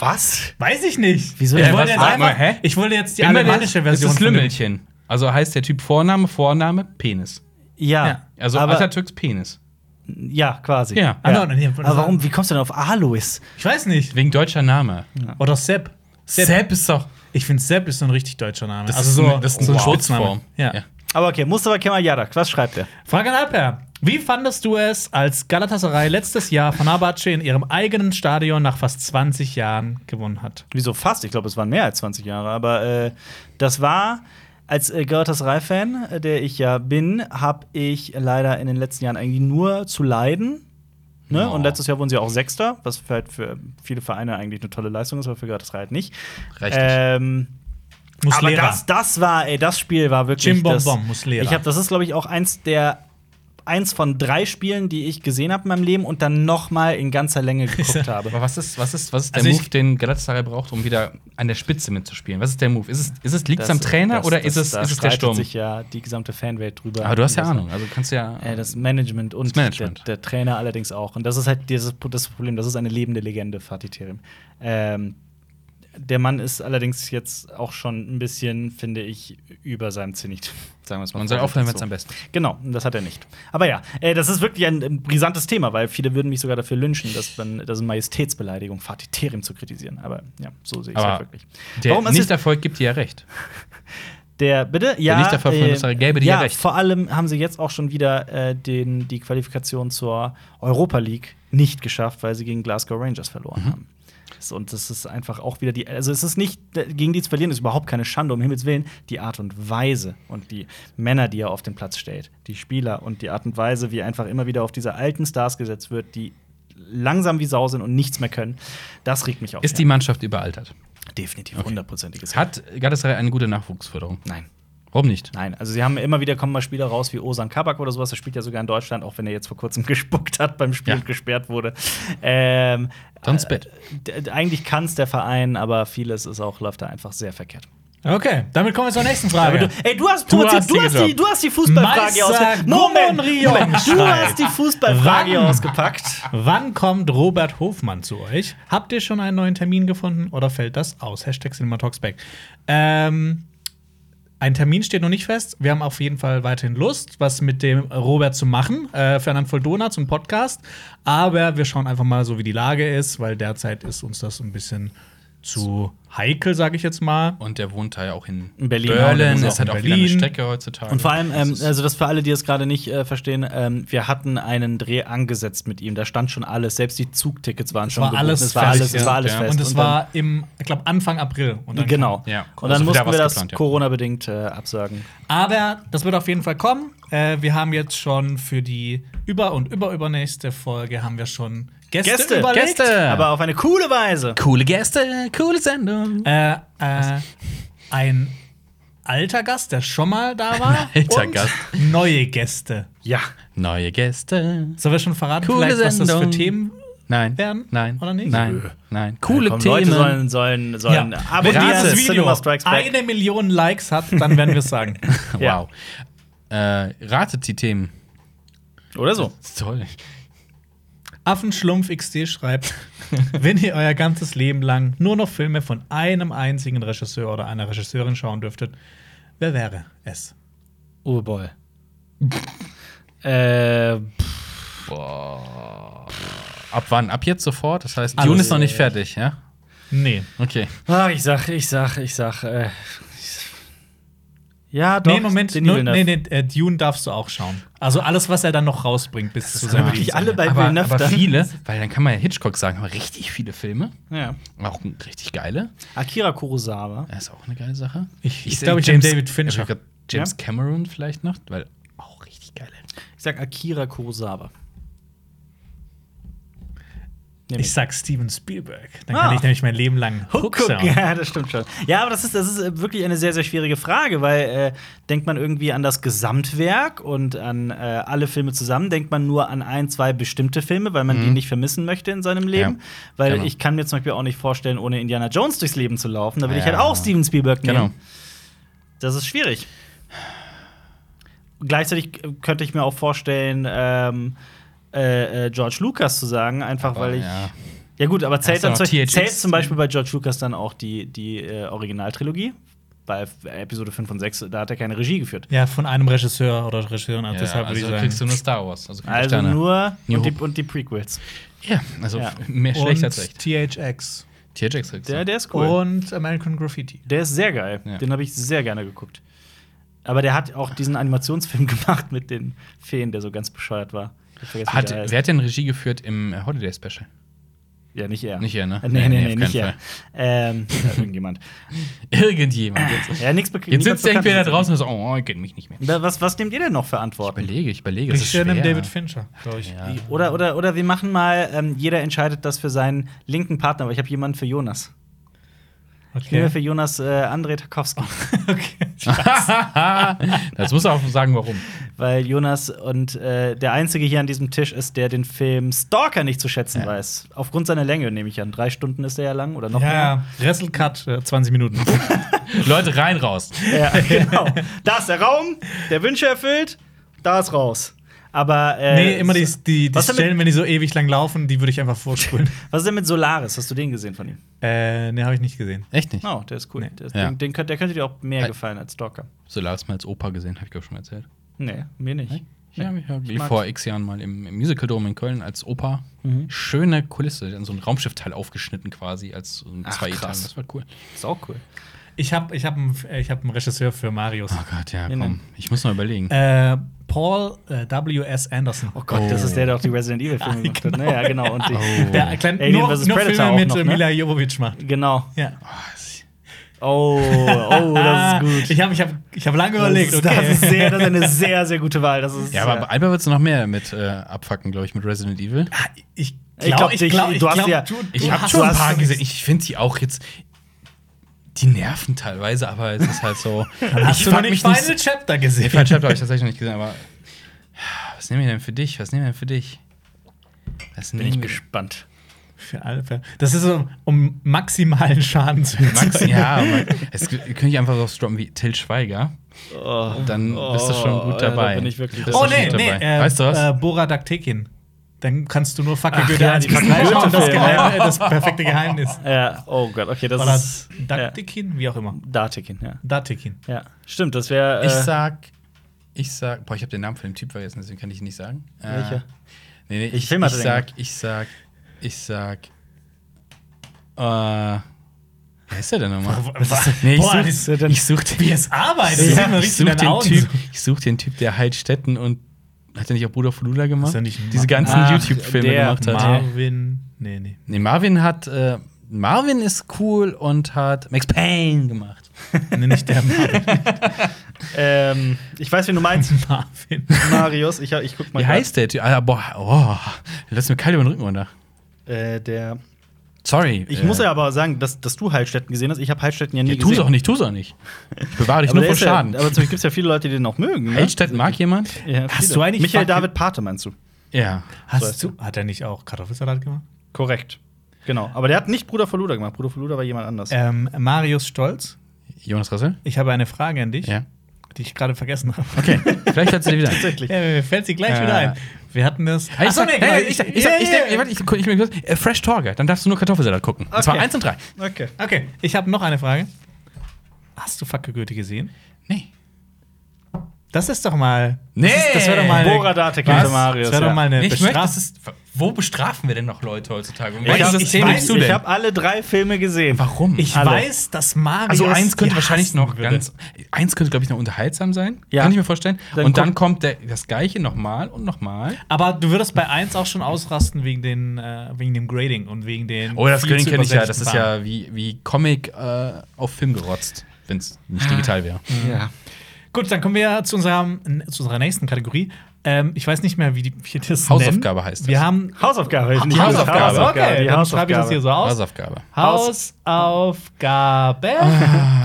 Speaker 2: was?
Speaker 1: Weiß ich nicht.
Speaker 2: Wieso
Speaker 1: ich
Speaker 2: denn?
Speaker 1: wollte,
Speaker 2: Was?
Speaker 1: jetzt
Speaker 3: Sag
Speaker 1: einfach,
Speaker 3: mal, hä?
Speaker 1: ich wollte jetzt die
Speaker 3: Bimmerle
Speaker 1: alemannische Version.
Speaker 3: ist das
Speaker 1: von dem-
Speaker 3: Lümmelchen. Also heißt der Typ Vorname, Vorname, Penis.
Speaker 2: Ja.
Speaker 1: Ja.
Speaker 3: Also
Speaker 2: aber,
Speaker 3: Atatürks Penis.
Speaker 2: Ja, quasi.
Speaker 3: Ja.
Speaker 1: Ah, nein, nein, nein,
Speaker 2: aber warum, wie kommst du denn auf Alois?
Speaker 1: Ich weiß nicht.
Speaker 3: Wegen deutscher Name.
Speaker 1: Oder Sepp.
Speaker 3: Sepp, ist doch.
Speaker 1: Ich finde, Sepp ist so ein richtig deutscher Name.
Speaker 3: Das
Speaker 1: also
Speaker 3: ist
Speaker 1: so,
Speaker 3: ein- das ist eine
Speaker 1: Spitzname.
Speaker 3: Kurzform.
Speaker 1: Ja.
Speaker 3: Ja.
Speaker 2: Aber okay, Mustafa Kemal Jarak, was schreibt er?
Speaker 1: Frage an Alper. Wie fandest du es, als Galatasaray letztes Jahr Fenerbahce in ihrem eigenen Stadion nach fast 20 Jahren gewonnen hat?
Speaker 2: Wieso fast? Ich glaube, es waren mehr als 20 Jahre. Aber äh, das war, als äh, Galatasaray-Fan, äh, der ich ja bin, habe ich leider in den letzten Jahren eigentlich nur zu leiden. Ne?
Speaker 3: Oh.
Speaker 2: Und letztes Jahr wurden sie auch Sechster, was für, halt für viele Vereine eigentlich eine tolle Leistung ist, aber für Galatasaray halt nicht.
Speaker 3: Richtig.
Speaker 2: Ähm, aber
Speaker 1: Muslera.
Speaker 2: das, das war, ey, das Spiel war wirklich.
Speaker 1: Jim Bom
Speaker 2: das,
Speaker 1: Bom, Muslera.
Speaker 2: Ich hab, das ist, glaube ich, auch eins der eins von drei Spielen, die ich gesehen habe in meinem Leben und dann noch mal in ganzer Länge geguckt habe.
Speaker 3: Aber was ist, was ist, was ist
Speaker 1: Also
Speaker 3: der
Speaker 1: ich-
Speaker 3: Move, den Galatasaray braucht, um wieder an der Spitze mitzuspielen? Was ist der Move? Ist es, ist es liegt es
Speaker 2: Das-
Speaker 3: am Trainer
Speaker 2: das-
Speaker 3: oder
Speaker 2: das-
Speaker 3: ist es,
Speaker 2: da
Speaker 3: ist es der
Speaker 2: streitet
Speaker 3: Sturm?
Speaker 2: sich ja die gesamte Fanwelt drüber.
Speaker 3: Aber du hast ja
Speaker 2: Das-
Speaker 3: Ahnung. Also kannst du ja.
Speaker 2: Äh, das Management und
Speaker 3: Das Management.
Speaker 2: Der, der Trainer allerdings auch. Und das ist halt dieses, das Problem. Das ist eine lebende Legende, Fatih Terim. Ähm, der Mann ist allerdings jetzt auch schon ein bisschen, finde ich, über seinem Zenit. Sagen wir es mal.
Speaker 3: man soll
Speaker 2: vorsichtig
Speaker 3: aufhören, wenn
Speaker 2: so.
Speaker 3: es am besten.
Speaker 2: Genau, das hat er nicht. Aber ja, äh, das ist wirklich ein, ein brisantes Thema, weil viele würden mich sogar dafür lynchen, dass man das ist eine Majestätsbeleidigung, Fatih Terim zu kritisieren. Aber ja, so sehe ich es
Speaker 3: Aber
Speaker 2: halt wirklich.
Speaker 3: Der
Speaker 2: Warum ist jetzt-
Speaker 3: Nichterfolg gibt dir ja recht.
Speaker 2: Der, bitte? Ja. äh,
Speaker 3: Nichterfolg von Österreich gäbe dir
Speaker 2: ja,
Speaker 3: ja recht.
Speaker 2: Vor allem haben sie jetzt auch schon wieder äh, den, die Qualifikation zur Europa League nicht geschafft, weil sie gegen Glasgow Rangers verloren
Speaker 3: Mhm.
Speaker 2: haben. So, Und das ist einfach auch wieder die. Also, es ist nicht, gegen die zu verlieren, ist überhaupt keine Schande, um Himmels Willen. Die Art und Weise und die Männer, die er auf den Platz stellt, die Spieler und die Art und Weise, wie einfach immer wieder auf diese alten Stars gesetzt wird, die langsam wie Sau sind und nichts mehr können, das regt mich auf.
Speaker 3: Ist die Mannschaft überaltert?
Speaker 2: definitiv hundertprozentiges.
Speaker 3: Hat Galatasaray eine gute Nachwuchsförderung?
Speaker 2: Nein.
Speaker 3: Warum nicht?
Speaker 2: Nein, also sie haben immer wieder kommen mal Spieler raus wie Osan Kabak oder sowas. Der spielt ja sogar in Deutschland, auch wenn er jetzt vor kurzem gespuckt hat beim Spiel
Speaker 3: Ja.
Speaker 2: und gesperrt wurde. Ähm,
Speaker 3: Dann Spit.
Speaker 2: äh, d- eigentlich kann es der Verein, aber vieles ist auch läuft da einfach sehr verkehrt.
Speaker 1: Okay, damit kommen wir zur nächsten Frage.
Speaker 2: Ey, du hast,
Speaker 1: Du
Speaker 2: provoziert-
Speaker 1: hast sie gesagt.
Speaker 2: du hast die
Speaker 1: Meister
Speaker 2: ausge-
Speaker 1: Gummonrion
Speaker 2: du
Speaker 1: schreit.
Speaker 2: hast die Fußballfrage hier
Speaker 1: Wann?
Speaker 2: ausgepackt.
Speaker 1: Wann kommt Robert Hofmann zu euch? Habt ihr schon einen neuen Termin gefunden oder fällt das aus? Hashtag CinemaTalksback. Ähm, ein Termin steht noch nicht fest. Wir haben auf jeden Fall weiterhin Lust, was mit dem Robert zu machen. Äh, Fernand Voldona zum Podcast. Aber wir schauen einfach mal so, wie die Lage ist, weil derzeit ist uns das ein bisschen zu heikel, sage ich jetzt mal.
Speaker 3: Und der wohnt da ja auch in,
Speaker 2: In Berlin. Der
Speaker 3: Berlin.
Speaker 2: wohnt
Speaker 3: Das
Speaker 1: auch
Speaker 3: ist halt
Speaker 1: in
Speaker 3: auch wieder eine
Speaker 1: Berlin.
Speaker 3: Strecke heutzutage.
Speaker 2: Und vor allem, ähm,
Speaker 3: Das ist-
Speaker 2: also das für alle, die das gerade nicht äh, verstehen, ähm, wir hatten einen Dreh angesetzt mit ihm. Da stand schon alles, selbst die Zugtickets waren schon
Speaker 1: war
Speaker 2: gebucht.
Speaker 1: alles
Speaker 2: es war
Speaker 1: fest,
Speaker 2: alles, es
Speaker 1: ja.
Speaker 2: war alles
Speaker 3: Ja.
Speaker 2: fest.
Speaker 1: Und es
Speaker 2: dann-
Speaker 1: war im, ich glaube, Anfang April. Und dann
Speaker 2: Genau.
Speaker 3: Ja.
Speaker 2: Und
Speaker 3: Also
Speaker 2: dann
Speaker 3: wieder
Speaker 2: mussten
Speaker 3: was
Speaker 2: wir das
Speaker 3: geplant, ja.
Speaker 2: Corona-bedingt äh, absagen.
Speaker 1: Aber das wird auf jeden Fall kommen. Äh, wir haben jetzt schon für die über- und überübernächste Folge haben wir schon Gäste,
Speaker 2: Gäste,
Speaker 1: überlegt.
Speaker 3: Gäste. Ja.
Speaker 2: Aber auf eine coole Weise.
Speaker 3: coole Gäste, coole Sendung.
Speaker 1: Äh, äh, ein alter Gast, der schon mal da war.
Speaker 3: Ein alter Gast.
Speaker 1: Neue Gäste.
Speaker 2: Ja.
Speaker 3: Neue Gäste.
Speaker 1: Sollen wir schon verraten,
Speaker 3: Coole
Speaker 1: vielleicht, was das für
Speaker 3: Sendung.
Speaker 1: Themen
Speaker 3: Nein.
Speaker 1: Werden?
Speaker 3: Nein.
Speaker 1: Oder nicht?
Speaker 3: Nein.
Speaker 1: Nö.
Speaker 3: Nein. Coole
Speaker 2: Komm, Leute
Speaker 3: Themen.
Speaker 2: sollen, sollen, sollen.
Speaker 1: Ja.
Speaker 2: Aber
Speaker 3: Wenn
Speaker 2: dieses
Speaker 3: dieses
Speaker 2: Video Strikes Back.
Speaker 1: eine Million Likes hat, dann werden wir es sagen.
Speaker 2: Ja.
Speaker 3: Wow. Äh, ratet die Themen.
Speaker 2: Oder so.
Speaker 3: Das ist toll.
Speaker 1: Affenschlumpf XD schreibt, wenn ihr euer ganzes Leben lang nur noch Filme von einem einzigen Regisseur oder einer Regisseurin schauen dürftet, wer wäre es?
Speaker 2: Uwe Boll. äh,
Speaker 3: Ab wann? Ab jetzt sofort? Das heißt,
Speaker 1: Alles.
Speaker 3: June ist noch nicht fertig, ja?
Speaker 1: Nee.
Speaker 3: Okay.
Speaker 2: ach, ich sag, ich sag, ich sag, äh, Ja, doch.
Speaker 1: Nee, Moment,
Speaker 2: Denis
Speaker 1: nur, nee,
Speaker 2: Villeneuve.
Speaker 1: nee, äh, Dune darfst du auch schauen. Also alles, was er dann noch rausbringt, bis zu
Speaker 3: ist
Speaker 1: seinem
Speaker 3: aber
Speaker 2: wirklich
Speaker 1: Riesenende.
Speaker 2: alle bei
Speaker 3: aber,
Speaker 2: Villeneuve
Speaker 3: aber
Speaker 2: dann.
Speaker 3: viele, weil dann kann man ja Hitchcock sagen, aber richtig viele Filme.
Speaker 2: Ja.
Speaker 3: Auch richtig geile.
Speaker 2: Akira Kurosawa.
Speaker 3: Das ist auch eine geile Sache.
Speaker 1: Ich- ich
Speaker 3: sag
Speaker 1: glaub, ich nehm
Speaker 3: James-
Speaker 1: David Fincher.
Speaker 3: Ich glaub, James
Speaker 2: Ja.
Speaker 3: Cameron vielleicht noch, weil auch richtig geile.
Speaker 2: Ich sag Akira Kurosawa. Nee,
Speaker 1: Ich sag Steven Spielberg. Dann
Speaker 2: Ah.
Speaker 1: kann ich nämlich mein Leben lang Hook
Speaker 2: Guck,
Speaker 1: schauen.
Speaker 2: ja, das stimmt schon. Ja, aber das ist, das ist äh, wirklich eine sehr, sehr schwierige Frage, weil äh, denkt man irgendwie an das Gesamtwerk und an äh, alle Filme zusammen, denkt man nur an ein, zwei bestimmte Filme, weil man die nicht vermissen möchte in seinem Leben.
Speaker 3: Mhm. Ja,
Speaker 2: Weil
Speaker 3: genau.
Speaker 2: ich kann mir zum Beispiel auch nicht vorstellen, ohne Indiana Jones durchs Leben zu laufen. Da will ich
Speaker 3: Ja.
Speaker 2: halt auch Steven Spielberg nehmen.
Speaker 3: Genau.
Speaker 2: Das ist schwierig. Gleichzeitig äh, könnte ich mir auch vorstellen, ähm, äh, äh, George Lucas zu sagen, einfach
Speaker 3: Aber,
Speaker 2: weil ich.
Speaker 3: ja.
Speaker 2: Ja, gut, aber zählt,
Speaker 3: Hast du
Speaker 2: dann
Speaker 3: noch
Speaker 2: zum,
Speaker 3: THX?
Speaker 2: zählt zum Beispiel bei George Lucas dann auch die, die äh, Originaltrilogie? Bei F- äh, Episode 5 und 6, da hat er keine Regie geführt.
Speaker 1: Ja, von einem Regisseur oder Regisseurin.
Speaker 3: Ja,
Speaker 1: deshalb würde
Speaker 3: also
Speaker 1: ich
Speaker 3: kriegst du
Speaker 1: sagen.
Speaker 3: nur Star Wars. Also, kriegst du
Speaker 2: Also
Speaker 3: Sterne.
Speaker 2: nur
Speaker 3: New
Speaker 2: und die,
Speaker 3: Hope.
Speaker 2: und die Prequels.
Speaker 3: Ja, also
Speaker 2: Ja.
Speaker 3: mehr schlecht als recht.
Speaker 1: Und THX.
Speaker 3: THX kriegst du.
Speaker 2: Der, der ist cool.
Speaker 1: Und American Graffiti.
Speaker 2: der ist sehr geil.
Speaker 3: Ja.
Speaker 2: Den habe ich sehr gerne geguckt. Aber der hat auch diesen Animationsfilm gemacht mit den Feen, der so ganz bescheuert war. Ich vergesse, wie
Speaker 3: hat,
Speaker 2: der heißt.
Speaker 3: wer hat denn Regie geführt im äh, Holiday Special?
Speaker 2: Ja, nicht er. Äh,
Speaker 3: Nicht er, ne?
Speaker 2: Nee, nee, nee,
Speaker 3: Nee, nee, auf
Speaker 2: nicht
Speaker 3: keinen
Speaker 2: er. Ähm, ja, irgendjemand.
Speaker 3: Irgendjemand. Jetzt,
Speaker 2: Ja, nichts bek-
Speaker 3: jetzt
Speaker 2: niemand
Speaker 3: sitzt
Speaker 2: bekannt.
Speaker 3: irgendwer da draußen und so, oh, ich kenn mich nicht mehr. Ich
Speaker 2: Da- Was, was nehmt ihr denn noch für Antworten?
Speaker 3: überlege, ich überlege. es
Speaker 1: Ich
Speaker 3: ist
Speaker 1: stehe
Speaker 3: schwer.
Speaker 1: David Fincher, glaube ich.
Speaker 3: Ja.
Speaker 2: Oder, oder, oder wir machen mal, ähm, jeder entscheidet das für seinen linken Partner, aber ich habe jemanden für Jonas. Ich nehme
Speaker 1: Okay.
Speaker 2: für Jonas äh, André Tarkowski,
Speaker 1: okay.
Speaker 3: das muss er auch sagen, warum.
Speaker 2: weil Jonas und äh, der Einzige hier an diesem Tisch ist, der den Film Stalker nicht zu schätzen weiß. Aufgrund seiner Länge nehme ich an. Drei Stunden ist er ja lang oder noch
Speaker 1: Ja, Wrestle Cut, äh, 20 Minuten.
Speaker 3: Leute, rein, raus.
Speaker 2: mehr. Ja, genau. Da ist der Raum, der Wünsche erfüllt, da ist raus. Aber äh,
Speaker 1: nee, immer die, die, die
Speaker 2: was denn mit-
Speaker 1: Stellen, wenn die so ewig lang laufen, die würde ich einfach vorspulen.
Speaker 2: Was ist denn mit Solaris? Hast du den gesehen von ihm?
Speaker 1: äh, nee, habe ich nicht gesehen.
Speaker 3: Echt nicht.
Speaker 2: Oh, der ist cool.
Speaker 1: Nee.
Speaker 2: Der, ist-
Speaker 3: Ja.
Speaker 2: den, den, könnt- der könnte dir auch mehr
Speaker 3: Ä-
Speaker 2: gefallen als Stalker.
Speaker 3: Solaris mal als Opa gesehen, habe ich auch schon mal erzählt.
Speaker 2: Nee, mir nicht.
Speaker 3: Ja, ich habe
Speaker 2: mag's.
Speaker 3: vor x Jahren mal im, im Musical Dome in Köln als Opa.
Speaker 2: Mhm.
Speaker 3: Schöne Kulisse, dann so ein Raumschiffteil aufgeschnitten quasi als so ein
Speaker 2: Ach,
Speaker 3: zwei Etagen.
Speaker 2: krass.
Speaker 3: Das war cool.
Speaker 2: Ist auch cool.
Speaker 1: Ich habe ich hab einen äh, ich hab einen Regisseur für Marius.
Speaker 3: Oh Gott, ja,
Speaker 2: Nee,
Speaker 3: komm. Ich muss noch überlegen.
Speaker 1: Äh, Paul äh, W.S. Anderson.
Speaker 2: Oh Gott, das ist der, der auch die Resident Evil Filme gemacht hat. Ne? Ja, genau. Und die,
Speaker 3: Oh.
Speaker 1: Der kleine
Speaker 2: Alien
Speaker 1: nur, nur
Speaker 2: vs. Predator
Speaker 1: Filme
Speaker 2: auch
Speaker 1: mit
Speaker 2: noch,
Speaker 1: äh,
Speaker 2: ne?
Speaker 1: Mila Jovovich macht.
Speaker 2: Genau.
Speaker 1: Ja. Ah,
Speaker 2: Oh, oh, das ist gut.
Speaker 1: Ich habe ich hab, ich hab lange überlegt. Okay.
Speaker 2: Das ist, sehr, das ist eine sehr, sehr gute Wahl. Das ist,
Speaker 3: ja, aber bei Alba wird es noch mehr mit äh, abfacken, glaube ich, mit Resident Evil.
Speaker 1: Ah, ich
Speaker 2: Ich glaub,
Speaker 1: glaube, ich glaube,
Speaker 2: dich- du hast ja-
Speaker 3: Ich
Speaker 2: Du
Speaker 3: habe
Speaker 2: hast-
Speaker 3: schon
Speaker 2: du
Speaker 3: ein paar
Speaker 2: hast-
Speaker 3: gesehen. Ich finde die auch jetzt. Die nerven teilweise, aber es ist halt so.
Speaker 1: Hast
Speaker 3: ich
Speaker 1: du noch
Speaker 3: frag
Speaker 1: nicht
Speaker 3: mich
Speaker 1: Final
Speaker 3: nicht. so-
Speaker 1: Chapter
Speaker 3: Nee,
Speaker 1: gesehen?
Speaker 3: Final Chapter habe ich tatsächlich noch nicht gesehen, aber. Was nehmen wir denn für dich? Was nehmen wir denn für dich? Was
Speaker 2: bin ich gespannt.
Speaker 1: Für alle Fälle. Das ist so, um maximalen Schaden zu
Speaker 3: Max,
Speaker 1: erzeugen.
Speaker 3: ja, aber es könnte ich einfach so droppen wie Till Schweiger. Dann bist du schon
Speaker 2: Oh,
Speaker 3: gut
Speaker 2: ja,
Speaker 3: dabei.
Speaker 2: da bin ich wirklich-
Speaker 3: Bist du
Speaker 1: Oh
Speaker 3: schon
Speaker 1: nee,
Speaker 3: gut
Speaker 1: nee,
Speaker 3: dabei.
Speaker 1: äh,
Speaker 3: weißt du was?
Speaker 1: Äh, Bora Daktekin. Dann kannst du nur Fucking
Speaker 2: Ach,
Speaker 1: Goethe
Speaker 2: ja,
Speaker 1: 1
Speaker 2: die
Speaker 1: bis 3
Speaker 2: fucking
Speaker 1: schauen, das,
Speaker 2: Goethe-Filme,
Speaker 1: geheime, das perfekte Geheimnis.
Speaker 2: Ja, oh Gott, okay,
Speaker 1: Bora
Speaker 2: das ist. Ja,
Speaker 1: Daktekin, wie auch immer.
Speaker 2: Dartikin, ja.
Speaker 1: Daktekin.
Speaker 2: ja. Stimmt, das wäre. Äh,
Speaker 3: ich sag. Ich sag. Boah, ich habe den Namen von dem Typ vergessen, deswegen kann ich ihn nicht sagen. Äh,
Speaker 2: Welcher?
Speaker 3: Nee, nee, ich, ich,
Speaker 2: Film hatte den
Speaker 3: sag, ich sag, ich sag, äh, wer ist der denn nochmal? Nee, ich
Speaker 1: Boah,
Speaker 3: such-
Speaker 1: das-
Speaker 2: denn-
Speaker 3: ich such den,
Speaker 1: Wie es arbeitet,
Speaker 3: ich
Speaker 1: sieht
Speaker 3: such,
Speaker 1: man
Speaker 3: ich
Speaker 1: richtig in
Speaker 3: such
Speaker 1: deinen
Speaker 3: den
Speaker 1: Augen.
Speaker 3: Typ, ich such den Typ, der Heidstetten und hat er nicht auch Bruder Fluda gemacht?
Speaker 1: Ist er nicht
Speaker 3: Diese
Speaker 1: Ma-
Speaker 3: ganzen
Speaker 2: Ach,
Speaker 3: YouTube-Filme
Speaker 2: Ah, der
Speaker 3: gemacht hat.
Speaker 1: Marvin. Nee, nee.
Speaker 3: nee, Marvin hat, äh, Marvin ist cool und hat Max Payne gemacht.
Speaker 2: Oh
Speaker 1: Nee, nicht der Marvin.
Speaker 2: ähm, ich weiß, wen du meinst,
Speaker 1: Marvin.
Speaker 2: Marius. Ich, ich guck mal.
Speaker 3: Wie
Speaker 2: grad.
Speaker 3: heißt der Typ? Ah, boah, oh, lass mir kalt über den Rücken runter.
Speaker 2: Äh, der.
Speaker 3: Sorry.
Speaker 2: Ich
Speaker 3: äh,
Speaker 2: muss ja aber sagen, dass, dass du Heilstätten gesehen hast. Ich habe Heilstätten ja nie
Speaker 3: ja,
Speaker 2: gesehen.
Speaker 3: tu's auch nicht, tu's auch nicht. Ich bewahre dich
Speaker 2: aber
Speaker 3: nur
Speaker 2: der
Speaker 3: vor
Speaker 2: ist ja,
Speaker 3: Schaden.
Speaker 2: aber zum Beispiel gibt es ja viele Leute, die den auch mögen. Ne?
Speaker 3: Heldstedt mag jemand?
Speaker 2: Ja,
Speaker 1: Hast
Speaker 2: viele.
Speaker 1: du eigentlich
Speaker 2: Michael
Speaker 1: fucking-
Speaker 2: David Pate meinst du?
Speaker 3: Ja.
Speaker 1: Hast du, hat er nicht auch Kartoffelsalat gemacht?
Speaker 2: Korrekt. Genau. Aber der hat nicht Bruder von Luda gemacht. Bruder von Luda war jemand anders.
Speaker 1: Ähm, Marius Stolz,
Speaker 3: Jonas Rassel?
Speaker 1: ich habe eine Frage an dich,
Speaker 3: Ja.
Speaker 1: die ich gerade vergessen habe.
Speaker 3: Okay, vielleicht hat sie dir wieder.
Speaker 2: Tatsächlich.
Speaker 1: Ja, mir fällt sie gleich
Speaker 3: Äh.
Speaker 1: wieder ein. Wir hatten das.
Speaker 3: Ah, Ich sag,
Speaker 1: nee,
Speaker 3: hey,
Speaker 1: genau,
Speaker 3: hey, ich sag, ich
Speaker 1: ja,
Speaker 3: sag, ich
Speaker 1: ja,
Speaker 3: denk- warte, ich- ich mir kurz- äh, Fresh Torge, dann darfst du nur Kartoffelsalat gucken. Und zwar
Speaker 2: Okay.
Speaker 3: eins und drei.
Speaker 2: Okay.
Speaker 1: Okay, ich habe noch eine Frage. Hast du Facke Goethe gesehen?
Speaker 3: Nee.
Speaker 1: Das ist doch mal.
Speaker 3: Nee!
Speaker 1: Das, ist, das wäre doch mal.
Speaker 2: Bora Date
Speaker 1: Was?
Speaker 2: Marius.
Speaker 1: Das wäre doch mal eine
Speaker 3: ich möchte,
Speaker 1: Bestrafung.
Speaker 3: das ist, Wo bestrafen wir denn noch Leute heutzutage? Und
Speaker 2: Ich
Speaker 3: welches
Speaker 2: hab-
Speaker 1: ich
Speaker 3: System
Speaker 1: weiß-
Speaker 3: nimmst du
Speaker 2: Ich
Speaker 3: denn?
Speaker 2: habe alle drei Filme gesehen.
Speaker 3: Warum?
Speaker 1: Ich
Speaker 2: Alle.
Speaker 1: weiß, dass Mario.
Speaker 3: also eins könnte wahrscheinlich noch ganz, eins könnte glaube ich noch unterhaltsam sein,
Speaker 2: Ja.
Speaker 3: kann ich mir vorstellen.
Speaker 2: Dann
Speaker 3: und dann
Speaker 2: guck-
Speaker 3: kommt der, das Gleiche nochmal und nochmal.
Speaker 1: Aber du würdest bei 1 auch schon ausrasten wegen, den, äh, wegen dem Grading und wegen den.
Speaker 3: Oh, das
Speaker 1: viel
Speaker 3: Grading
Speaker 1: zu
Speaker 3: kenne ich ja. Das
Speaker 1: übersetzten
Speaker 3: ist ja wie, wie Comic äh, auf Film gerotzt, wenn es nicht digital wäre.
Speaker 2: Ja.
Speaker 1: Farben. Gut, dann kommen wir zu, unserem, zu unserer nächsten Kategorie. Ähm, ich weiß nicht mehr, wie die wie das
Speaker 3: Hausaufgabe
Speaker 1: nennen.
Speaker 3: heißt das.
Speaker 1: Wir haben.
Speaker 2: Hausaufgabe. ist nicht
Speaker 3: Hausaufgabe.
Speaker 2: Hausaufgabe.
Speaker 1: Okay,
Speaker 2: Die
Speaker 1: dann schreibe ich das hier so aus.
Speaker 3: Hausaufgabe.
Speaker 1: Hausaufgabe.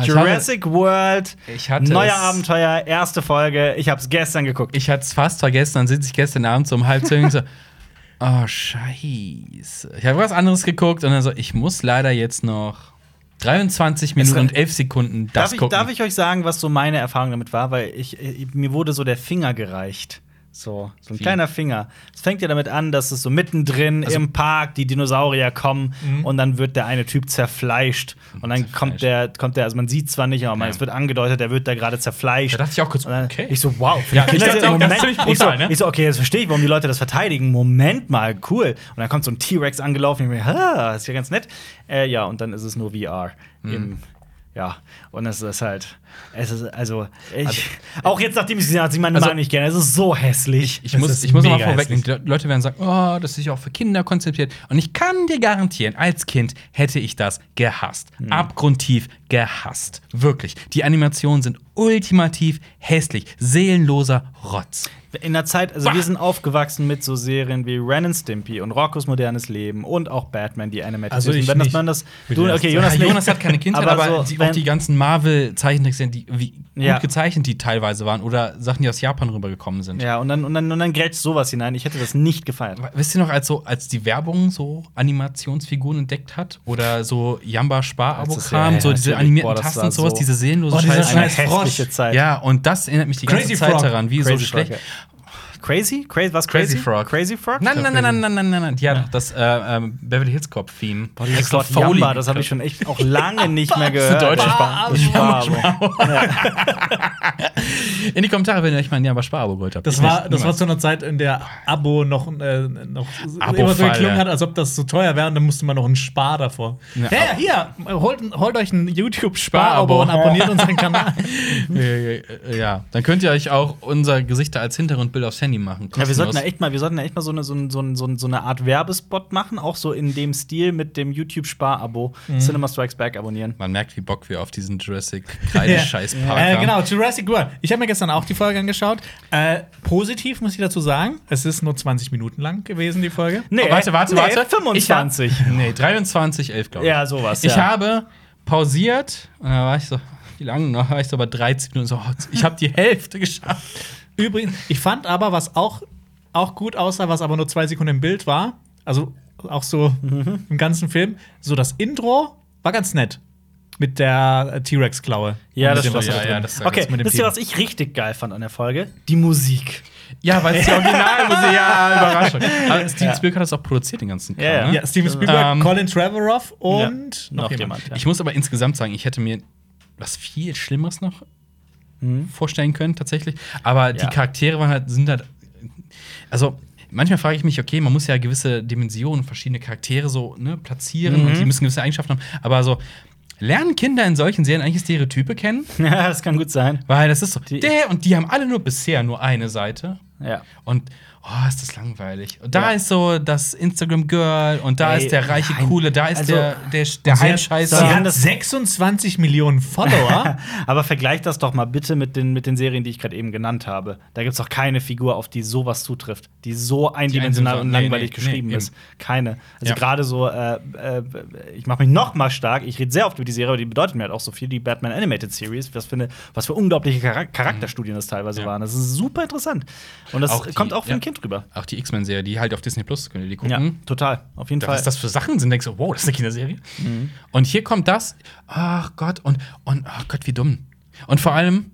Speaker 2: Jurassic World,
Speaker 3: Ich hatte
Speaker 2: neue
Speaker 3: es-
Speaker 2: Abenteuer, erste Folge. Ich habe es gestern geguckt.
Speaker 3: Ich hatte es fast vergessen, dann sitze ich gestern Abend so um halb zehn und so, oh Scheiße. Ich habe was anderes geguckt und dann so, ich muss leider jetzt noch 23 Minuten und 11 Sekunden das
Speaker 2: Darf ich,
Speaker 3: gucken.
Speaker 2: darf ich euch sagen, was so meine Erfahrung damit war? Weil ich, äh, mir wurde so der Finger gereicht. So, so ein
Speaker 3: Wie? Also
Speaker 2: kleiner Finger. Es fängt ja damit an, dass es so mittendrin im Park die Dinosaurier kommen und dann wird der eine Typ zerfleischt. Und dann
Speaker 3: Mhm. Zerfleischt.
Speaker 2: kommt der, kommt der, also man sieht zwar nicht, aber man,
Speaker 3: Ja.
Speaker 2: es wird angedeutet, der wird da gerade zerfleischt.
Speaker 3: Da dachte ich auch kurz,
Speaker 2: Und dann-
Speaker 3: okay.
Speaker 2: Ich so, wow. für
Speaker 3: Ja,
Speaker 2: die
Speaker 3: ich
Speaker 2: Kinder
Speaker 3: dachte
Speaker 2: ist der
Speaker 3: auch, das ist
Speaker 2: Moment-
Speaker 3: ziemlich brutal,
Speaker 2: ich so,
Speaker 3: ne?
Speaker 2: Ich so, okay, jetzt verstehe ich, warum die Leute das verteidigen. Moment mal, cool. Und dann kommt so ein T-Rex angelaufen. Ich mir, ha, ist ja ganz nett. Äh, ja, und dann ist es nur VR.
Speaker 3: Hm.
Speaker 2: Im, ja, und es ist halt, es ist, also, ich, auch jetzt, nachdem ich es gesehen habe, sieht man
Speaker 3: Also-
Speaker 2: also, nicht gerne. Es ist so hässlich.
Speaker 3: Ich
Speaker 1: Das
Speaker 3: muss,
Speaker 1: ist
Speaker 3: ich muss noch mal
Speaker 1: mega
Speaker 3: vorwegnehmen, die Leute werden sagen, oh, das ist ja auch für Kinder konzipiert. Und ich kann dir garantieren, als Kind hätte ich das gehasst. Abgrundtief gehasst. Wirklich. Die Animationen sind ultimativ hässlich. Seelenloser Rotz.
Speaker 2: In der Zeit, also wir sind aufgewachsen mit so Serien wie Ren and Stimpy und Rocco's modernes Leben und auch Batman, die Animated
Speaker 1: Also
Speaker 2: Series.
Speaker 1: ich
Speaker 2: wenn das
Speaker 1: nicht.
Speaker 2: man das,
Speaker 1: Würde
Speaker 2: du,
Speaker 1: das
Speaker 2: okay,
Speaker 1: sagen.
Speaker 2: Jonas,
Speaker 3: Ja,
Speaker 2: nicht.
Speaker 3: Jonas hat keine Kindheit, aber, die, auch
Speaker 2: wenn-
Speaker 3: die ganzen Marvel-Zeichentricks sind, die, wie gut
Speaker 2: Ja.
Speaker 3: gezeichnet die teilweise waren oder Sachen, die aus Japan rübergekommen sind.
Speaker 2: Ja, und dann, und dann, und dann grätscht sowas hinein. Ich hätte das nicht gefeiert.
Speaker 3: Wisst ihr noch, als, so, als die Werbung so Animationsfiguren entdeckt hat? Oder so Jamba Spar-Abo
Speaker 2: Als das-
Speaker 3: kam,
Speaker 2: ja, ja,
Speaker 3: so diese
Speaker 2: natürlich.
Speaker 3: animierten
Speaker 2: Boah, das
Speaker 3: Tasten
Speaker 2: war
Speaker 3: und sowas,
Speaker 2: so-
Speaker 3: diese seelenlose
Speaker 1: Oh, dieser
Speaker 3: Scheiße.
Speaker 1: Scheiß-
Speaker 2: Eine
Speaker 1: Scheiß Frosch.
Speaker 2: hässliche Zeit.
Speaker 3: Ja, und das erinnert mich die ganze
Speaker 1: Crazy
Speaker 3: Zeit
Speaker 1: Frog.
Speaker 3: daran, wie so
Speaker 2: Crazy Frog,
Speaker 3: schlecht.
Speaker 2: Crazy? Crazy? Was
Speaker 3: Crazy
Speaker 2: Crazy?
Speaker 3: Frog.
Speaker 2: Crazy Frog?
Speaker 3: Nein, nein, nein, nein, nein, nein, nein, nein. Ja, das äh, ähm, Beverly Hills Cop Theme.
Speaker 2: Boah, dieses Wort Jamba, das habe ich schon echt auch lange nicht mehr gehört.
Speaker 3: deutsche
Speaker 2: Jamba,
Speaker 1: Sprache.
Speaker 2: Jamba.
Speaker 3: In die Kommentare, wenn ihr euch mal ein Jamba Spar-Abo geholt habt.
Speaker 1: Das
Speaker 3: Ich
Speaker 1: war,
Speaker 3: nicht,
Speaker 1: das war
Speaker 3: niemals.
Speaker 1: zu einer Zeit, in der Abo noch, äh, noch immer so
Speaker 3: Abo-Falle.
Speaker 1: geklungen hat, als ob das so teuer wäre und dann musste man noch einen Spar davor.
Speaker 3: Ja,
Speaker 1: Ja, hey, hier, holt, holt euch ein YouTube-Spar-Abo und abonniert unseren Kanal.
Speaker 3: Äh, äh, Ja, dann könnt ihr euch auch unser Gesichter als Hintergrundbild aufs Handy
Speaker 2: Ja,
Speaker 3: machen.
Speaker 2: wir
Speaker 3: kostenlos.
Speaker 2: sollten da echt mal, wir sollten da echt mal so eine, so, ein- so, ein- so, ein- so eine Art Werbespot machen, auch so in dem Stil mit dem YouTube-Spar-Abo.
Speaker 3: Mhm.
Speaker 2: Cinema Strikes Back abonnieren.
Speaker 3: Man merkt, wie Bock wir auf diesen Jurassic
Speaker 1: Ja.
Speaker 3: Kreidescheiß-Park
Speaker 1: Äh,
Speaker 3: haben.
Speaker 1: genau, Jurassic World. Ich habe mir gestern auch die Folge angeschaut. Äh, positiv muss ich dazu sagen, es ist nur 20 Minuten lang gewesen, die Folge.
Speaker 2: Nee,
Speaker 3: Oh, warte, warte,
Speaker 2: nee,
Speaker 3: warte.
Speaker 2: 25.
Speaker 3: Ich hab, nee, 23, 11, glaube ich.
Speaker 2: ja, sowas.
Speaker 3: Ich
Speaker 2: ja.
Speaker 3: habe pausiert und da war ich so, wie lange noch? War ich so bei 13 Minuten so, oh, ich habe die Hälfte geschafft.
Speaker 1: Übrigens, ich fand aber, was auch, auch gut aussah, was aber nur zwei Sekunden im Bild war, also auch so
Speaker 2: Mhm.
Speaker 1: im ganzen Film, so das Intro war ganz nett. Mit der äh, T-Rex-Klaue.
Speaker 2: Ja,
Speaker 1: Und
Speaker 2: das
Speaker 1: mit dem, was
Speaker 2: stimmt.
Speaker 1: da
Speaker 3: Ja,
Speaker 1: drin
Speaker 3: ja,
Speaker 1: ist.
Speaker 3: das-
Speaker 2: Okay,
Speaker 3: Das mit dem
Speaker 2: wisst ihr,
Speaker 3: Team.
Speaker 2: was ich richtig geil fand an der Folge? Die Musik.
Speaker 3: Ja, weil es die Originalmusik, ja, Überraschung. Aber Steven Spielberg hat das auch produziert, den ganzen Kram.
Speaker 2: Ja, ja.
Speaker 3: ne?
Speaker 1: ja, Steven Spielberg,
Speaker 3: Ähm,
Speaker 1: Colin Trevorrow und
Speaker 2: Ja, noch jemand. ja.
Speaker 3: Ich muss aber insgesamt sagen, ich hätte mir was viel Schlimmeres noch
Speaker 2: Hm.
Speaker 3: vorstellen können, tatsächlich. Aber die
Speaker 2: Ja.
Speaker 3: Charaktere waren halt, sind halt. Also, manchmal frage ich mich, okay, man muss ja gewisse Dimensionen, verschiedene Charaktere so ne, platzieren
Speaker 2: Mhm.
Speaker 3: und die müssen gewisse Eigenschaften haben. Aber so, lernen Kinder in solchen Serien eigentlich Stereotype kennen?
Speaker 2: Ja, das kann gut sein.
Speaker 3: Weil das ist so,
Speaker 2: Die-
Speaker 3: der und die haben alle nur bisher nur eine Seite.
Speaker 2: Ja.
Speaker 3: Und oh, ist das langweilig. Und da
Speaker 2: Ja.
Speaker 3: ist so das Instagram Girl und da
Speaker 2: Ey,
Speaker 3: ist der reiche
Speaker 2: nein.
Speaker 3: Coole, da ist
Speaker 2: Also,
Speaker 3: der der der
Speaker 1: Sie hat-
Speaker 3: Heimscheißer.
Speaker 1: Sie
Speaker 2: haben
Speaker 1: hat
Speaker 2: das-
Speaker 1: 26 Millionen Follower.
Speaker 2: Aber vergleicht das doch mal bitte mit den, mit den Serien, die ich gerade eben genannt habe. Da gibt es doch keine Figur, auf die sowas zutrifft, die so eindimensional
Speaker 3: eindimensional-
Speaker 2: und langweilig
Speaker 3: nee, nee,
Speaker 2: geschrieben
Speaker 3: nee,
Speaker 2: ist. Keine. Also
Speaker 3: Ja.
Speaker 2: gerade so, äh, äh, ich mache mich noch mal stark. Ich rede sehr oft über die Serie, aber die bedeutet mir halt auch so viel. Die Batman Animated Series, was für, eine, was für unglaubliche Charak Charakterstudien das teilweise
Speaker 3: Mhm. Ja.
Speaker 2: waren. Das ist super interessant. Und das
Speaker 3: Auch die-
Speaker 2: kommt auch für
Speaker 3: ja.
Speaker 2: ein Kind rüber.
Speaker 3: Auch die X-Men-Serie, die halt auf Disney Plus könnt ihr die gucken.
Speaker 2: Ja, total. Auf jeden Fall.
Speaker 3: Was das für Sachen sind, denkst du, wow, das ist eine Kinderserie.
Speaker 2: Mhm.
Speaker 3: Und hier kommt das, ach Gott, und, und ach Gott, wie dumm. Und vor allem,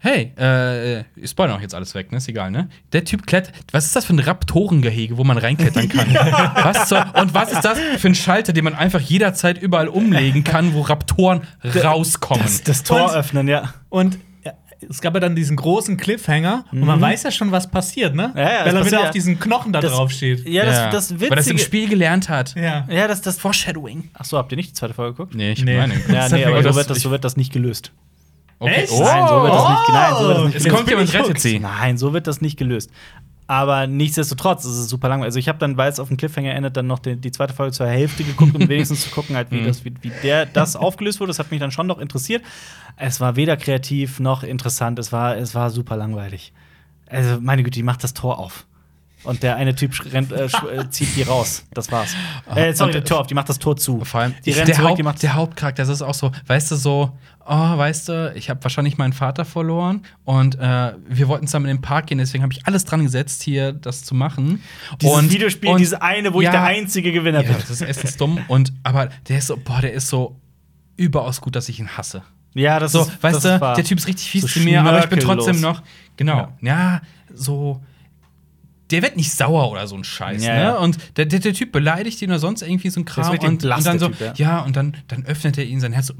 Speaker 3: hey, äh, ich spoilern auch jetzt alles weg, ne? Ist egal, ne? Der Typ klettert, was ist das für ein Raptorengehege, wo man reinklettern kann? was zur, und was ist das für ein Schalter, den man einfach jederzeit überall umlegen kann, wo Raptoren rauskommen?
Speaker 2: das Tor öffnen, ja.
Speaker 1: Und äh, es gab ja dann diesen großen Cliffhanger und man weiß ja schon, was passiert, ne?
Speaker 2: Mhm. Ja, ja,
Speaker 1: Weil er
Speaker 2: das
Speaker 1: wieder
Speaker 2: passiert.
Speaker 1: auf diesen Knochen da
Speaker 2: Das-
Speaker 1: drauf steht.
Speaker 2: Ja, das, das Witzige.
Speaker 3: Weil das im Spiel gelernt hat.
Speaker 1: Ja.
Speaker 2: Ja, das, das.
Speaker 3: Foreshadowing.
Speaker 2: Achso, habt ihr nicht die zweite Folge geguckt?
Speaker 5: Nee, ich
Speaker 1: Nee.
Speaker 5: meine.
Speaker 2: Ja,
Speaker 1: Das
Speaker 2: nee,
Speaker 1: hat
Speaker 2: aber
Speaker 1: mir
Speaker 2: so
Speaker 1: das-
Speaker 2: wird, das, so wird das nicht gelöst.
Speaker 3: Okay.
Speaker 1: Echt?
Speaker 3: Oh,
Speaker 2: Nein, so wird das nicht, nein, so wird das nicht
Speaker 3: es kommt jemand rettet sie.
Speaker 2: Nein, so wird das nicht gelöst. Aber nichtsdestotrotz ist es super langweilig. Also ich habe dann, weil es auf dem Cliffhanger endet, dann noch die, die zweite Folge zur Hälfte geguckt, um wenigstens zu gucken, halt, wie, das, wie, wie der das aufgelöst wurde. Das hat mich dann schon noch interessiert. Es war weder kreativ noch interessant. Es war, es war super langweilig. Also meine Güte, die macht das Tor auf. Und der eine Typ sch- rennt, äh, sch- äh, zieht die raus. Das war's. Äh, sorry,
Speaker 3: Und,
Speaker 2: der
Speaker 3: äh,
Speaker 2: Tor auf, die macht das Tor zu.
Speaker 3: Vor allem
Speaker 2: die rennt
Speaker 3: der,
Speaker 2: zurück,
Speaker 3: Haupt,
Speaker 2: die macht
Speaker 3: der Hauptcharakter, das ist auch so, weißt du, so, oh, weißt du, ich habe wahrscheinlich meinen Vater verloren und äh, wir wollten zusammen in den Park gehen, deswegen habe ich alles dran gesetzt, hier das zu machen.
Speaker 2: dieses
Speaker 3: und,
Speaker 2: Videospiel,
Speaker 3: und-
Speaker 2: dieses eine, wo
Speaker 3: ja,
Speaker 2: ich der einzige Gewinner
Speaker 3: Ja,
Speaker 2: bin.
Speaker 3: das ist erstens dumm und aber der ist so, boah, der ist so überaus gut, dass ich ihn hasse.
Speaker 2: Ja, das
Speaker 3: So,
Speaker 2: ist
Speaker 3: Also, weißt
Speaker 2: das
Speaker 3: du,
Speaker 2: war-
Speaker 3: der Typ ist richtig fies
Speaker 2: so
Speaker 3: zu mir, aber ich bin
Speaker 2: schnörkellos.
Speaker 3: trotzdem noch. Genau. Ja, so. Der wird nicht sauer oder so ein Scheiß,
Speaker 2: Ja,
Speaker 3: ne?
Speaker 2: ja.
Speaker 3: Und der, der, der Typ beleidigt ihn oder sonst irgendwie so ein Kram
Speaker 2: richtig
Speaker 3: und,
Speaker 2: blass,
Speaker 3: und dann
Speaker 2: der
Speaker 3: so,
Speaker 2: Typ, ja.
Speaker 3: ja. und dann, dann öffnet er ihn sein Herz so.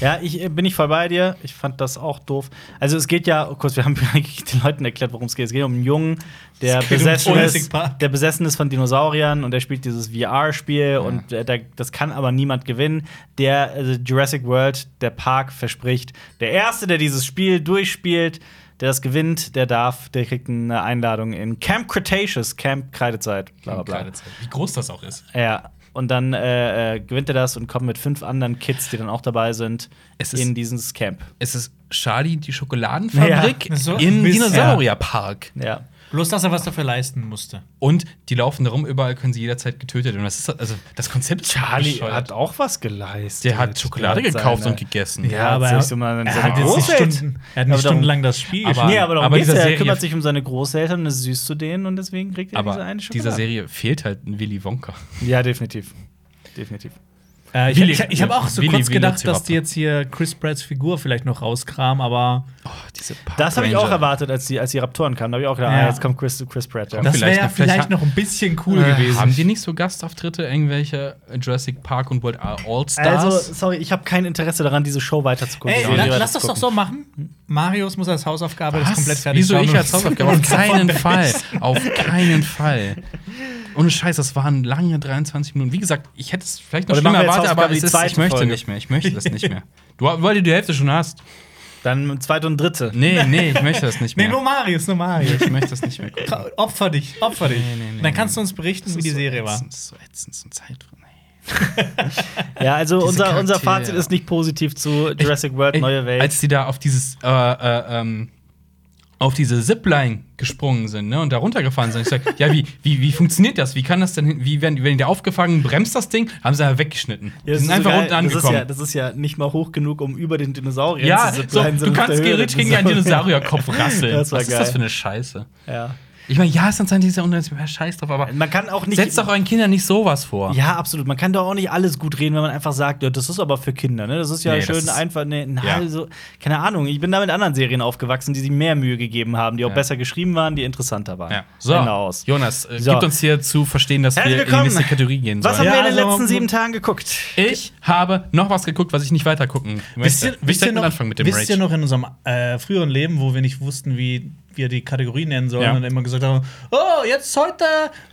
Speaker 2: Ja, ich äh, bin ich voll bei dir. Ich fand das auch doof. Also es geht ja, oh, kurz, wir haben eigentlich den Leuten erklärt, worum es geht. Es geht um einen Jungen, der
Speaker 1: geht um
Speaker 2: besessen
Speaker 1: Jurassic
Speaker 2: ist,
Speaker 1: Park.
Speaker 2: der besessen ist von Dinosauriern und der spielt dieses VR-Spiel und äh, der, das kann aber niemand gewinnen. Der also Jurassic World, der Park verspricht, der erste, der dieses Spiel durchspielt, der das gewinnt, der darf, der kriegt eine Einladung in Camp Cretaceous, Camp Kreidezeit, bla bla bla.
Speaker 3: Wie groß das auch ist.
Speaker 2: Ja. Und dann äh, äh, gewinnt er das und kommt mit fünf anderen Kids, die dann auch dabei sind,
Speaker 3: Es ist-
Speaker 2: in dieses Camp.
Speaker 3: Es ist Charlie die Schokoladenfabrik
Speaker 1: Ja, so
Speaker 3: im
Speaker 1: ein bisschen.
Speaker 3: Dinosaurierpark.
Speaker 2: Ja.
Speaker 1: Bloß, dass er was dafür leisten musste.
Speaker 3: Und die laufen da rum, überall können sie jederzeit getötet werden. Das ist also das Konzept ist
Speaker 2: Ali
Speaker 3: bescheuert.
Speaker 2: hat auch was geleistet.
Speaker 3: der hat Schokolade
Speaker 2: Der hat
Speaker 3: gekauft
Speaker 2: seine-
Speaker 3: und gegessen.
Speaker 2: Ja, aber
Speaker 1: er,
Speaker 2: sich so mal seine
Speaker 1: er hat jetzt nicht,
Speaker 2: Großeltern-
Speaker 1: Stunden, er hat nicht
Speaker 2: Aber darum-
Speaker 1: stundenlang das Spiel
Speaker 3: Aber-
Speaker 1: gespielt.
Speaker 2: Nee, aber darum
Speaker 3: aber
Speaker 2: geht's
Speaker 3: dieser
Speaker 2: ja. Er
Speaker 3: Serie-
Speaker 2: kümmert sich um seine Großeltern und ist süß zu denen und deswegen kriegt er diese
Speaker 3: Aber
Speaker 2: eine Schokolade.
Speaker 3: dieser Serie fehlt halt ein Willy Wonka.
Speaker 2: Ja, definitiv. Definitiv.
Speaker 1: Äh, ich
Speaker 3: Willi-
Speaker 1: ich, ich habe auch so
Speaker 3: Willi
Speaker 1: kurz gedacht,
Speaker 3: Velociraptor.
Speaker 1: dass die jetzt hier Chris Pratts Figur vielleicht noch rauskramen, aber
Speaker 3: Oh, diese
Speaker 2: Das habe ich auch erwartet, als die, als die Raptoren kamen. Da habe ich auch gedacht,
Speaker 1: Ja.
Speaker 2: ah, jetzt kommt Chris, Chris Pratt. Ja.
Speaker 3: Das-
Speaker 1: das wäre
Speaker 3: vielleicht
Speaker 1: ja
Speaker 3: noch- vielleicht
Speaker 1: vielleicht
Speaker 3: hat-
Speaker 1: noch ein bisschen cool gewesen.
Speaker 3: Äh, Haben die nicht so Gastauftritte, irgendwelche Jurassic Park und World All-Stars?
Speaker 2: Also, sorry, ich habe kein Interesse daran, diese Show weiterzugucken.
Speaker 1: Ey,
Speaker 2: Ich will
Speaker 1: la,
Speaker 2: weiter
Speaker 1: lass das doch
Speaker 2: gucken.
Speaker 1: so machen. Marius muss als Hausaufgabe das
Speaker 3: Was?
Speaker 1: komplett fertig
Speaker 3: Wieso
Speaker 1: schauen
Speaker 3: ich
Speaker 1: und-
Speaker 3: als Hausaufgabe? Auf
Speaker 1: und
Speaker 3: keinen
Speaker 1: davon-
Speaker 3: Fall. Auf keinen Fall. Ohne Scheiß, das waren lange 23 Minuten. Wie gesagt, ich hätte es vielleicht noch
Speaker 2: Oder
Speaker 3: schlimmer
Speaker 2: machen wir jetzt
Speaker 3: erwartet, aber
Speaker 2: Hausaufgabe
Speaker 3: es
Speaker 2: die
Speaker 3: ist,
Speaker 2: zweite
Speaker 3: ich möchte
Speaker 2: Folge?
Speaker 3: nicht mehr. Ich möchte das nicht mehr. Du, weil du die Hälfte schon hast.
Speaker 2: Dann zweite und dritte.
Speaker 3: Nee, nee, ich möchte das nicht
Speaker 1: Nee,
Speaker 3: mehr.
Speaker 1: nur Marius, nur Marius.
Speaker 3: ich möchte das nicht mehr gucken.
Speaker 1: Tra- Opfer dich, opfer dich.
Speaker 3: Nee, nee, nee,
Speaker 1: Dann kannst du uns berichten, wie die
Speaker 3: So
Speaker 1: Serie war.
Speaker 3: ätzend, So ätzend, so Zeit.
Speaker 2: Ja, also
Speaker 3: Diese
Speaker 2: unser, unser
Speaker 3: Charaktere.
Speaker 2: Fazit ist nicht positiv zu Jurassic World,
Speaker 3: Ey,
Speaker 2: Neue Welt.
Speaker 3: Als die da auf dieses, äh, äh, ähm, auf diese Zipline gesprungen sind, ne, und da runtergefahren sind. Ich sag, ja, wie, wie, wie funktioniert das? Wie kann das denn, hin- wie werden, werden die da aufgefangen, bremst das Ding, haben sie ja weggeschnitten.
Speaker 2: Ja,
Speaker 3: die
Speaker 2: das
Speaker 3: sind
Speaker 2: ist
Speaker 3: einfach
Speaker 2: geil.
Speaker 3: unten
Speaker 2: Das ist, ja,
Speaker 3: angekommen.
Speaker 2: das ist ja nicht mal hoch genug, um über den Dinosaurier
Speaker 3: Ja,
Speaker 2: zu sitzen.
Speaker 3: so,
Speaker 2: sondern
Speaker 3: du
Speaker 2: auf
Speaker 3: kannst
Speaker 2: der Höhe des
Speaker 3: theoretisch gegen einen
Speaker 2: Dinosauriers.
Speaker 3: Dinosaurierkopf rasseln.
Speaker 2: Das war
Speaker 3: Was
Speaker 2: geil.
Speaker 3: ist das für eine Scheiße?
Speaker 2: Ja.
Speaker 3: Ich meine, ja, es sind diese unnötigen Scheiß drauf, aber
Speaker 2: Man kann auch nicht.
Speaker 3: setzt doch euren Kindern nicht sowas vor.
Speaker 2: ja, absolut. Man kann doch auch nicht alles gut reden, wenn man einfach sagt, ja, das ist aber für Kinder. Ne? Das ist ja
Speaker 3: Nee, das
Speaker 2: schön
Speaker 3: ist-
Speaker 2: einfach. Ne, na,
Speaker 3: Ja.
Speaker 2: also, keine Ahnung. Ich bin da mit anderen Serien aufgewachsen, die sich mehr Mühe gegeben haben, die auch
Speaker 3: Ja.
Speaker 2: besser geschrieben waren, die interessanter waren.
Speaker 3: Ja. So,
Speaker 2: Genau.
Speaker 3: Jonas, äh,
Speaker 2: So.
Speaker 3: gibt uns hier zu verstehen, dass
Speaker 2: Herzlich
Speaker 3: wir in die
Speaker 2: willkommen.
Speaker 3: nächste Kategorie gehen
Speaker 2: Was
Speaker 3: sollen.
Speaker 2: haben
Speaker 1: Ja,
Speaker 2: wir in den
Speaker 1: also-
Speaker 2: letzten sieben Tagen geguckt?
Speaker 3: Ich habe noch was geguckt, was ich nicht weiter gucken
Speaker 1: Wisst ihr,
Speaker 3: möchte.
Speaker 1: wisst ihr
Speaker 3: direkt mal
Speaker 1: noch,
Speaker 3: anfangen mit dem
Speaker 1: wisst ihr
Speaker 3: Rage.
Speaker 1: noch in unserem äh, früheren Leben, wo wir nicht wussten, wie wir die Kategorie nennen sollen
Speaker 3: Ja.
Speaker 1: und immer gesagt haben, oh, jetzt heute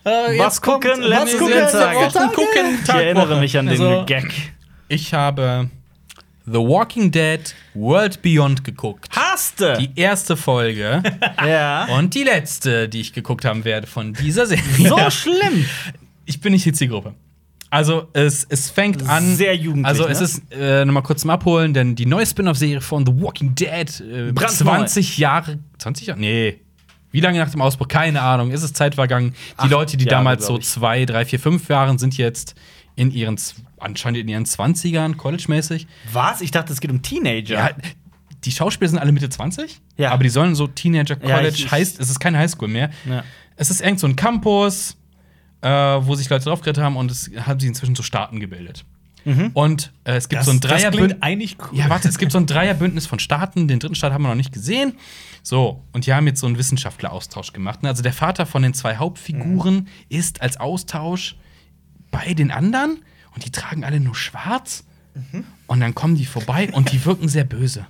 Speaker 1: äh,
Speaker 2: Was
Speaker 1: jetzt kommt-
Speaker 2: gucken,
Speaker 1: was
Speaker 2: letzte
Speaker 1: gucken,
Speaker 2: sieben
Speaker 1: letzte
Speaker 2: Tage.
Speaker 1: Woche?
Speaker 3: gucken,
Speaker 2: Ich erinnere mich an den
Speaker 1: Also-
Speaker 2: Gag.
Speaker 3: Ich habe The Walking Dead World Beyond geguckt.
Speaker 2: Haste!
Speaker 3: Die erste Folge
Speaker 2: ja.
Speaker 3: und die letzte, die ich geguckt haben werde von dieser Serie.
Speaker 2: So schlimm!
Speaker 3: Ich bin nicht die Zielgruppe. Also, es, es fängt an.
Speaker 2: Sehr jugendlich,
Speaker 3: Also, es
Speaker 2: ne?
Speaker 3: ist, äh, nochmal kurz zum Abholen, denn die neue Spin-off-Serie von The Walking Dead, äh,
Speaker 2: Brandneu.
Speaker 3: 20 Jahre. 20 Jahre? Nee. Wie lange nach dem Ausbruch? Keine Ahnung. Ist es Zeit vergangen? Die Leute, die
Speaker 2: Jahre,
Speaker 3: damals so
Speaker 2: glaub ich.
Speaker 3: zwei, drei, vier, fünf Jahren sind jetzt in ihren, Z- anscheinend in ihren 20ern, college-mäßig.
Speaker 2: Was? Ich dachte, es geht um Teenager.
Speaker 3: Ja. die Schauspieler sind alle Mitte 20,
Speaker 2: Ja.
Speaker 3: aber die sollen so Teenager College
Speaker 2: Ja, ich- ich-
Speaker 3: heißt, es ist kein Highschool mehr.
Speaker 2: Ja.
Speaker 3: Es ist irgend so ein Campus, äh, wo sich Leute draufgeritten haben und es haben sich inzwischen zu Staaten gebildet.
Speaker 2: Mhm.
Speaker 3: Und äh, es gibt
Speaker 1: Das,
Speaker 3: so ein
Speaker 1: das
Speaker 3: Dreierbündnis.
Speaker 1: klingt eigentlich cool.
Speaker 3: Ja, warte, es gibt so ein Dreierbündnis von Staaten. Den dritten Staat haben wir noch nicht gesehen. So, und die haben jetzt so einen Wissenschaftler-Austausch gemacht. ne? Also der Vater von den zwei Hauptfiguren ist als Austausch bei den anderen und die tragen alle nur schwarz. Und dann kommen die vorbei und die wirken sehr böse.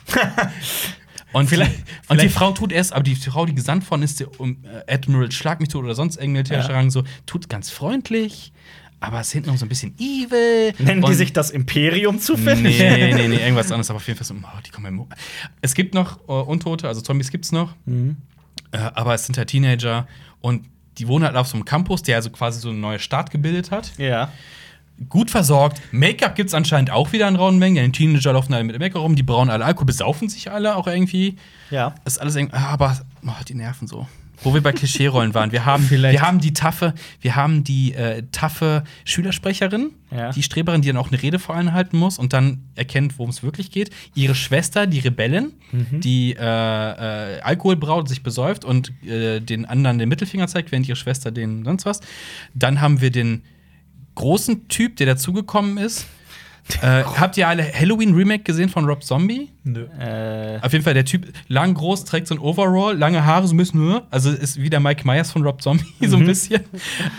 Speaker 3: Und,
Speaker 1: Vielleicht-
Speaker 3: und die
Speaker 1: vielleicht-
Speaker 3: Frau tut es, aber die Frau, die gesandt worden ist, der um, äh, Admiral Schlag mich tot oder sonst irgendwelche
Speaker 1: Ja.
Speaker 3: Rang so, tut ganz freundlich, aber ist hintenrum so ein bisschen evil.
Speaker 2: Nennen die
Speaker 3: Und-
Speaker 2: sich das Imperium zufällig?
Speaker 3: Nee, nee, nee, irgendwas anderes, aber auf jeden Fall so, oh, die kommen im Mo Es gibt noch äh, Untote, also Zombies gibt's noch, äh, aber es sind halt Teenager und die wohnen halt auf so einem Campus, der also quasi so eine neue Stadt gebildet hat.
Speaker 2: Ja.
Speaker 3: Gut versorgt. Make-up gibt's anscheinend auch wieder in rauen Mengen. Ja, die Teenager laufen alle mit Make-up rum, die brauen alle Alkohol, besaufen sich alle auch irgendwie.
Speaker 2: Ja.
Speaker 3: Das ist alles irgendwie, ah, aber oh, die Nerven so. Wo wir bei Klischee-Rollen waren. Wir haben,
Speaker 1: Vielleicht.
Speaker 3: wir haben die taffe, wir haben die äh, taffe Schülersprecherin,
Speaker 2: Ja.
Speaker 3: die Streberin, die dann auch eine Rede vor allen halten muss und dann erkennt, worum es wirklich geht. Ihre Schwester, die Rebellen, die äh, äh, Alkohol braut, sich besäuft und äh, den anderen den Mittelfinger zeigt, während ihre Schwester den sonst was. Dann haben wir den großen Typ, der dazugekommen ist. äh, habt ihr alle Halloween-Remake gesehen von Rob Zombie?
Speaker 1: Nö.
Speaker 2: Äh,
Speaker 3: Auf jeden Fall, der Typ, lang, groß, trägt so ein Overall, lange Haare, so ein bisschen, ne? also ist wie der Mike Myers von Rob Zombie, so
Speaker 2: Mhm.
Speaker 3: ein bisschen.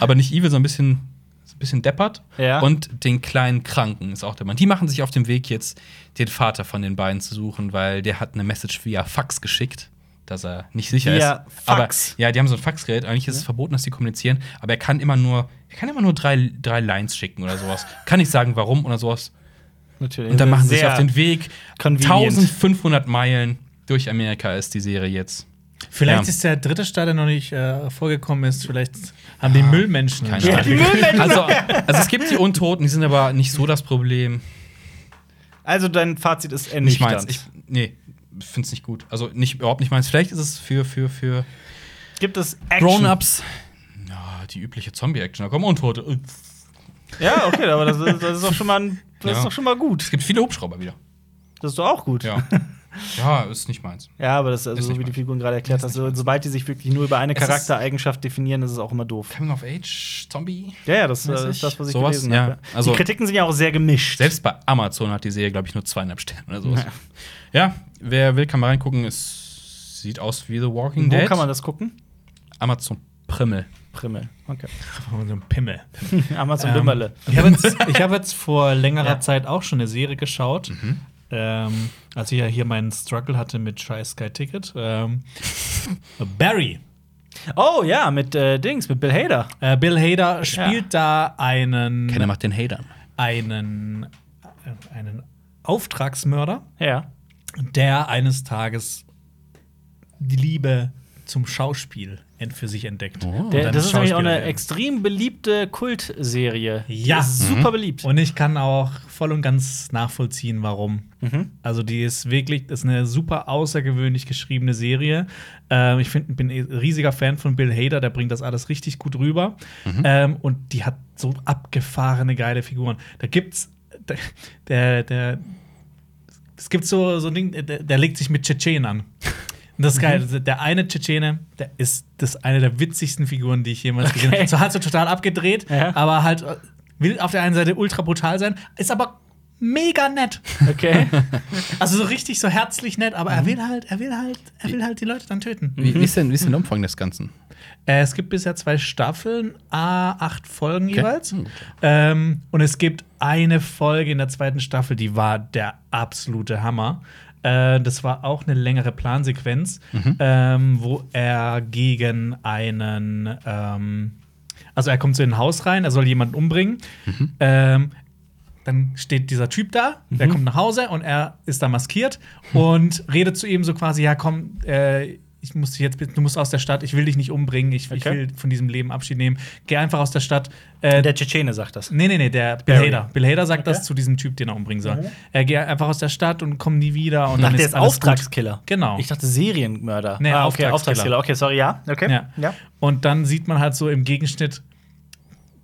Speaker 3: Aber nicht evil, so ein bisschen, so ein bisschen deppert.
Speaker 2: Ja.
Speaker 3: Und den kleinen Kranken ist auch der Mann. Die machen sich auf dem Weg jetzt, den Vater von den beiden zu suchen, weil der hat eine Message via Fax geschickt, dass er nicht sicher
Speaker 2: Via
Speaker 3: ist.
Speaker 2: Fax.
Speaker 3: Aber, ja, die haben so ein Faxgerät. Eigentlich ist es verboten, dass die kommunizieren. Aber er kann immer nur, er kann immer nur drei, drei Lines schicken oder sowas. kann nicht sagen, warum oder sowas.
Speaker 2: natürlich.
Speaker 3: Und dann machen sie sich
Speaker 2: Sehr-
Speaker 3: auf den Weg.
Speaker 2: convenient.
Speaker 3: 1500 Meilen durch Amerika ist die Serie jetzt.
Speaker 1: Vielleicht
Speaker 3: Ja.
Speaker 1: ist der dritte Staat, der noch nicht äh, vorgekommen ist. Vielleicht haben die Müllmenschen
Speaker 3: Ah, Keine
Speaker 1: Staat.
Speaker 3: Ahnung. Also, also es gibt die Untoten, die sind aber nicht so das Problem.
Speaker 2: Also dein Fazit ist
Speaker 3: Nicht
Speaker 2: ernüchternd.
Speaker 3: meins. Ich, nee, find's nicht gut. Also nicht, überhaupt nicht meins. Vielleicht ist es für, für, für
Speaker 2: Gibt es Action?
Speaker 3: Grown-Ups. Na, die übliche Zombie-Action. Da kommen Untote. Äh,
Speaker 2: Ja, okay, aber das ist, das ist, doch, schon mal ein, das
Speaker 3: Ja.
Speaker 2: ist doch schon mal
Speaker 3: Es
Speaker 2: gut.
Speaker 3: gibt viele Hubschrauber wieder.
Speaker 2: Das ist doch auch gut.
Speaker 3: Ja. ja, ist nicht meins.
Speaker 2: Ja, aber das ist also
Speaker 3: Ist
Speaker 2: so,
Speaker 3: nicht
Speaker 2: wie die
Speaker 3: meins.
Speaker 2: Figuren gerade erklärt hast. so- Sobald die sich wirklich nur über eine
Speaker 3: Es ist-
Speaker 2: Charaktereigenschaft definieren, ist es auch immer doof.
Speaker 3: Coming of Age, Zombie.
Speaker 2: Ja, ja, das
Speaker 3: Weiß
Speaker 2: äh,
Speaker 3: ich.
Speaker 2: ist das, was ich
Speaker 3: Sowas,
Speaker 2: gelesen
Speaker 3: ja.
Speaker 2: habe.
Speaker 3: Also-
Speaker 2: die Kritiken sind ja auch sehr gemischt.
Speaker 3: Selbst bei Amazon hat die Serie, glaube ich, nur zweieinhalb Sterne oder sowas.
Speaker 2: Ja.
Speaker 3: Ja, wer will, kann mal reingucken. Es sieht aus wie The Walking
Speaker 2: Wo
Speaker 3: Dead.
Speaker 2: kann man das gucken?
Speaker 3: Amazon Primmel.
Speaker 2: Primmel. Okay.
Speaker 1: So ein Pimmel.
Speaker 2: Amazon
Speaker 1: Ähm,
Speaker 2: Bimmerle.
Speaker 1: Ich habe jetzt, ich hab jetzt vor längerer
Speaker 2: Ja.
Speaker 1: Zeit auch schon eine Serie geschaut.
Speaker 3: Mhm.
Speaker 1: Ähm, als ich ja hier meinen Struggle hatte mit Try Sky Ticket. Ähm, Barry.
Speaker 2: Oh ja, mit äh, Dings, mit Bill Hader.
Speaker 1: Äh, Bill Hader spielt da einen,
Speaker 3: Keiner macht den Hatern.
Speaker 1: einen, äh, einen Auftragsmörder,
Speaker 2: Ja.
Speaker 1: der eines Tages die Liebe zum Schauspiel ent- für sich entdeckt. Und
Speaker 2: Der,
Speaker 1: dann
Speaker 2: das ist nämlich auch
Speaker 1: Schauspieler
Speaker 2: eine
Speaker 1: wird.
Speaker 2: extrem beliebte Kultserie. Die
Speaker 1: Ja.
Speaker 2: Ist super beliebt.
Speaker 1: Und ich kann auch voll und ganz nachvollziehen, warum. Also, die ist wirklich, ist eine super außergewöhnlich geschriebene Serie. Ähm, ich find, bin eh riesiger Fan von Bill Hader, der bringt das alles richtig gut rüber. Ähm, und die hat so abgefahrene, geile Figuren. Da gibt's, der, der, der es gibt so, so ein Ding, der, der legt sich mit Tschetschenen an. Und das ist geil. Also Der eine Tschetschene, der ist das ist eine der witzigsten Figuren, die ich jemals gesehen habe. So hat so total abgedreht,
Speaker 2: Ja.
Speaker 1: aber halt äh, will auf der einen Seite ultra brutal sein, ist aber mega nett.
Speaker 2: Okay.
Speaker 1: Also so richtig so herzlich nett, aber er will halt, er will halt, er will halt die Leute dann töten.
Speaker 3: Wie, wie, ist denn, wie ist denn der Umfang des Ganzen?
Speaker 1: Äh, es gibt bisher zwei Staffeln, a acht Folgen jeweils.
Speaker 3: Hm.
Speaker 1: Ähm, und es gibt eine Folge in der zweiten Staffel, die war der absolute Hammer. Äh, das war auch eine längere Plansequenz, ähm, wo er gegen einen, ähm, also er kommt zu in ein Haus rein, er soll jemanden umbringen. Ähm, dann steht dieser Typ da,
Speaker 2: Mhm.
Speaker 1: der kommt nach Hause und er ist da maskiert und redet zu ihm so quasi: Ja, komm, äh, ich muss dich jetzt, du musst aus der Stadt, ich will dich nicht umbringen, ich, ich
Speaker 2: Okay.
Speaker 1: will von diesem Leben Abschied nehmen. Geh einfach aus der Stadt. Äh,
Speaker 2: Der Tschetschene sagt das.
Speaker 1: Nee, nee, nee, der Bill
Speaker 2: Barry.
Speaker 1: Hader. Bill Hader sagt
Speaker 2: Okay. Mhm.
Speaker 1: das zu diesem Typ, den er umbringen soll. Er geht einfach aus der Stadt und kommt nie wieder. Und
Speaker 2: Ach,
Speaker 1: dann
Speaker 2: der
Speaker 1: ist
Speaker 2: ist
Speaker 1: alles gut.
Speaker 2: Auftragskiller.
Speaker 1: Genau.
Speaker 2: Ich dachte Serienmörder. Ah,
Speaker 1: Nee,
Speaker 2: okay,
Speaker 1: Auftragskiller.
Speaker 2: Auftragskiller. Okay, sorry, ja. Okay.
Speaker 1: Ja. Und dann sieht man halt so im Gegenschnitt,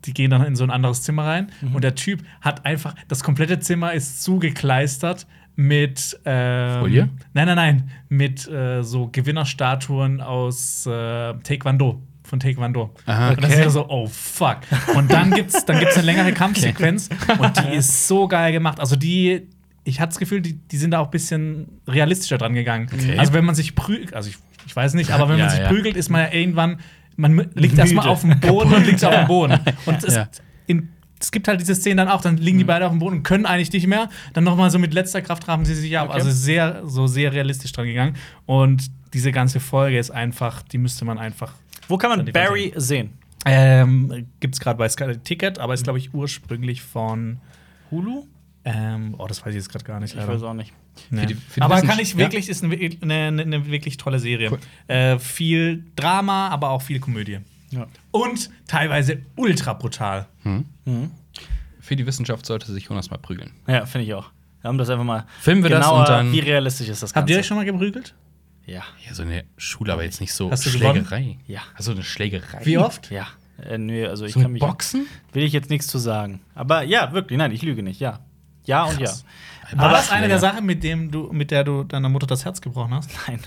Speaker 1: die gehen dann in so ein anderes Zimmer rein
Speaker 3: Mhm.
Speaker 1: und der Typ hat einfach, das komplette Zimmer ist zugekleistert mit ähm,
Speaker 3: Folie?
Speaker 1: Nein, nein, nein, mit äh, so Gewinnerstatuen aus äh, Taekwondo. Von Taekwondo.
Speaker 3: Aha,
Speaker 1: Und das ist ja so, oh fuck. Und dann gibt's, dann gibt's eine längere Kampfsequenz und die ist so geil gemacht. Also die, ich hatte das Gefühl, die, die sind da auch ein bisschen realistischer dran gegangen.
Speaker 3: Okay.
Speaker 1: Also wenn man sich prügelt, also ich, ich weiß nicht, aber wenn
Speaker 3: Ja,
Speaker 1: man sich
Speaker 3: ja.
Speaker 1: prügelt, ist man ja irgendwann, man liegt erstmal
Speaker 2: Müde.
Speaker 1: auf dem Boden und liegt auf dem Boden. Und es
Speaker 3: Ja. Mhm.
Speaker 1: ist in es gibt halt diese Szenen dann auch, dann liegen die beiden auf dem Boden und können eigentlich nicht mehr. Dann nochmal so mit letzter Kraft raben sie sich ab.
Speaker 2: Okay.
Speaker 1: Also sehr, so sehr realistisch dran gegangen. Und diese ganze Folge ist einfach, die müsste man einfach.
Speaker 2: Wo kann man
Speaker 1: Dann die
Speaker 2: Barry sehen?
Speaker 1: Ähm, gibt's gerade bei Sky Ticket, aber ist, glaube ich, ursprünglich von.
Speaker 2: Hulu?
Speaker 1: Ähm, oh, das weiß ich jetzt gerade gar nicht.
Speaker 2: Ich
Speaker 1: leider.
Speaker 2: weiß auch nicht.
Speaker 1: Nee.
Speaker 3: Für die- für die
Speaker 1: aber
Speaker 3: Wissens-
Speaker 1: kann ich
Speaker 3: Ja.
Speaker 1: wirklich, ist eine, eine, eine wirklich tolle Serie.
Speaker 3: Cool.
Speaker 1: Äh, viel Drama, aber auch viel Komödie.
Speaker 2: Ja.
Speaker 1: Und teilweise ultra brutal.
Speaker 3: Für die Wissenschaft sollte sich Jonas mal prügeln.
Speaker 2: Ja, finde ich auch. Wir haben das einfach mal.
Speaker 3: Filmen wir das
Speaker 2: genauer,
Speaker 3: und dann-
Speaker 2: Wie realistisch ist das
Speaker 1: Habt
Speaker 2: Ganze?
Speaker 1: ihr euch schon mal geprügelt?
Speaker 2: Ja.
Speaker 3: Ja, so in der Schule, aber jetzt nicht so
Speaker 1: Hast du
Speaker 3: Schlägerei.
Speaker 2: Ja.
Speaker 3: Also eine Schlägerei.
Speaker 1: Wie oft?
Speaker 2: Ja. Äh, nö, also ich
Speaker 3: So
Speaker 2: kann
Speaker 3: mit
Speaker 2: mich.
Speaker 3: Boxen?
Speaker 2: Will ich jetzt nichts zu sagen. Aber ja, wirklich, nein, ich lüge nicht. Ja. Ja und
Speaker 3: Krass.
Speaker 1: War
Speaker 3: Aber-
Speaker 1: das eine der Sachen, mit, dem du, mit der du deiner Mutter das Herz gebrochen hast?
Speaker 2: ja. Nein.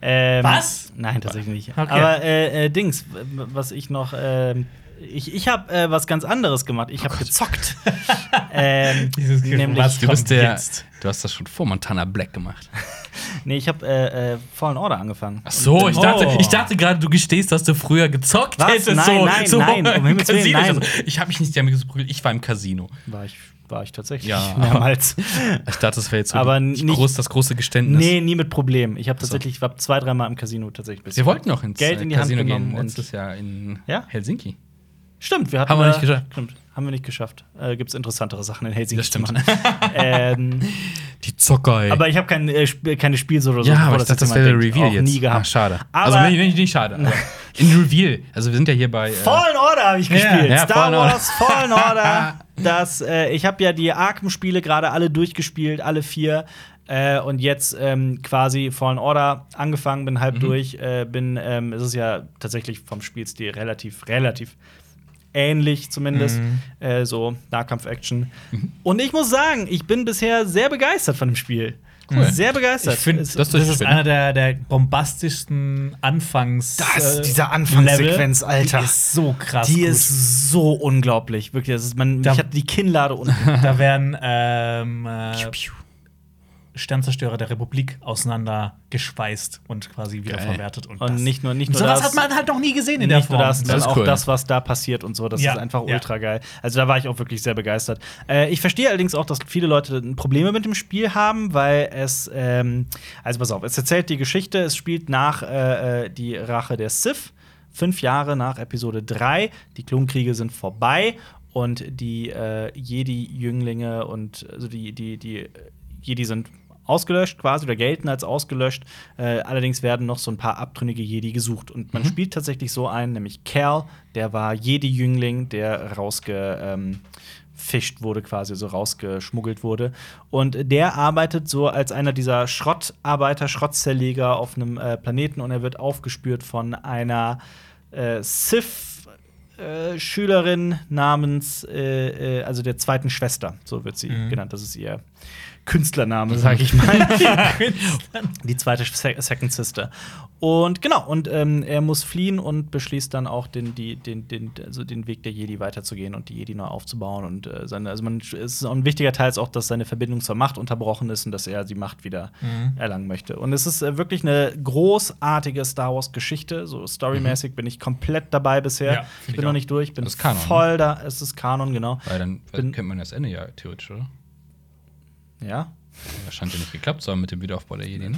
Speaker 2: Ähm,
Speaker 1: Was?
Speaker 2: Nein, tatsächlich nicht.
Speaker 1: Okay.
Speaker 2: Aber äh, äh, Dings, w- was ich noch. ähm, ich ich habe äh, was ganz anderes gemacht.
Speaker 3: Oh
Speaker 2: Ich habe gezockt. ähm,
Speaker 1: Dieses Gefühl, was
Speaker 3: Du
Speaker 1: Kommt
Speaker 3: bist der.
Speaker 1: jetzt.
Speaker 3: Du hast das schon vor Montana Black gemacht.
Speaker 2: Nee, ich habe äh, äh, Fallen Order angefangen.
Speaker 3: Ach so, ich
Speaker 1: Oh.
Speaker 3: dachte, ich dachte gerade, du gestehst, dass du früher gezockt
Speaker 2: Was?
Speaker 3: hättest.
Speaker 2: Nein,
Speaker 3: so,
Speaker 2: nein,
Speaker 3: so
Speaker 2: nein, um
Speaker 3: im
Speaker 2: Himmels Willen,
Speaker 3: Casino.
Speaker 2: nein.
Speaker 3: Ich, ich habe mich nicht damit geprügelt, ich war im Casino.
Speaker 2: War ich, war ich tatsächlich
Speaker 3: Ja.
Speaker 2: mehrmals.
Speaker 3: Ich dachte, das wäre jetzt so
Speaker 2: Aber
Speaker 3: die- die
Speaker 2: nicht-
Speaker 3: groß, das große Geständnis.
Speaker 2: nee, nie mit Problem. Ich habe tatsächlich, war zwei, dreimal im Casino tatsächlich. bis-
Speaker 3: Wir wollten noch ins äh,
Speaker 2: Geld in die Hand
Speaker 3: Casino
Speaker 2: genommen
Speaker 3: gehen
Speaker 2: und-
Speaker 3: letztes Jahr in
Speaker 2: Ja?
Speaker 3: Helsinki.
Speaker 2: Stimmt, wir hatten
Speaker 3: Haben wir
Speaker 2: äh,
Speaker 3: nicht geschafft.
Speaker 2: Stimmt, haben wir nicht geschafft. Äh, Gibt es interessantere Sachen in Helsinki?
Speaker 3: Das stimmt.
Speaker 2: zu machen. ähm,
Speaker 3: Die Zocker, ey.
Speaker 2: aber ich habe kein, äh, Sp keine Spielsucht oder so.
Speaker 3: ja,
Speaker 2: bevor
Speaker 3: aber ich dachte,
Speaker 2: jetzt
Speaker 3: das wäre der
Speaker 2: jemand
Speaker 3: Reveal
Speaker 2: denkt.
Speaker 3: jetzt.
Speaker 2: Auch nie gehabt.
Speaker 3: Ah, schade.
Speaker 2: Aber
Speaker 3: also, nee, nee, nicht schade. Aber in Reveal. Also, wir sind ja hier bei. Äh,
Speaker 2: Fallen Order habe ich gespielt.
Speaker 3: ja,
Speaker 2: Star
Speaker 3: Fallen Order.
Speaker 2: Wars Fallen Order. Das, äh, ich habe ja die Arkham-Spiele gerade alle durchgespielt, alle vier. Äh, und jetzt ähm, quasi Fallen Order angefangen, bin
Speaker 3: Mhm.
Speaker 2: halb durch. Äh, bin, ähm, es ist ja tatsächlich vom Spielstil relativ, relativ ähnlich zumindest.
Speaker 3: Mhm.
Speaker 2: Äh, so Nahkampf-Action. Und ich muss sagen, ich bin bisher sehr begeistert von dem Spiel. Sehr begeistert.
Speaker 3: Ich find,
Speaker 2: Es-
Speaker 3: das
Speaker 1: Das ist
Speaker 3: durchspielen.
Speaker 1: einer der, der bombastischsten Anfangs.
Speaker 2: Das,
Speaker 1: äh,
Speaker 2: diese Anfangssequenz,
Speaker 1: Level.
Speaker 2: Alter.
Speaker 1: Die ist so krass.
Speaker 2: die
Speaker 1: gut.
Speaker 2: ist so unglaublich. Wirklich, das ist, man,
Speaker 1: Da-
Speaker 2: ich hatte die Kinnlade unten.
Speaker 1: Da werden ähm, äh,
Speaker 3: Piu, piu.
Speaker 1: Sternzerstörer der Republik auseinandergeschweißt und quasi wieder
Speaker 3: Geil.
Speaker 1: verwertet. Und,
Speaker 2: Und
Speaker 1: das-
Speaker 2: nicht nur, nicht
Speaker 1: Und
Speaker 2: nur
Speaker 1: sowas
Speaker 2: das.
Speaker 1: hat man halt noch nie gesehen in der
Speaker 2: nicht nur
Speaker 1: Form.
Speaker 2: das,
Speaker 3: Das ist
Speaker 2: sondern
Speaker 3: cool.
Speaker 2: auch das, was da passiert und so. Das
Speaker 1: Ja,
Speaker 2: ist einfach
Speaker 1: ja.
Speaker 2: ultra geil. Also da war ich auch wirklich sehr begeistert. Äh, ich verstehe allerdings auch, dass viele Leute Probleme mit dem Spiel haben, weil es, ähm, also pass auf, es erzählt die Geschichte, es spielt nach äh, äh, die Rache der Sith, fünf Jahre nach Episode 3. Die Klonkriege sind vorbei und die äh, Jedi-Jünglinge und also die, die, die Jedi sind ausgelöscht quasi oder gelten als ausgelöscht. Äh, allerdings werden noch so ein paar abtrünnige Jedi gesucht. Und man spielt tatsächlich so einen, nämlich Cal, der war Jedi-Jüngling, der rausge. Ähm, fischt wurde quasi, so rausgeschmuggelt wurde. Und der arbeitet so als einer dieser Schrottarbeiter, Schrottzerleger auf einem äh, Planeten und er wird aufgespürt von einer äh, Sith äh, Schülerin namens, äh, äh, also der zweiten Schwester, so wird sie genannt. Das ist ihr Künstlername, sage Mhm. ich mal. Die zweite Se Second Sister. Und genau, und ähm, er muss fliehen und beschließt dann auch den, die, den, den, also den Weg der Jedi weiterzugehen und die Jedi neu aufzubauen. Und äh, seine, also man, es ist auch ein wichtiger Teil ist auch, dass seine Verbindung zur Macht unterbrochen ist und dass er die Macht wieder
Speaker 3: Mhm.
Speaker 2: erlangen möchte. Und es ist äh, wirklich eine großartige Star Wars-Geschichte. So storymäßig bin ich komplett dabei bisher.
Speaker 1: Ja,
Speaker 3: Mhm. find
Speaker 2: ich
Speaker 3: ich
Speaker 2: bin
Speaker 3: auch.
Speaker 2: noch nicht durch, ich bin
Speaker 3: Das ist Kanon, ne?
Speaker 2: voll da. Es ist Kanon, genau.
Speaker 3: Weil dann weil
Speaker 2: Bin-
Speaker 3: kennt man das Ende ja theoretisch, oder?
Speaker 2: Ja.
Speaker 3: Das scheint ja nicht geklappt zu haben mit dem Wiederaufbau der Jedi. ne?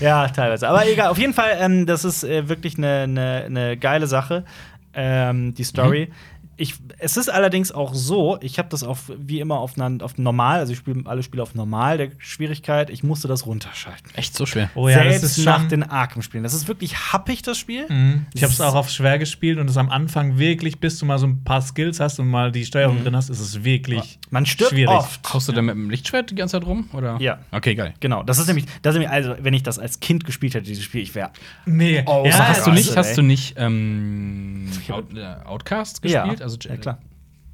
Speaker 2: Ja, teilweise. Aber egal, auf jeden Fall, ähm, das ist äh, wirklich eine ne, ne geile Sache, ähm, die Story.
Speaker 1: Mhm.
Speaker 2: Ich, es ist allerdings auch so, ich habe das auf, wie immer auf, na, auf normal, also ich spiele alle Spiele auf normal der Schwierigkeit, ich musste das runterschalten.
Speaker 3: Echt so schwer.
Speaker 1: oh ja,
Speaker 2: Selbst
Speaker 1: das ist
Speaker 2: nach
Speaker 1: schon,
Speaker 2: den Arkham-Spielen. Das ist wirklich happig, das Spiel.
Speaker 1: Mhm. Ich habe es auch auf schwer gespielt und es am Anfang wirklich, bis du mal so ein paar Skills hast und mal die Steuerung drin hast, ist es wirklich.
Speaker 2: Man stirbt
Speaker 1: Schwierig.
Speaker 2: oft.
Speaker 3: Haust du dann mit dem Lichtschwert die ganze Zeit rum? Oder?
Speaker 2: Ja.
Speaker 3: Okay, geil.
Speaker 2: Genau, das ist nämlich, das ist nämlich, also wenn ich das als Kind gespielt hätte, dieses Spiel, ich wäre
Speaker 1: Nee,
Speaker 2: Oh,
Speaker 1: ja, also
Speaker 2: das
Speaker 3: hast du
Speaker 2: krass,
Speaker 3: nicht, hast
Speaker 2: ey.
Speaker 3: du nicht ähm, Out, äh, Outcast gespielt?
Speaker 2: Ja,
Speaker 3: Also,
Speaker 2: ja, klar.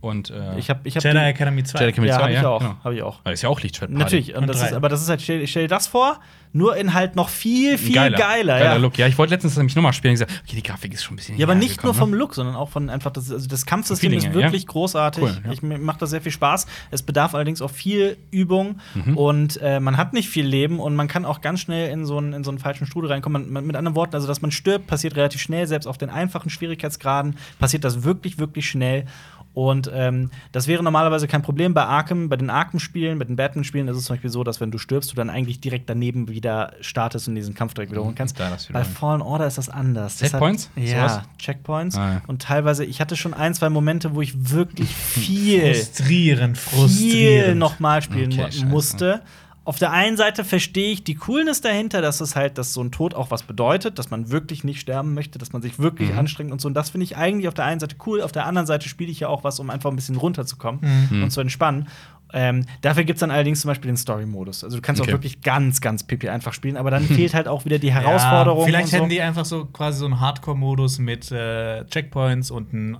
Speaker 3: Und äh,
Speaker 2: Ich habe ich hab
Speaker 1: Jedi
Speaker 2: die-
Speaker 1: Academy 2.
Speaker 3: Jedi Academy
Speaker 2: ja, hab
Speaker 3: 2,
Speaker 2: ich
Speaker 3: ja.
Speaker 2: auch,
Speaker 3: genau.
Speaker 2: hab ich auch.
Speaker 3: Aber ist ja auch Lichtschwert.
Speaker 2: Natürlich, und
Speaker 1: Und
Speaker 2: das
Speaker 1: drei.
Speaker 2: ist, aber das ist halt, stell, stell dir das vor, nur in halt noch viel, viel geiler.
Speaker 3: geiler, geiler
Speaker 2: ja.
Speaker 3: Look. Ja, ich wollte letztens nämlich nochmal spielen und gesagt, okay, die Grafik ist schon ein bisschen.
Speaker 2: Ja, aber
Speaker 3: näher
Speaker 2: nicht nur
Speaker 3: gekommen,
Speaker 2: vom
Speaker 3: ne?
Speaker 2: Look, sondern auch von einfach, das, also das Kampfsystem
Speaker 3: Feeling,
Speaker 2: ist
Speaker 3: ja.
Speaker 2: wirklich großartig.
Speaker 3: Cool, ja.
Speaker 2: Ich mir macht das sehr viel Spaß. Es bedarf allerdings auch viel Übung
Speaker 3: Mhm.
Speaker 2: und äh, man hat nicht viel Leben und man kann auch ganz schnell in so einen, in so einen falschen Strudel reinkommen. Man, man, mit anderen Worten, also dass man stirbt, passiert relativ schnell. Selbst auf den einfachen Schwierigkeitsgraden passiert das wirklich, wirklich schnell. Und ähm, das wäre normalerweise kein Problem bei Arkham, bei den Arkham-Spielen, mit den Batman-Spielen ist es zum Beispiel so, dass wenn du stirbst, du dann eigentlich direkt daneben wieder startest und diesen Kampf direkt wiederholen kannst.
Speaker 3: Mhm. Da das
Speaker 2: bei
Speaker 3: wiederholen.
Speaker 2: Fallen Order ist das anders.
Speaker 3: Set
Speaker 2: Deshalb-
Speaker 3: Points?
Speaker 2: Ja,
Speaker 3: Sowas?
Speaker 2: Checkpoints.
Speaker 3: Ah, ja.
Speaker 2: Und teilweise, ich hatte schon ein, zwei Momente, wo ich wirklich viel,
Speaker 1: Frustrierend,
Speaker 2: viel
Speaker 1: frustrierend.
Speaker 2: nochmal spielen
Speaker 3: Okay,
Speaker 2: mu-
Speaker 3: scheiße.
Speaker 2: musste. Auf der einen Seite verstehe ich die Coolness dahinter, dass es halt, dass so ein Tod auch was bedeutet, dass man wirklich nicht sterben möchte, dass man sich wirklich
Speaker 3: Mhm.
Speaker 2: anstrengt und so. Und das finde ich eigentlich auf der einen Seite cool, auf der anderen Seite spiele ich ja auch was, um einfach ein bisschen runterzukommen
Speaker 3: Mhm.
Speaker 2: und zu entspannen. Ähm, dafür gibt es dann allerdings zum Beispiel den Story-Modus. Also du kannst auch
Speaker 3: Okay.
Speaker 2: wirklich ganz, ganz pipi einfach spielen, aber dann fehlt halt auch wieder die Herausforderung.
Speaker 1: Ja, vielleicht
Speaker 2: und so.
Speaker 1: hätten die einfach so quasi so einen Hardcore-Modus mit äh, Checkpoints und einen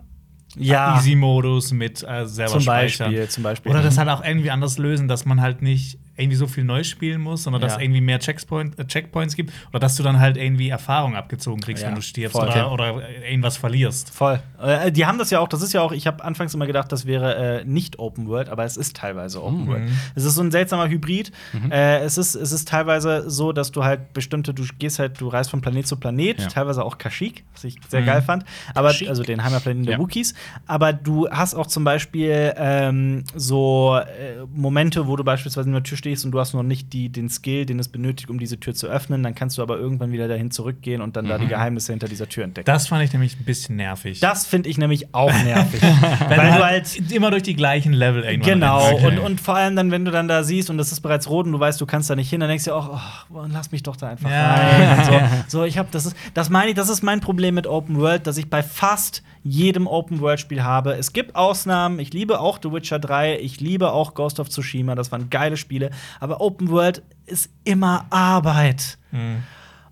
Speaker 2: ja.
Speaker 1: Easy-Modus mit äh, selber
Speaker 2: Zum
Speaker 1: speichern.
Speaker 2: Beispiel, zum Beispiel. mhm.
Speaker 1: Oder das halt auch irgendwie anders lösen, dass man halt nicht irgendwie so viel neu spielen muss, sondern
Speaker 2: Ja.
Speaker 1: dass irgendwie mehr Checkpoint, äh, Checkpoints gibt oder dass du dann halt irgendwie Erfahrung abgezogen kriegst,
Speaker 2: Ja,
Speaker 1: wenn du stirbst
Speaker 2: voll.
Speaker 1: oder, oder irgendwas verlierst.
Speaker 2: Voll. Äh, die haben das ja auch, das ist ja auch, ich habe anfangs immer gedacht, das wäre äh, nicht Open World, aber es ist teilweise Open
Speaker 3: Mhm.
Speaker 2: World. Es ist so ein seltsamer Hybrid. Äh, es, ist, es ist teilweise so, dass du halt bestimmte, du gehst halt, du reist von Planet zu Planet,
Speaker 3: Ja. Mhm.
Speaker 2: teilweise auch Kashyyyk, was ich sehr geil fand. Aber,
Speaker 1: Kashyyyk.
Speaker 2: also den Heimatplaneten der
Speaker 3: Ja.
Speaker 2: Wookies. Aber du hast auch zum Beispiel ähm, so äh, Momente, wo du beispielsweise in der Tür stehst und du hast noch nicht die, den Skill, den es benötigt, um diese Tür zu öffnen. Dann kannst du aber irgendwann wieder dahin zurückgehen und dann da
Speaker 3: Mhm.
Speaker 2: die Geheimnisse hinter dieser Tür entdecken.
Speaker 1: Das fand ich nämlich ein bisschen nervig.
Speaker 2: Das finde ich nämlich auch nervig.
Speaker 1: weil,
Speaker 2: weil
Speaker 1: du
Speaker 2: du
Speaker 1: halt
Speaker 2: halt
Speaker 1: immer durch die gleichen Level irgendwann
Speaker 2: genau.
Speaker 1: rennst.
Speaker 2: Und, und vor allem dann, wenn du dann da siehst und das ist bereits rot und du weißt, du kannst da nicht hin, dann denkst du dir auch, oh, lass mich doch da einfach
Speaker 1: Ja.
Speaker 2: rein. Und so. so, ich habe das ist, das meine ich, das ist mein Problem mit Open World, dass ich bei fast jedem Open World Spiel habe. Es gibt Ausnahmen. Ich liebe auch The Witcher 3, ich liebe auch Ghost of Tsushima. Das waren geile Spiele. Aber Open World ist immer Arbeit.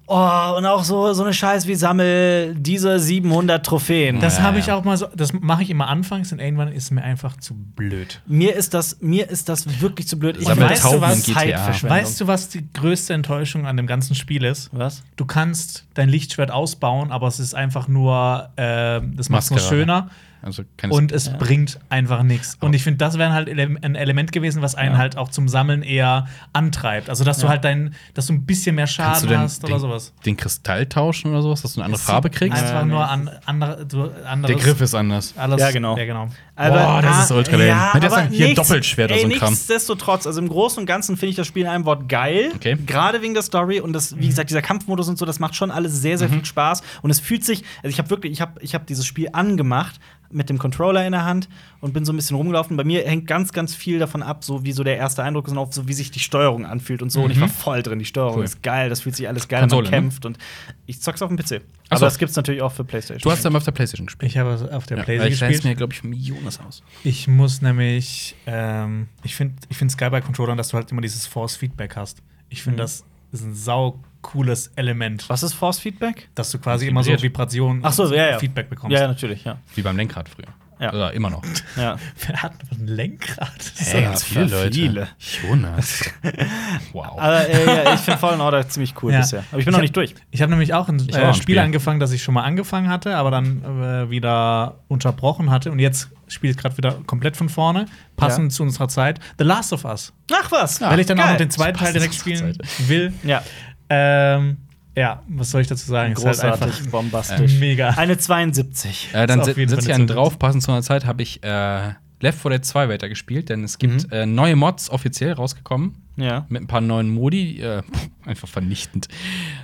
Speaker 2: Oh, und auch so, so eine Scheiß wie sammel diese 700 Trophäen.
Speaker 1: Das
Speaker 3: Ja,
Speaker 1: habe ich
Speaker 3: ja.
Speaker 1: auch mal so, das mache ich immer anfangs und irgendwann ist mir einfach zu blöd.
Speaker 2: Mir ist das, mir ist das wirklich zu blöd. Ich
Speaker 1: Sammelt
Speaker 2: weiß,
Speaker 1: Tauben
Speaker 2: was
Speaker 1: in
Speaker 3: GTA.
Speaker 2: Zeitverschwendung.
Speaker 1: Weißt du, was die größte Enttäuschung an dem ganzen Spiel ist?
Speaker 2: was?
Speaker 1: Du kannst dein Lichtschwert ausbauen, aber es ist einfach nur, äh, das macht es nur
Speaker 3: Maskerade.
Speaker 1: schöner
Speaker 3: Also keine
Speaker 1: und es bringt einfach nichts. Und ich finde, das wäre halt Ele ein Element gewesen, was einen halt auch zum Sammeln eher antreibt. Also, dass du halt dein, dass du ein bisschen mehr Schaden
Speaker 3: Kannst du denn
Speaker 1: hast oder
Speaker 3: den,
Speaker 1: sowas.
Speaker 3: den Kristall tauschen oder sowas, dass du eine andere Farbe kriegst?
Speaker 1: Einfach nur an, andere, du, anderes.
Speaker 3: Der Griff ist anders.
Speaker 1: Alles,
Speaker 2: Ja, genau.
Speaker 1: Ja, genau.
Speaker 3: Boah, das
Speaker 2: ah,
Speaker 3: ist ultra lame.
Speaker 2: Ja,
Speaker 3: Hätte jetzt
Speaker 2: aber
Speaker 3: sagen, hier
Speaker 2: nix-
Speaker 3: Doppelschwert oder
Speaker 2: ey,
Speaker 3: so ein Kram.
Speaker 2: Nichtsdestotrotz, also im Großen und Ganzen finde ich das Spiel in einem Wort geil.
Speaker 3: Okay. Mhm.
Speaker 2: Gerade wegen der Story und das, wie gesagt, dieser Kampfmodus und so, das macht schon alles sehr, sehr viel Spaß. Und es fühlt sich, also ich habe wirklich, ich habe ich hab dieses Spiel angemacht mit dem Controller in der Hand und bin so ein bisschen rumgelaufen. Bei mir hängt ganz, ganz viel davon ab, so wie so der erste Eindruck ist und auch so, wie sich die Steuerung anfühlt und so. Und ich war voll drin. Die Steuerung
Speaker 3: Mhm. Cool.
Speaker 2: ist geil, das fühlt sich alles geil
Speaker 3: Konsole,
Speaker 2: an,
Speaker 3: ne?
Speaker 2: man kämpft. Und ich zock's auf dem PC.
Speaker 3: Ach so.
Speaker 2: Aber das gibt's natürlich auch für PlayStation.
Speaker 3: Du hast aber auf der Playstation gespielt.
Speaker 1: Ich habe auf der
Speaker 3: Weil ich
Speaker 1: Playstation
Speaker 3: leih's
Speaker 1: gespielt.
Speaker 3: mir, glaube ich, Millionen aus.
Speaker 1: Ich muss nämlich, ähm, ich finde ich find Sky bei Controllern, dass du halt immer dieses Force-Feedback hast. Ich
Speaker 2: Mhm.
Speaker 1: finde, das ist ein sau cooles Element,
Speaker 2: Was ist Force Feedback?
Speaker 1: dass du quasi immer so
Speaker 3: Vibriert.
Speaker 1: Vibrationen
Speaker 2: Ach so, ja, ja.
Speaker 1: Feedback bekommst.
Speaker 2: Ja, ja, natürlich, ja.
Speaker 3: Wie beim Lenkrad früher.
Speaker 2: Ja.
Speaker 3: Oder immer noch.
Speaker 2: ja.
Speaker 1: Wer hat ein Lenkrad? Das ist
Speaker 3: Ey,
Speaker 1: ja-
Speaker 3: ganz viele
Speaker 2: viele.
Speaker 3: Leute. Jonas. wow.
Speaker 2: Aber äh, ja, ich finde Fallen Order ziemlich cool
Speaker 1: Ja.
Speaker 2: bisher. Aber ich bin noch
Speaker 1: hab-
Speaker 2: nicht durch.
Speaker 1: Ich habe nämlich auch ein,
Speaker 3: auch
Speaker 1: äh,
Speaker 3: ein
Speaker 1: Spiel,
Speaker 3: Spiel.
Speaker 1: angefangen, das ich schon mal angefangen hatte, aber dann äh, wieder unterbrochen hatte. Und jetzt spiele ich gerade wieder komplett von vorne, passend zu unserer Zeit. The Last of Us.
Speaker 2: Ach was.
Speaker 1: Weil ich dann auch noch den zweiten Teil
Speaker 3: Das passt
Speaker 1: direkt
Speaker 3: zur
Speaker 1: spielen will.
Speaker 2: Ja,
Speaker 1: Ähm, ja, was soll ich dazu sagen? Es ist halt
Speaker 2: großartig,
Speaker 1: einfach
Speaker 2: bombastisch.
Speaker 1: mega.
Speaker 2: Eine 72.
Speaker 3: Äh, dann
Speaker 1: Ist auf jeden Fall
Speaker 3: sitze ich
Speaker 1: eine
Speaker 3: einen
Speaker 1: Zeit.
Speaker 3: drauf. Passend zu einer Zeit habe ich äh, Left 4 Dead 2 weitergespielt, denn es gibt äh, neue Mods offiziell rausgekommen.
Speaker 2: Ja.
Speaker 3: Mit ein paar neuen Modi. Äh, pff, einfach vernichtend.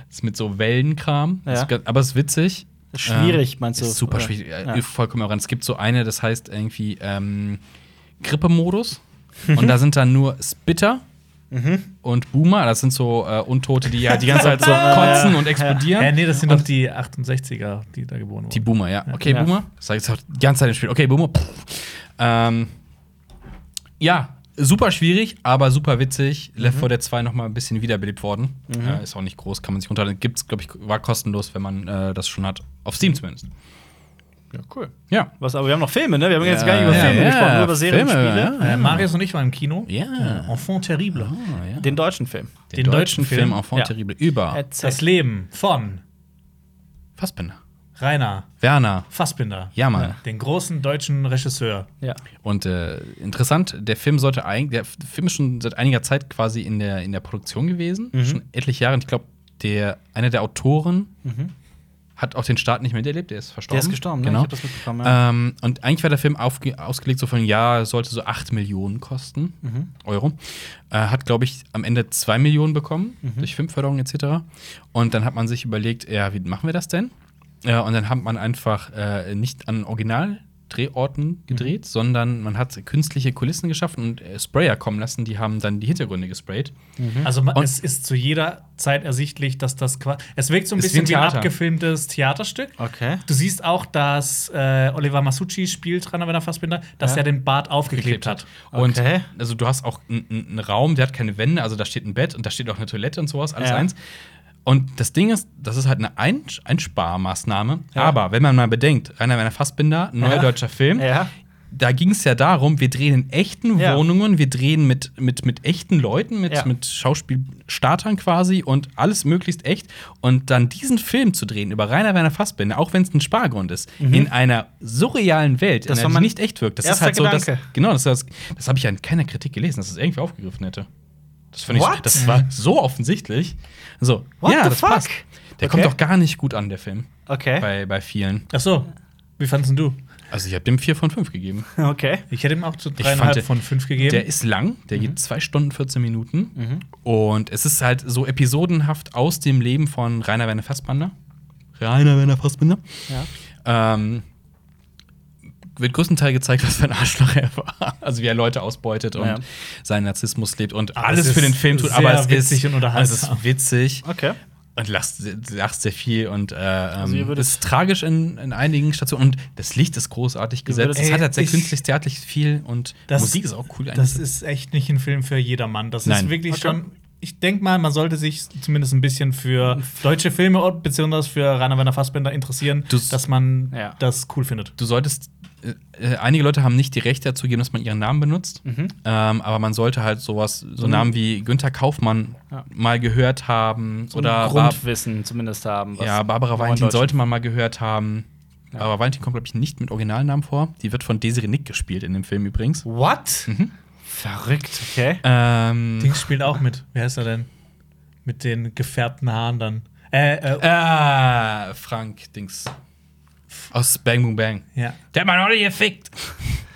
Speaker 3: Ist mit so Wellenkram.
Speaker 2: Ja.
Speaker 3: Ist ga- aber es ist witzig.
Speaker 2: Schwierig,
Speaker 3: Ähm,
Speaker 2: meinst du?
Speaker 3: Ist super
Speaker 2: Oder?
Speaker 3: schwierig. Äh,
Speaker 2: Ja.
Speaker 3: Vollkommen ran. Es gibt so eine, das heißt irgendwie ähm, Grippemodus. Und da sind dann nur Spitter. Und Boomer, das sind so äh, Untote, die ja die ganze Zeit so kotzen und explodieren.
Speaker 1: Äh, nee, das sind doch die 68er, die da geboren
Speaker 3: Die
Speaker 1: wurden.
Speaker 3: Boomer, ja. Okay,
Speaker 2: Ja.
Speaker 3: Boomer. Das sag ich jetzt auch die ganze Zeit im Spiel. Okay, Boomer. Pff. Ähm, ja, super schwierig, aber super witzig.
Speaker 2: Mhm.
Speaker 3: Left 4 Dead 2 nochmal ein bisschen wiederbelebt worden. Äh, ist auch nicht groß, kann man sich runterladen. Gibt's, glaube ich, war kostenlos, wenn man äh, das schon hat. Auf Steam zumindest.
Speaker 2: Ja, cool.
Speaker 3: Ja.
Speaker 2: Was, aber wir haben noch Filme, ne? Wir haben jetzt
Speaker 3: Ja,
Speaker 2: gar nicht über
Speaker 3: ja,
Speaker 2: Filme
Speaker 3: ja,
Speaker 2: gesprochen, nur über Serien
Speaker 3: Filme,
Speaker 2: Spiele.
Speaker 3: ja.
Speaker 1: Äh, Marius und ich waren im Kino.
Speaker 3: Ja.
Speaker 1: Äh, Enfant terrible.
Speaker 3: Ah, ja. Oh,
Speaker 2: Den deutschen Film.
Speaker 1: den deutschen Film.
Speaker 3: Enfant
Speaker 2: Ja.
Speaker 3: Terrible über
Speaker 2: Erzähl.
Speaker 1: Das Leben von
Speaker 3: Fassbinder.
Speaker 1: Rainer
Speaker 3: Werner.
Speaker 1: Fassbinder. Ne,
Speaker 3: Ja, Mann.
Speaker 1: Den großen deutschen Regisseur.
Speaker 2: ja.
Speaker 3: Und äh, interessant, der Film sollte eigentlich, der F- Film ist schon seit einiger Zeit quasi in der, in der Produktion gewesen,
Speaker 2: Mhm.
Speaker 3: schon etliche Jahre. Und ich glaube, der einer der Autoren hat auch den Start nicht miterlebt, der ist verstorben.
Speaker 2: Mhm. Der ist gestorben, ne?
Speaker 3: genau.
Speaker 2: Ich hab das mitbekommen, ja.
Speaker 3: ähm, und eigentlich war der Film aufge ausgelegt so von, ja, es sollte so 8 Millionen kosten, Euro. Äh, hat, glaube ich, am Ende 2 Millionen bekommen, durch Filmförderung etc. Und dann hat man sich überlegt, ja, wie machen wir das denn? Äh, und dann hat man einfach äh, nicht an Originaldrehorten gedreht, sondern man hat künstliche Kulissen geschaffen und äh, Sprayer kommen lassen, die haben dann die Hintergründe gesprayt.
Speaker 1: Also ma-
Speaker 3: Mhm. Und-
Speaker 1: es ist zu jeder Zeit ersichtlich, dass das quasi. Es wirkt so ein
Speaker 3: Ist wie
Speaker 1: bisschen
Speaker 3: ein
Speaker 1: wie ein
Speaker 3: Theater. Oh.
Speaker 1: abgefilmtes Theaterstück.
Speaker 2: Okay.
Speaker 1: Du siehst auch, dass äh, Oliver Masucci spielt dran, wenn er Fassbinder, dass
Speaker 2: Ja.
Speaker 1: er den Bart aufgeklebt hat.
Speaker 3: Und
Speaker 2: Okay.
Speaker 3: also du hast auch n- n- einen Raum, der hat keine Wände, also da steht ein Bett und da steht auch eine Toilette und sowas, alles
Speaker 2: Ja.
Speaker 3: eins. Und das Ding ist, das ist halt eine ein Einsparmaßnahme.
Speaker 2: Ja.
Speaker 3: Aber wenn man mal bedenkt, Rainer Werner Fassbinder, neuer
Speaker 2: Ja.
Speaker 3: deutscher Film,
Speaker 2: Ja.
Speaker 3: da ging es ja darum, wir drehen in echten
Speaker 2: Ja.
Speaker 3: Wohnungen, wir drehen mit, mit, mit echten Leuten, mit,
Speaker 2: Ja.
Speaker 3: mit Schauspielstartern quasi und alles möglichst echt. Und dann diesen Film zu drehen über Rainer Werner Fassbinder, auch wenn es ein Spargrund ist, in einer surrealen Welt,
Speaker 2: Mhm. Das
Speaker 3: in
Speaker 2: war
Speaker 3: der die
Speaker 2: mein
Speaker 3: nicht echt wirkt, das ist
Speaker 2: erster
Speaker 3: halt so, das,
Speaker 2: Gedanke.
Speaker 3: genau, das, das, das habe ich ja in keiner Kritik gelesen, dass es das irgendwie aufgegriffen hätte. Das finde ich,
Speaker 2: What?
Speaker 3: das war so offensichtlich. So,
Speaker 2: What
Speaker 3: ja,
Speaker 2: the
Speaker 3: das
Speaker 2: fuck?
Speaker 3: passt. Der
Speaker 2: Okay.
Speaker 3: kommt doch gar nicht gut an, der Film.
Speaker 2: Okay.
Speaker 3: Bei, bei vielen.
Speaker 1: Ach so. Wie fandest du?
Speaker 3: Also, ich habe dem 4 von 5 gegeben.
Speaker 2: Okay.
Speaker 1: Ich hätte ihm auch zu
Speaker 3: fand,
Speaker 1: dreieinhalb
Speaker 3: der-
Speaker 1: von fünf gegeben.
Speaker 3: Der ist lang, der
Speaker 1: Mhm.
Speaker 3: geht zwei Stunden 14 Minuten. Und es ist halt so episodenhaft aus dem Leben von Rainer Werner Fassbinder. Rainer Werner Fassbinder.
Speaker 2: Ja.
Speaker 3: Ähm, wird größtenteils gezeigt, was für ein Arschloch er war. Also wie er Leute ausbeutet und
Speaker 2: Ja.
Speaker 3: seinen Narzissmus lebt und
Speaker 1: Aber
Speaker 3: alles
Speaker 1: es
Speaker 3: für den
Speaker 1: Ah, ist
Speaker 3: Film tut.
Speaker 1: sehr
Speaker 3: Aber es
Speaker 1: witzig
Speaker 3: ist,
Speaker 1: und unterhaltsam.
Speaker 3: es ist witzig
Speaker 2: Okay.
Speaker 3: und lacht, lacht sehr viel und äh,
Speaker 2: Also ihr
Speaker 3: ähm,
Speaker 2: würdet-
Speaker 3: es ist tragisch in, in einigen Stationen und das Licht ist großartig gesetzt.
Speaker 2: würdet-
Speaker 3: Es hat
Speaker 1: Ey,
Speaker 3: halt sehr
Speaker 1: ich-
Speaker 3: künstlich theaterlich viel und
Speaker 1: Das-
Speaker 3: Musik ist auch cool.
Speaker 1: Das ist echt nicht ein Film für jedermann. Das
Speaker 3: Nein.
Speaker 1: ist wirklich
Speaker 2: Okay.
Speaker 1: schon. Ich denke mal, man sollte sich zumindest ein bisschen für deutsche Filme und beziehungsweise für Rainer Werner Fassbinder interessieren,
Speaker 3: Das-
Speaker 1: dass man
Speaker 2: Ja.
Speaker 1: das cool findet.
Speaker 3: du solltest. äh, äh, Einige Leute haben nicht die Rechte dazu gegeben, dass man ihren Namen benutzt. Ähm, aber man sollte halt sowas, so Namen wie Günther Kaufmann
Speaker 2: Ja.
Speaker 3: mal gehört haben. oder Bar
Speaker 2: Grundwissen zumindest haben. was-
Speaker 3: ja, Barbara
Speaker 2: woran
Speaker 3: Valentin
Speaker 2: Deutschen-
Speaker 3: sollte man mal gehört haben. Barbara Valentin kommt, glaube ich, nicht mit Originalnamen vor. Die wird von Desiree Nick gespielt in dem Film übrigens.
Speaker 2: What? Verrückt, okay.
Speaker 3: Ähm,
Speaker 1: Dings spielt auch mit. Wer heißt er denn? Mit den gefärbten Haaren dann. Äh, äh,
Speaker 3: äh, Frank Dings. Aus Bang Boom Bang.
Speaker 1: ja.
Speaker 3: Der hat man alle gefickt.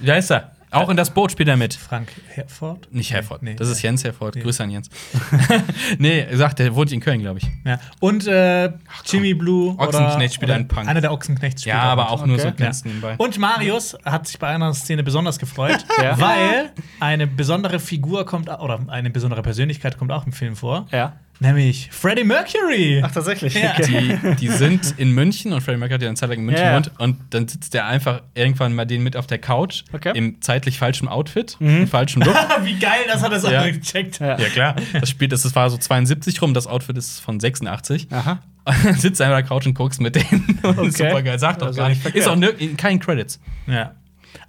Speaker 3: da ist er. Auch in das Boot spielt er mit.
Speaker 1: Frank Herford?
Speaker 3: Nicht Herford.
Speaker 1: Nee,
Speaker 3: das ist
Speaker 1: nee.
Speaker 3: Jens Herford.
Speaker 1: Nee.
Speaker 3: Grüße an Jens. nee, sagt, der wohnt in Köln, glaube ich.
Speaker 1: Ja. Und äh, Jimmy Blue. oder-
Speaker 3: Ochsenknecht spielt
Speaker 1: oder
Speaker 3: einen Punk.
Speaker 1: Einer der Ochsenknechts spielt
Speaker 3: Ja, aber
Speaker 1: mit.
Speaker 3: auch nur
Speaker 2: Okay.
Speaker 3: so ganz nebenbei.
Speaker 1: Und Marius hat sich bei einer Szene besonders gefreut,
Speaker 2: Ja.
Speaker 1: weil eine besondere Figur kommt, oder eine besondere Persönlichkeit kommt auch im Film vor,
Speaker 2: Ja.
Speaker 1: nämlich Freddie Mercury.
Speaker 2: Ach, tatsächlich.
Speaker 1: Ja.
Speaker 2: Okay.
Speaker 3: die, die sind in München und Freddie Mercury hat ja eine Zeit lang in München
Speaker 2: Ja, ja.
Speaker 3: gewohnt und dann sitzt der einfach irgendwann mal den mit auf der Couch
Speaker 2: Okay.
Speaker 3: im zeitlich falschen Outfit, im falschen Look.
Speaker 1: Wie geil, dass er das auch
Speaker 3: Ja.
Speaker 1: noch gecheckt hat.
Speaker 2: Ja.
Speaker 3: ja klar, das Spiel, das war so 72 rum, das Outfit ist von 86.
Speaker 2: Aha.
Speaker 3: Und dann sitzt er auf der Couch und guckst mit denen. Okay. Super geil, sagt auch
Speaker 2: Also
Speaker 3: gar
Speaker 2: nicht
Speaker 3: nicht. Ist auch nirg- in keinen Credits.
Speaker 1: Ja.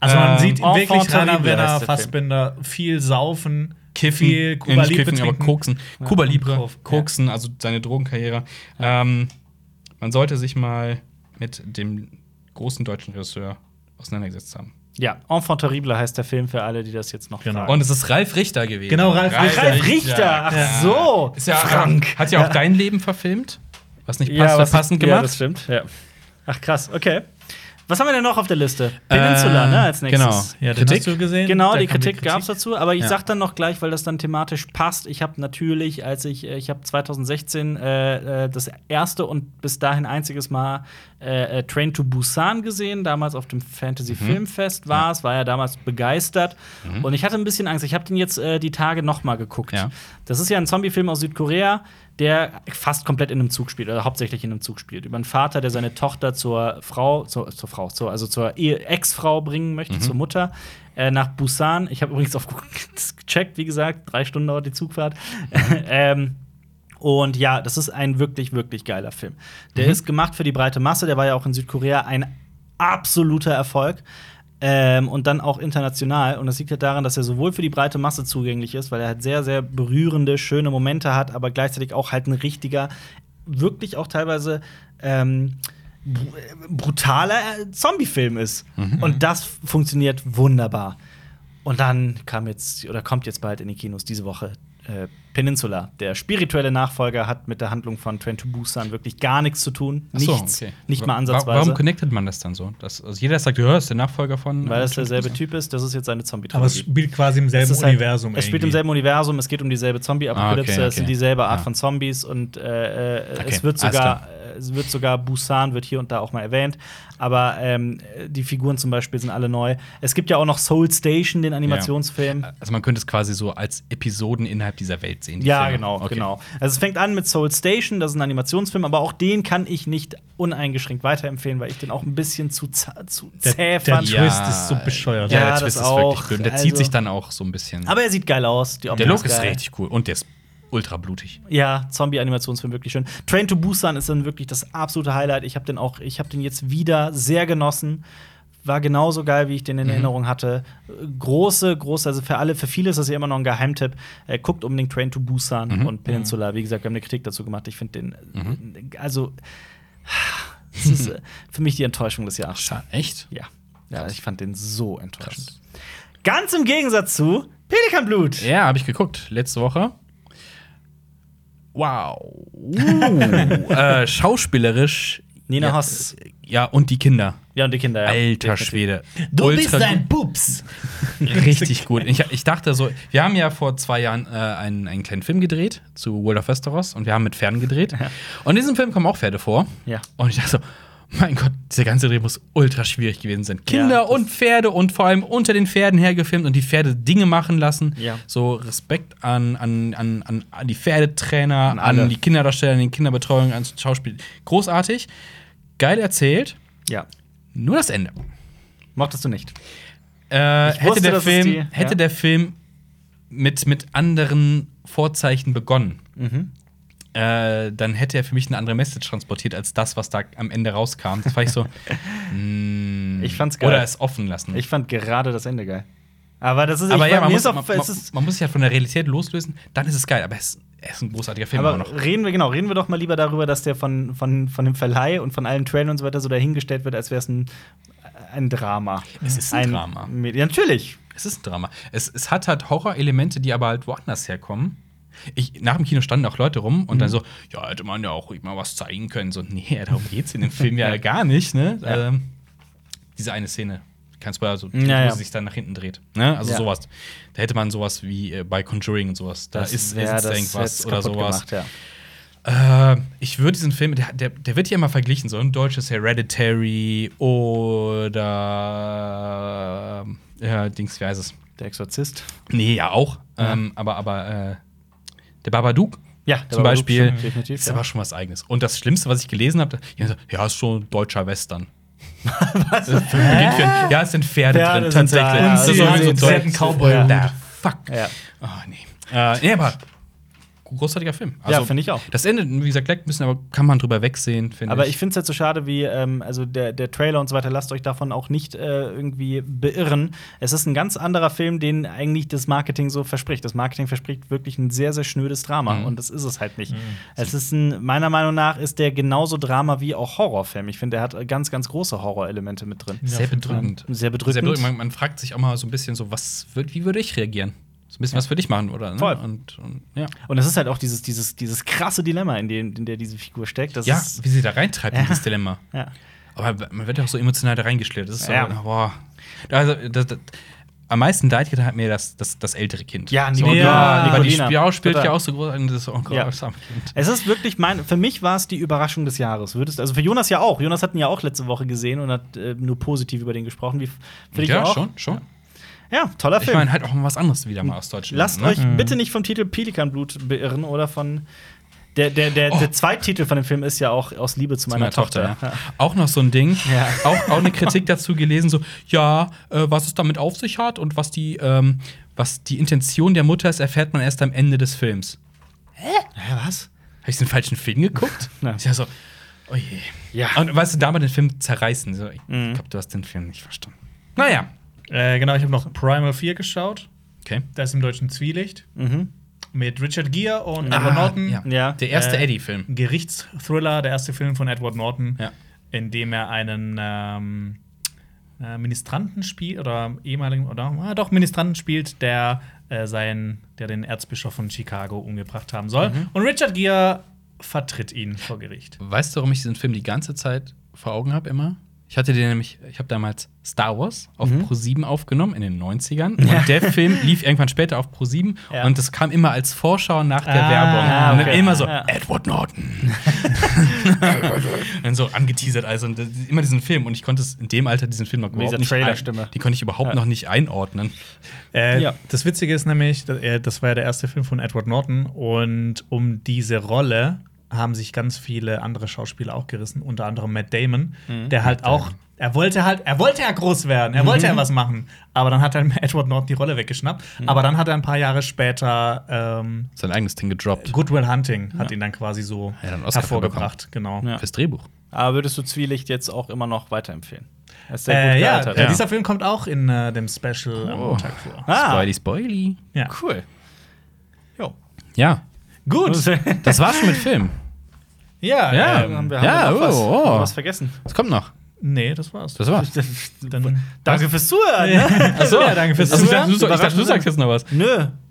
Speaker 1: Also man
Speaker 3: Ähm,
Speaker 1: sieht
Speaker 2: Enfant
Speaker 1: wirklich Rainer
Speaker 2: terrible heißt
Speaker 1: Werner
Speaker 2: der Hm,
Speaker 1: Fassbinder viel saufen, viel
Speaker 3: Nee,
Speaker 1: Cuba
Speaker 3: Hm. nicht
Speaker 1: Libre
Speaker 3: kiffen, aber
Speaker 1: trinken.
Speaker 3: koksen. Cuba Libre,
Speaker 1: Kof-
Speaker 3: koksen, also seine Drogenkarriere. Ähm, man sollte sich mal mit dem großen deutschen Regisseur auseinandergesetzt haben.
Speaker 2: Ja, Enfant terrible heißt der Film für alle, die das jetzt noch
Speaker 1: Genau.
Speaker 2: fragen.
Speaker 3: Und es ist Ralf Richter gewesen.
Speaker 1: Genau, Ralf Richter.
Speaker 2: Ralf Richter, ach so.
Speaker 3: Ist ja,
Speaker 2: Frank.
Speaker 3: Hat ja auch dein Leben verfilmt. Was nicht passt, was passend
Speaker 2: Ja,
Speaker 3: gemacht.
Speaker 2: das stimmt. Ja. Ach krass, okay. Was haben wir denn noch auf der Liste? Peninsula,
Speaker 3: Ähm,
Speaker 2: ne, als nächstes.
Speaker 3: genau.
Speaker 1: Ja, den
Speaker 3: Kritik?
Speaker 1: hast du gesehen?
Speaker 2: Genau,
Speaker 1: Da
Speaker 2: die
Speaker 1: kam
Speaker 2: Kritik, gab es dazu, aber ich
Speaker 3: Ja.
Speaker 2: sag dann noch gleich, weil das dann thematisch passt. Ich habe natürlich, als ich, äh, ich habe 2016 äh, äh, das erste und bis dahin einziges Mal äh, äh, Train to Busan gesehen, damals auf dem Fantasy Filmfest war es, war ja damals begeistert und ich hatte ein bisschen Angst. Ich habe den jetzt äh, die Tage noch mal geguckt.
Speaker 3: Ja.
Speaker 2: Das ist ja ein Zombie-Film aus Südkorea, der fast komplett in einem Zug spielt, oder hauptsächlich in einem Zug spielt. Über einen Vater, der seine Tochter zur Frau, zur, zur Frau, zur, also zur Ehe- Ex-Frau bringen möchte, zur Mutter, äh, nach Busan. Ich habe übrigens auf Google gecheckt, wie gesagt, drei Stunden dauert die Zugfahrt. ähm, und ja, das ist ein wirklich, wirklich geiler Film. Der ist gemacht für die breite Masse. Der war ja auch in Südkorea ein absoluter Erfolg. Ähm, und dann auch international. Und das liegt halt daran, dass er sowohl für die breite Masse zugänglich ist, weil er halt sehr, sehr berührende, schöne Momente hat, aber gleichzeitig auch halt ein richtiger, wirklich auch teilweise ähm, br brutaler äh, Zombie-Film ist.
Speaker 3: Mhm.
Speaker 2: Und das funktioniert wunderbar. Und dann kam jetzt, oder kommt jetzt bald in die Kinos diese Woche äh, Peninsula. Der spirituelle Nachfolger hat mit der Handlung von Train to Busan wirklich gar nichts zu tun.
Speaker 3: Ach so,
Speaker 2: Nichts.
Speaker 3: okay.
Speaker 2: Nicht mal
Speaker 3: Wa-
Speaker 2: ansatzweise.
Speaker 3: Warum connectet man das dann so? Das, also jeder sagt, ja, ist der Nachfolger von.
Speaker 2: Weil das
Speaker 3: äh,
Speaker 2: derselbe Typ ist, das ist jetzt seine zombie
Speaker 1: Aber es spielt quasi im selben Universum.
Speaker 2: Halt, es spielt im
Speaker 1: irgendwie.
Speaker 2: selben Universum, es geht um dieselbe Zombie-Apokalypse,
Speaker 3: Ah, okay,
Speaker 2: es sind
Speaker 3: okay.
Speaker 2: dieselbe Art
Speaker 3: Ja.
Speaker 2: von Zombies und äh, äh,
Speaker 3: Okay,
Speaker 2: es wird
Speaker 3: alles
Speaker 2: sogar,
Speaker 3: klar.
Speaker 2: es wird sogar Busan wird hier und da auch mal erwähnt, aber ähm, die Figuren zum Beispiel sind alle neu. Es gibt ja auch noch Soul Station, den Animationsfilm.
Speaker 3: Also man könnte es quasi so als Episoden innerhalb dieser Welt sehen. die
Speaker 2: Ja,
Speaker 3: Filme.
Speaker 2: genau,
Speaker 3: Okay.
Speaker 2: genau. Also es fängt an mit Soul Station, das ist ein Animationsfilm, aber auch den kann ich nicht uneingeschränkt weiterempfehlen, weil ich den auch ein bisschen zu, za- zu zäh
Speaker 1: Der, der
Speaker 2: fand.
Speaker 1: Twist
Speaker 3: Ja.
Speaker 1: ist so bescheuert.
Speaker 3: Ja,
Speaker 2: Ja,
Speaker 3: der
Speaker 2: das
Speaker 3: Twist ist
Speaker 2: auch.
Speaker 3: wirklich blöd. Der zieht
Speaker 2: Also-
Speaker 3: sich dann auch so ein bisschen.
Speaker 2: Aber er sieht geil aus. Die
Speaker 3: der
Speaker 2: Optik
Speaker 3: Look ist
Speaker 2: geil.
Speaker 3: richtig cool und der ist ultra blutig.
Speaker 2: Ja, Zombie-Animationsfilm wirklich schön. Train to Busan ist dann wirklich das absolute Highlight. Ich habe den auch, ich habe den jetzt wieder sehr genossen. War genauso geil, wie ich
Speaker 3: Mhm.
Speaker 2: den in Erinnerung hatte. Äh, Große, große, also für alle, für viele ist das ja immer noch ein Geheimtipp. Äh, guckt unbedingt Train to Busan
Speaker 3: Mhm.
Speaker 2: und Peninsula. Wie gesagt, wir haben eine Kritik dazu gemacht. Ich finde den,
Speaker 3: Mhm.
Speaker 2: äh, also, es ist äh, für mich die Enttäuschung des Jahres.
Speaker 3: Echt?
Speaker 2: Ja. Ja, ich fand den so enttäuschend. Ganz im Gegensatz zu Pelikanblut.
Speaker 3: Ja, habe ich geguckt. Letzte Woche. Wow. Uh, äh, schauspielerisch.
Speaker 2: Nina
Speaker 3: ja,
Speaker 2: Hoss.
Speaker 3: Ja, und die Kinder.
Speaker 2: Ja, und die Kinder. Ja.
Speaker 3: Alter
Speaker 2: Definitiv.
Speaker 3: Schwede.
Speaker 1: Du bist
Speaker 3: Ultra-
Speaker 1: ein Pups.
Speaker 3: Richtig gut. Ich, ich dachte so, wir haben ja vor zwei Jahren äh, einen, einen kleinen Film gedreht zu World of Westeros und wir haben mit Pferden gedreht. Und in diesem Film kommen auch Pferde vor.
Speaker 2: Ja.
Speaker 3: Und ich dachte so, mein Gott, dieser ganze Dreh muss ultra schwierig gewesen sein. Kinder
Speaker 2: Ja, das-
Speaker 3: und Pferde und vor allem unter den Pferden hergefilmt und die Pferde Dinge machen lassen.
Speaker 2: Ja.
Speaker 3: So Respekt an, an, an, an an die Pferdetrainer,
Speaker 2: An alle.
Speaker 3: an die Kinderdarsteller, an die Kinderbetreuung, ans Schauspiel. Großartig. Geil erzählt.
Speaker 2: Ja.
Speaker 3: Nur das Ende.
Speaker 2: Mochtest du nicht.
Speaker 3: Äh,
Speaker 2: Ich wusste,
Speaker 3: hätte der
Speaker 2: dass es
Speaker 3: Film,
Speaker 2: die-
Speaker 3: hätte
Speaker 2: ja.
Speaker 3: der Film mit, mit anderen Vorzeichen begonnen,
Speaker 2: Mhm.
Speaker 3: äh, dann hätte er für mich eine andere Message transportiert als das, was da am Ende rauskam. Das war ich so. mm,
Speaker 2: Ich fand's geil.
Speaker 3: Oder es offen lassen.
Speaker 2: Ich fand gerade das Ende geil. Aber das ist
Speaker 3: aber
Speaker 2: ich
Speaker 3: ja,
Speaker 2: mein,
Speaker 3: man
Speaker 2: mir
Speaker 3: muss,
Speaker 2: ist auch-
Speaker 3: man,
Speaker 2: es
Speaker 3: man,
Speaker 2: ist,
Speaker 3: man muss sich halt von der Realität loslösen, dann ist es geil. Aber es, es ist ein großartiger Film immer
Speaker 2: aber
Speaker 3: noch.
Speaker 2: reden wir genau, reden wir doch mal lieber darüber, dass der von, von, von dem Verleih und von allen Trailern und so weiter so dahingestellt wird, als wäre es ein, ein Drama.
Speaker 3: Es ist ein Drama.
Speaker 2: Medi- Ja, natürlich.
Speaker 3: Es ist ein Drama. Es, es hat halt Horrorelemente, die aber halt woanders herkommen. Ich, nach dem Kino standen auch Leute rum und
Speaker 2: Mhm.
Speaker 3: dann so, ja, hätte man ja auch mal was zeigen können. So, nee, darum geht's in dem Film ja gar nicht, ne?
Speaker 2: Ja.
Speaker 3: Ähm, diese eine Szene, kein Spoiler, so,
Speaker 2: Ja,
Speaker 3: wo
Speaker 2: ja.
Speaker 3: sie sich dann nach hinten dreht. Ne? Also
Speaker 2: Ja.
Speaker 3: sowas. Da hätte man sowas wie äh, bei Conjuring und sowas. Da ist,
Speaker 2: wär-
Speaker 3: ist irgendwas
Speaker 2: hätt's
Speaker 3: oder
Speaker 2: kaputt
Speaker 3: sowas.
Speaker 2: Gemacht, ja.
Speaker 3: Äh, ich würde diesen Film, der, der, der wird ja immer verglichen, so ein deutsches Hereditary oder äh, Dings, wie heißt es?
Speaker 2: Der Exorzist.
Speaker 3: Nee, ja auch. Ähm, aber aber äh, der Babadook
Speaker 2: Ja, der
Speaker 3: zum
Speaker 2: Babadook
Speaker 3: Beispiel
Speaker 2: schon, definitiv,
Speaker 3: ist
Speaker 2: ja.
Speaker 3: aber schon was Eigenes. Und das Schlimmste, was ich gelesen habe, ja, so, ja, ist schon ein deutscher Western. was? Ja, es sind Pferde,
Speaker 2: Pferde
Speaker 3: drin,
Speaker 2: sind da,
Speaker 3: tatsächlich.
Speaker 2: ja.
Speaker 1: Und sie
Speaker 3: ist
Speaker 1: haben
Speaker 3: so ein
Speaker 1: so einen
Speaker 3: Deutsch-
Speaker 1: Cowboy-Hut.
Speaker 3: Ja. Fuck.
Speaker 2: Ja.
Speaker 3: Oh, nee. Äh, nee, aber großartiger Film. Also,
Speaker 2: Ja, finde ich auch.
Speaker 3: Das Ende, wie gesagt, leckt ein bisschen, aber kann man drüber wegsehen, finde
Speaker 2: Aber ich finde es halt so schade, wie ähm, also der, der Trailer und so weiter, lasst euch davon auch nicht äh, irgendwie beirren. Es ist ein ganz anderer Film, den eigentlich das Marketing so verspricht. Das Marketing verspricht wirklich ein sehr, sehr schnödes Drama
Speaker 3: Mhm.
Speaker 2: und das ist es halt nicht. Es ist ein, meiner Meinung nach ist der genauso Drama wie auch Horrorfilm. Ich finde, der hat äh, ganz, ganz große Horrorelemente mit drin.
Speaker 3: Sehr bedrückend.
Speaker 2: Sehr bedrückend.
Speaker 3: Man, man fragt sich auch mal so ein bisschen so, was würd, wie würde ich reagieren? So ein bisschen was würde ich machen, oder? Ne?
Speaker 2: Voll.
Speaker 3: Und, und ja.
Speaker 2: Und es ist halt auch dieses, dieses, dieses krasse Dilemma, in dem in der diese Figur steckt. Das
Speaker 3: ja,
Speaker 2: ist,
Speaker 3: wie sie da reintreibt
Speaker 2: Ja.
Speaker 3: in dieses Dilemma.
Speaker 2: ja.
Speaker 3: Aber man wird ja auch so emotional da reingeschlittert. Das ist so,
Speaker 2: Ja.
Speaker 3: boah. Also, das, das, am meisten leid getan hat mir das, das, das ältere Kind.
Speaker 2: Ja,
Speaker 3: so,
Speaker 2: Nicolina.
Speaker 3: ja, weil die
Speaker 2: Nicolina.
Speaker 3: Spiel spielt
Speaker 2: Total.
Speaker 3: ja auch so groß. und Das ist auch
Speaker 2: Ja.
Speaker 3: grausam. Und
Speaker 2: Es ist wirklich mein, für mich war es die Überraschung des Jahres. Würdest, also für Jonas ja auch. Jonas hat ihn ja auch letzte Woche gesehen und hat äh, nur positiv über den gesprochen. Wie, für dich
Speaker 3: ja,
Speaker 2: auch?
Speaker 3: schon, schon.
Speaker 2: Ja, toller
Speaker 3: Ich
Speaker 2: Film.
Speaker 3: meine, halt auch mal was anderes wieder mal aus Deutschland.
Speaker 2: Lasst
Speaker 3: ne?
Speaker 2: euch bitte nicht vom Titel Pelikanblut beirren oder von. Der, der, der, der Zweittitel von dem Film ist ja auch aus Liebe zu
Speaker 3: Oh. Zu
Speaker 2: meiner, Tochter.
Speaker 3: ja. Auch noch so ein Ding.
Speaker 2: Ja.
Speaker 3: Auch, auch eine Kritik dazu gelesen, so, ja, äh, was es damit auf sich hat und was die, ähm, was die Intention der Mutter ist, erfährt man erst am Ende des Films.
Speaker 2: Hä, was?
Speaker 3: Habe ich den falschen Film geguckt?
Speaker 2: Ja.
Speaker 3: Ist ja so. Oh je.
Speaker 2: Ja.
Speaker 3: Und weißt du, damals den Film zerreißen. So, ich
Speaker 2: Mhm.
Speaker 3: glaube, du hast den Film nicht verstanden. Naja.
Speaker 1: Äh, genau, ich habe noch Primal 4 geschaut.
Speaker 3: Okay.
Speaker 1: Das ist im deutschen Zwielicht.
Speaker 2: Mhm.
Speaker 1: Mit Richard Gere und Edward Norton.
Speaker 3: Ah, ja.
Speaker 2: Ja.
Speaker 3: Der erste
Speaker 1: Äh,
Speaker 3: Eddie-Film.
Speaker 1: Gerichtsthriller, der erste Film von Edward Norton,
Speaker 3: Ja.
Speaker 1: in dem er einen ähm, äh, Ministranten spielt oder ehemaligen oder ah, doch Ministranten spielt, der äh, seinen, der den Erzbischof von Chicago umgebracht haben soll.
Speaker 3: Mhm.
Speaker 1: Und Richard Gere vertritt ihn vor Gericht.
Speaker 3: Weißt du, warum ich diesen Film die ganze Zeit vor Augen habe immer? Ich hatte den nämlich, ich habe damals Star Wars auf
Speaker 2: Mhm.
Speaker 3: Pro 7 aufgenommen in den 90ern. Und der Film lief irgendwann später auf Pro 7
Speaker 1: Ja.
Speaker 3: und das kam immer als Vorschau nach der
Speaker 1: Ah,
Speaker 3: Werbung. Und dann
Speaker 2: okay.
Speaker 3: immer so,
Speaker 2: Ja.
Speaker 3: Edward Norton. dann so angeteasert, also und das- immer diesen Film. Und ich konnte es in dem Alter diesen Film noch überhaupt
Speaker 2: dieser
Speaker 3: nicht ein-
Speaker 2: Trailerstimme.
Speaker 3: Die konnte ich überhaupt noch nicht einordnen.
Speaker 1: Äh,
Speaker 2: Ja.
Speaker 1: Das Witzige ist nämlich, dass er- das war ja der erste Film von Edward Norton und um diese Rolle haben sich ganz viele andere Schauspieler auch gerissen, unter anderem Matt Damon,
Speaker 2: Mhm.
Speaker 1: der halt auch, er wollte halt, er wollte ja groß werden, er wollte
Speaker 2: Mhm.
Speaker 1: ja was machen, aber dann hat dann Edward Norton die Rolle weggeschnappt, aber dann hat er ein paar Jahre später ähm,
Speaker 3: Sein eigenes Ding gedroppt.
Speaker 1: Goodwill Hunting hat ihn dann quasi so
Speaker 3: Ja, dann Oscar
Speaker 1: hervorgebracht, genau.
Speaker 2: Ja.
Speaker 3: Fürs Drehbuch.
Speaker 2: Aber würdest du Zwielicht jetzt auch immer noch weiterempfehlen? Er ist sehr
Speaker 1: Äh,
Speaker 2: gut
Speaker 1: ja,
Speaker 2: gealtert.
Speaker 1: äh, dieser Film kommt auch in äh, dem Special
Speaker 3: Oh.
Speaker 1: am Montag vor.
Speaker 2: Ah,
Speaker 3: Spoily, spoily.
Speaker 1: Ja.
Speaker 2: cool. Jo.
Speaker 3: Ja,
Speaker 1: Gut.
Speaker 3: das war's schon mit Film.
Speaker 1: Ja,
Speaker 3: Ja.
Speaker 1: ähm,
Speaker 2: Haben wir,
Speaker 3: Ja,
Speaker 2: haben wir noch was,
Speaker 3: oh, oh.
Speaker 2: Haben wir was vergessen?
Speaker 3: Was kommt noch?
Speaker 1: nee, das war's.
Speaker 3: Das war's.
Speaker 1: Dann-
Speaker 2: Danke fürs Zuhören. ne?
Speaker 1: Achso, ja, danke fürs
Speaker 3: Also, ich,
Speaker 1: Zuhören.
Speaker 3: dachte, du, ich dachte, du sagst jetzt noch was.
Speaker 2: Nö,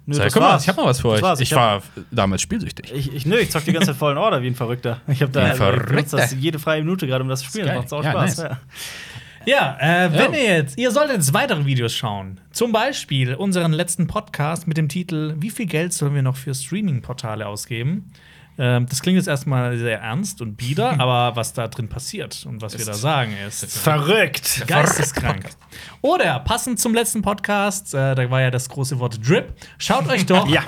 Speaker 2: nö,
Speaker 3: Sag,
Speaker 2: das
Speaker 3: guck mal,
Speaker 2: war's.
Speaker 3: ich hab noch was für
Speaker 2: Das
Speaker 3: euch.
Speaker 2: war's.
Speaker 3: Ich,
Speaker 2: hab-
Speaker 3: war damals spielsüchtig.
Speaker 2: Ich, ich, nö, ich zock die ganze Zeit Fallen Order wie ein Verrückter. Ich habe
Speaker 3: Wie
Speaker 2: da
Speaker 3: ein
Speaker 2: ich benutze
Speaker 3: Verrückter.
Speaker 2: das jede freie Minute gerade um das zu spielen.
Speaker 3: geil.
Speaker 2: Macht's auch
Speaker 3: Ja,
Speaker 2: Spaß.
Speaker 3: nice.
Speaker 2: Ja.
Speaker 1: Ja, äh, wenn
Speaker 3: Ja.
Speaker 1: ihr jetzt, ihr solltet jetzt weitere Videos schauen. Zum Beispiel unseren letzten Podcast mit dem Titel Wie viel Geld sollen wir noch für Streaming-Portale ausgeben? Ähm, das klingt jetzt erstmal sehr ernst und bieder, aber was da drin passiert und was wir da sagen ist
Speaker 2: Verrückt.
Speaker 1: geisteskrank. Oder passend zum letzten Podcast, äh, da war ja das große Wort Drip, schaut euch doch
Speaker 2: Ja.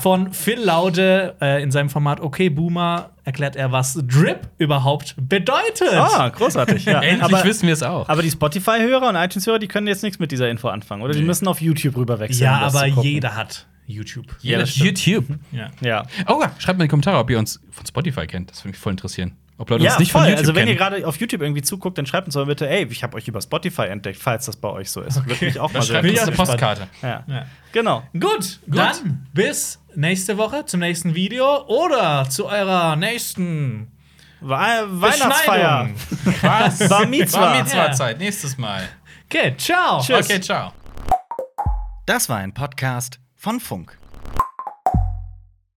Speaker 1: von Phil Laude äh, in seinem Format Okay Boomer erklärt er, was Drip überhaupt bedeutet.
Speaker 2: Ah, großartig. Ja.
Speaker 3: Endlich
Speaker 2: aber,
Speaker 3: wissen wir es auch.
Speaker 2: aber die Spotify-Hörer und iTunes-Hörer, die können jetzt nichts mit dieser Info anfangen. Oder die müssen auf YouTube rüberwechseln.
Speaker 1: Ja,
Speaker 2: um das
Speaker 1: aber
Speaker 2: zu gucken.
Speaker 1: jeder hat YouTube.
Speaker 3: Ja, das YouTube.
Speaker 1: Ja.
Speaker 2: Ja.
Speaker 3: Oh ja, schreibt mir in die Kommentare, ob ihr uns von Spotify kennt. Das würde mich voll interessieren. Ob Leute
Speaker 2: Ja,
Speaker 3: uns nicht
Speaker 2: voll.
Speaker 3: von YouTube
Speaker 2: also wenn ihr
Speaker 3: kennen.
Speaker 2: gerade auf YouTube irgendwie zuguckt, dann schreibt uns mal bitte, ey, ich habe euch über Spotify entdeckt, falls das bei euch so ist. Würde mich auch mal
Speaker 3: Dann
Speaker 2: sehr
Speaker 3: schreibt uns eine
Speaker 2: interessieren.
Speaker 3: Postkarte.
Speaker 2: Ja.
Speaker 1: Ja.
Speaker 2: Genau.
Speaker 1: Gut, dann bis nächste Woche zum nächsten Video oder zu eurer nächsten
Speaker 2: We Weihnachtsfeier.
Speaker 1: Beschneidung.
Speaker 3: Was?
Speaker 2: Bar Mitzwa.
Speaker 3: War Mitzwa
Speaker 1: Ja.
Speaker 3: Zeit. Nächstes Mal.
Speaker 1: Okay, ciao.
Speaker 2: Tschüss.
Speaker 3: Okay, ciao.
Speaker 2: Das war ein Podcast von Funk.